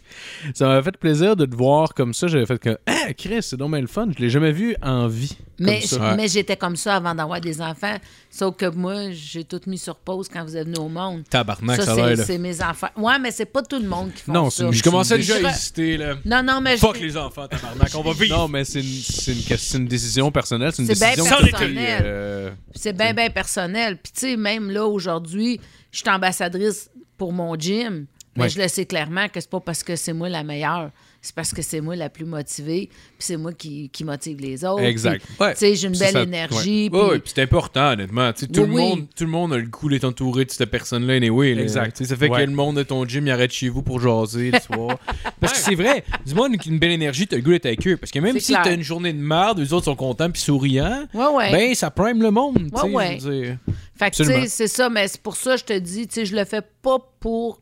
ça m'avait fait plaisir de te voir comme ça. J'avais fait que, ah, Chris, c'est donc bien le fun. Je l'ai jamais vu en vie. Mais, comme ça. mais j'étais comme ça avant d'avoir des enfants. Sauf que moi, j'ai tout mis sur pause quand vous êtes venu au monde. Tabarnak, ça, ça, va, c'est- là. c'est mes enfants. Ouais, mais c'est pas tout le monde qui font Non, c'est ça. une- Je commençais Je déjà à re- hésiter, là. Non, non, mais je- Fuck les enfants, tabarnak, on va vivre. Non, mais c'est une, c'est une, que- c'est une décision personnelle. C'est une C'est bien décision personnel. qui, euh, c'est bien, bien personnel. Puis, tu sais, même là, aujourd'hui, je suis ambassadrice pour mon gym. Mais Ouais. je le sais clairement que c'est pas parce que c'est moi la meilleure. C'est parce que c'est moi la plus motivée. Puis c'est moi qui, qui motive les autres. Exact. Puis, Ouais. Tu sais, j'ai une Ça, belle ça- énergie. Ouais, puis- ouais, puis c'est important, honnêtement. Tu sais, tout, Oui, le oui. Monde, tout le monde a le goût d'être entouré de cette personne-là, anyway. là. Exact. Tu sais, ça fait Ouais. que le monde de ton gym, il arrête chez vous pour jaser le soir. parce que c'est vrai, du monde qui a une belle énergie, t'as le goût d'être avec eux. Parce que même C'est si clair. t'as une journée de merde, les autres sont contents puis souriants, Ouais, ouais. ben ça prime le monde. tu sais, Ouais, ouais. je veux dire. Fait que, tu Absolument. sais, c'est ça, mais c'est pour ça que je te dis, tu sais, je le fais pas pour.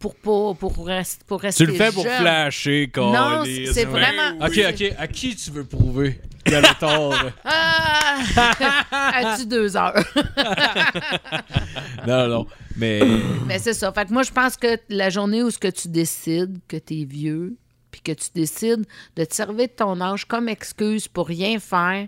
pour, pour, pour, rest- pour rester. Tu le fais pour jeune. flasher, Non, câlisse. c'est- c'est Ben vraiment. Ok, ok, à qui tu veux prouver qu'il a le tort? Ah! As-tu deux heures? non, non, non. Mais mais c'est ça. Fait que moi, je pense que la journée où ce que tu décides que tu es vieux, puis que tu décides de te servir de ton âge comme excuse pour rien faire,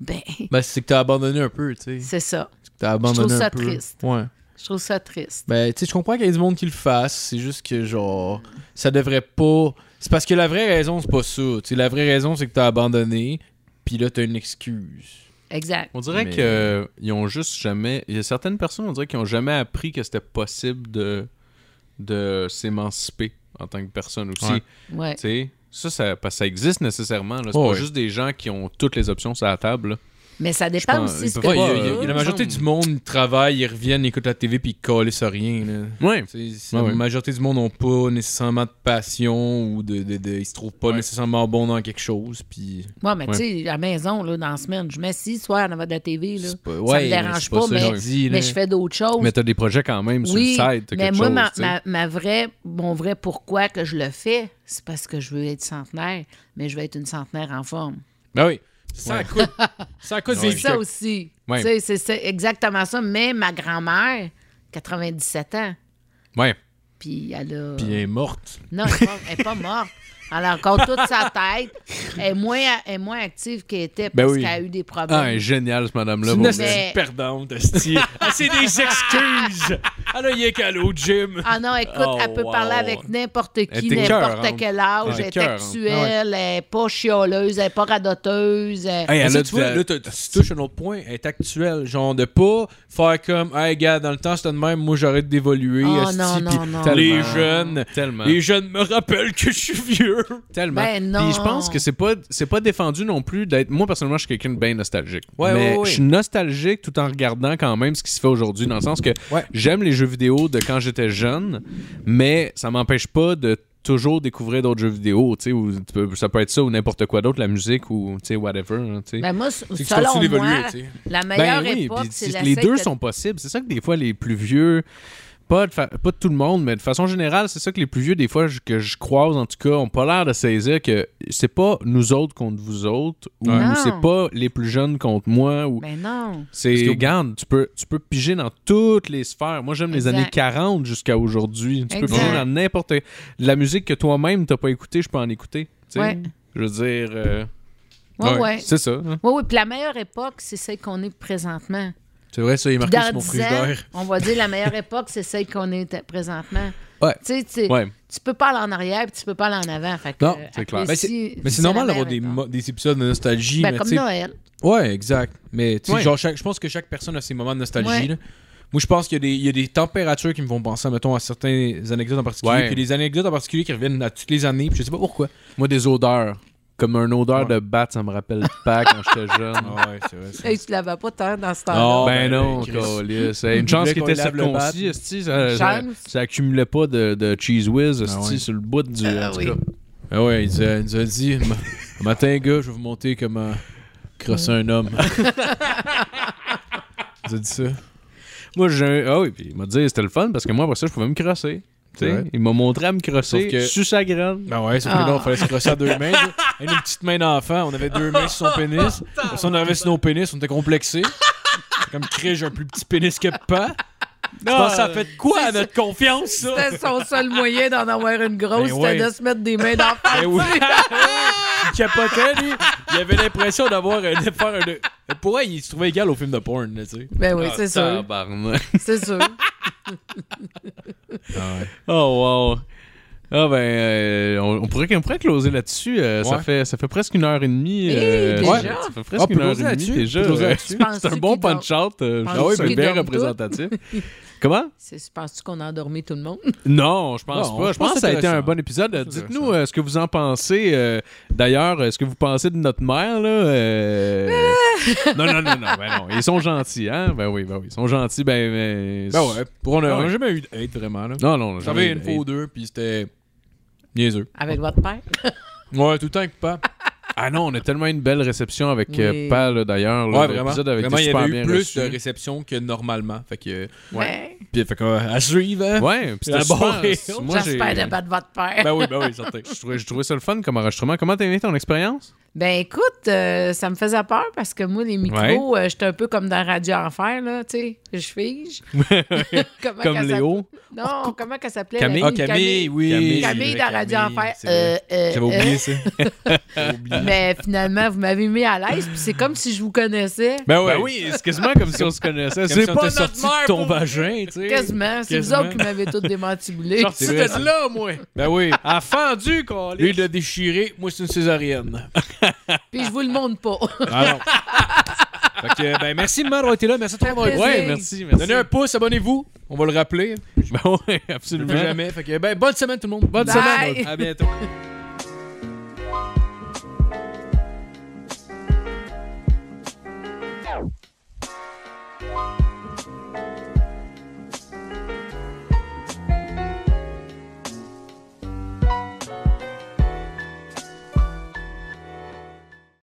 ben, ben, c'est que t'as abandonné un peu, tu sais. c'est ça. C'est que T'as abandonné trouve un ça peu. triste. Ouais. Je trouve ça triste. Ben, tu sais, je comprends qu'il y ait du monde qui le fasse. C'est juste que, genre, ça devrait pas. C'est parce que la vraie raison, c'est pas ça. Tu sais, la vraie raison, c'est que t'as abandonné, puis là, t'as une excuse. Exact. On dirait Mais- que euh, ils ont juste jamais. Il y a certaines personnes, on dirait qu'ils ont jamais appris que c'était possible de de s'émanciper en tant que personne aussi. Ouais. Ouais. Tu sais, ça, ça, parce que ça existe nécessairement. là. C'est Oh, pas ouais. juste des gens qui ont toutes les options sur la table. là. Mais ça Je euh, dépend pense- aussi ils ce peuvent Ouais, que il y a- tu il y a- veux. la majorité du monde ils travaillent, ils reviennent, ils écoutent la TV puis ils collent à rien. là. Ouais. Tu sais, Ouais, la ouais. majorité du monde n'ont pas nécessairement de passion ou de, de, de- ils se trouvent pas Ouais. nécessairement bons dans quelque chose. Puis Moi, mais Ouais. tu sais, à la maison, là, dans la semaine, je m'assis soir devant de la TV. Là. c'est pas- ça me ouais, dérange c'est pas, ça que mais, je dis, mais là. je fais d'autres choses. Mais t'as des projets quand même sur oui, le site. t'as mais quelque moi, chose, ma, tu sais. ma- ma vraie, mon vrai pourquoi que je le fais, c'est parce que je veux être centenaire, mais je veux être une centenaire en forme. Ben oui. Ça Ouais. à coûte. Ça à coûte C'est des ça aussi. Ouais. Tu sais, C'est c'est exactement ça. Mais ma grand-mère, 97 ans, Ouais. puis elle a... Puis elle est morte. Non, elle n'est pas, elle est pas morte. Elle a encore toute sa tête. Elle est moins, elle est moins active qu'elle était Ben parce oui. qu'elle a eu des problèmes. Ah, elle est géniale, cette madame-là. C'est pour une vrai. Mais- hostie de perdante, hostie. Ah, c'est des excuses. Ah, Elle a rien qu'à l'eau, Jim. Ah non, écoute, Oh, elle peut wow. parler avec n'importe Elle qui, était hein. n'importe écœurante. quel âge. Ouais. Elle est Écœurante. actuelle, elle n'est pas chialeuse, elle n'est pas radoteuse. elle- Hey, Mais elle ça, a tu du- vois, là, t'as- tu touches un autre point, elle est actuelle. Genre, de pas faire comme, hey, gars, dans le temps, c'était de même, moi, j'arrête d'évoluer. Oh, esti, non, non, pis non, Les non. jeunes, Tellement. les jeunes me rappellent que je suis vieux. Tellement. Ben non. Puis je pense que c'est pas c'est pas défendu non plus d'être moi personnellement je suis quelqu'un de bien nostalgique. Ouais, mais ouais, ouais. je suis nostalgique tout en regardant quand même ce qui se fait aujourd'hui dans le sens que Ouais. j'aime les jeux vidéo de quand j'étais jeune, mais ça m'empêche pas de toujours découvrir d'autres jeux vidéo, tu sais ou tu peux- ça peut être ça ou n'importe quoi d'autre, la musique ou tu sais whatever, hein, tu sais. Ben moi, s- C'est que tu selon continues moi, d'évoluer, tu sais. la meilleure Ben oui, époque, puis c'est si- la les deux secte- sont possibles. C'est ça que des fois les plus vieux, pas de, fa- pas de tout le monde, mais de façon générale, c'est ça que les plus vieux des fois je- que je croise en tout cas, ont pas l'air de saisir que c'est pas nous autres contre vous autres ou Non. c'est pas les plus jeunes contre moi ou Ben non. c'est Parce que- regarde, tu peux tu peux piger dans toutes les sphères. Moi j'aime les Exact. années 40 jusqu'à aujourd'hui. Tu peux Exact. piger dans n'importe la musique que toi-même t'as pas écoutée, je peux en écouter. tu sais. Ouais. Je veux dire, euh, Oui, Ouais. oui. c'est ça. hein. Oui, oui. Puis la meilleure époque, c'est celle qu'on est présentement. C'est vrai, ça, il est Puis marqué dans sur mon 10 ans, frigidaire. on va dire la meilleure époque, c'est celle qu'on est présentement. Ouais. Tu sais, tu, Ouais. tu peux pas aller en arrière puis tu peux pas aller en avant. Fait que, Non, euh, c'est clair. Ben, apprécie- Mais c'est la normal d'avoir meilleure des, époque. mo- des épisodes de nostalgie. Ben, mais comme tu sais, Noël. Ouais, exact. Mais tu sais, Ouais. genre, chaque- je pense que chaque personne a ses moments de nostalgie. Ouais. là. Moi, je pense qu'il y, a des- il y a des températures qui me font penser, mettons, à certaines anecdotes en particulier. Ouais. Puis des anecdotes en particulier qui reviennent à toutes les années. Puis je sais pas pourquoi. Moi, des odeurs. Comme un odeur Ouais. de batte, ça me rappelle pas quand j'étais jeune. Ah ouais, c'est vrai. Hey, tu l'avais pas tant dans ce Non, temps-là. ben ben, non, Chris. câlisse. Hey, Une Il chance voulait qu'il qu'on était lave le circoncis, bat. esti, ça, ça, Chance. ça accumulait pas de, de cheese whiz esti, Ah ouais. sur le bout du. en tout oui. cas. Ah ouais, il, nous a- il nous a dit Ma- un matin, gars, je vais vous monter comment crosser un homme. Vous avez dit ça? Moi, j'ai un- Ah oui, puis il m'a dit c'était le fun parce que moi, après ça, je pouvais me crosser. Tu sais, Ouais. Il m'a montré à me crosser Sauf que- sur sa graine. Ben ouais, sauf que là, on fallait se crosser à deux mains. là. Avec une petite main d'enfant, on avait deux mains sur son pénis. Après ça, on arrivait sur nos pénis, on était complexés. Comme Chris, j'ai un plus petit pénis que pas. Tu penses que ça a fait de quoi à notre confiance, ça? C'était son seul moyen d'en avoir une grosse, Ben c'était ouais. de se mettre des mains dans Ben oui. il capotait, lui. Il avait l'impression d'avoir un. de faire un- Pour moi, il se trouvait égal au film de porn, là, tu sais. Ben oui, c'est sûr. Tabarnak. C'est sûr. Oh, wow. Ah ben, euh, on, on pourrait, on pourrait closer là-dessus. euh, ça, Ouais. fait, ça fait presque une heure et demie. Hey, déjà? ouais, ça fait presque Ah, on une peut heure et closer demie là-dessus? déjà. On peut closer euh, là-dessus? C'est un bon Penses-tu qu'il punch-out. euh, Penses-tu ah oui, mais qu'il bien dorme représentatif. Comment? C'est- Penses-tu qu'on a endormi tout le monde? Non, je pense Non, pas. Je pense que ça a été un intéressant. bon épisode. Euh, pense que c'est Dites-nous intéressant. euh, ce que vous en pensez. euh, D'ailleurs, euh, ce que vous pensez de notre mère, là. euh, non, non, non, non, ben non. Ils sont gentils, hein? Ben oui, ben oui. Ils sont gentils, ben. ben, Ben ouais. Pour on a, Ah ouais. on a jamais eu de hate, vraiment, là. Non, non, J'en jamais avais une eu fois de ou deux, puis c'était. Niaiseux. Avec votre père? Ouais, tout le temps avec pas. hate. Ah non, on a tellement une belle réception avec Oui. euh, Pa, là, d'ailleurs. là, Ouais, vraiment. l'épisode avait été Vraiment, il y super avait bien eu plus reçu. de réception que normalement. Fait que. Ouais. Puis, fait que, euh, à suivre, hein? Ouais, puis c'était La barre est super. haute. Moi, j'ai- J'espère de battre votre père. Ben oui, ben oui, certain. je trouvais- je trouvais ça le fun comme enregistrement. Comment t'as aimé ton expérience? Ben écoute, euh, ça me faisait peur parce que moi, les micros, euh, j'étais un peu comme dans Radio Enfer, là, tu sais, je fige. Comment Comme qu'elle Léo. s'appelle- Non, comment qu'elle s'appelait? la Camille? Ah, fille? Oh, Camille, oui. Camille. Camille, Camille dans Radio Enfer. c'est vrai. Euh, euh, Bah J'avais euh, oublié ça. mais finalement, vous m'avez mis à l'aise, puis c'est comme si je vous connaissais. Ben Ben oui, c'est quasiment comme si on se connaissait. Comme C'est si on pas était notre sorti mère de ton pour- vagin, tu sais. Quasiment. C'est vous Quasiment. autres qui m'avez tout démantibulé. Sorti C'est vrai, de ça. là, moi. Ben oui. À fendu, qu'on Lui, il l'a déchiré. Moi, c'est une césarienne. Puis je vous le montre pas. Ah non. fait que, ben, merci de m'avoir été là. Merci de ton Ça fait avoir plaisir. Ouais, merci, merci. Donnez un pouce, abonnez-vous. On va le rappeler. neige. Ben ouais, Plus absolument. jamais. Fait que, ben, bonne semaine tout le monde. Bonne Bye. semaine. À bientôt.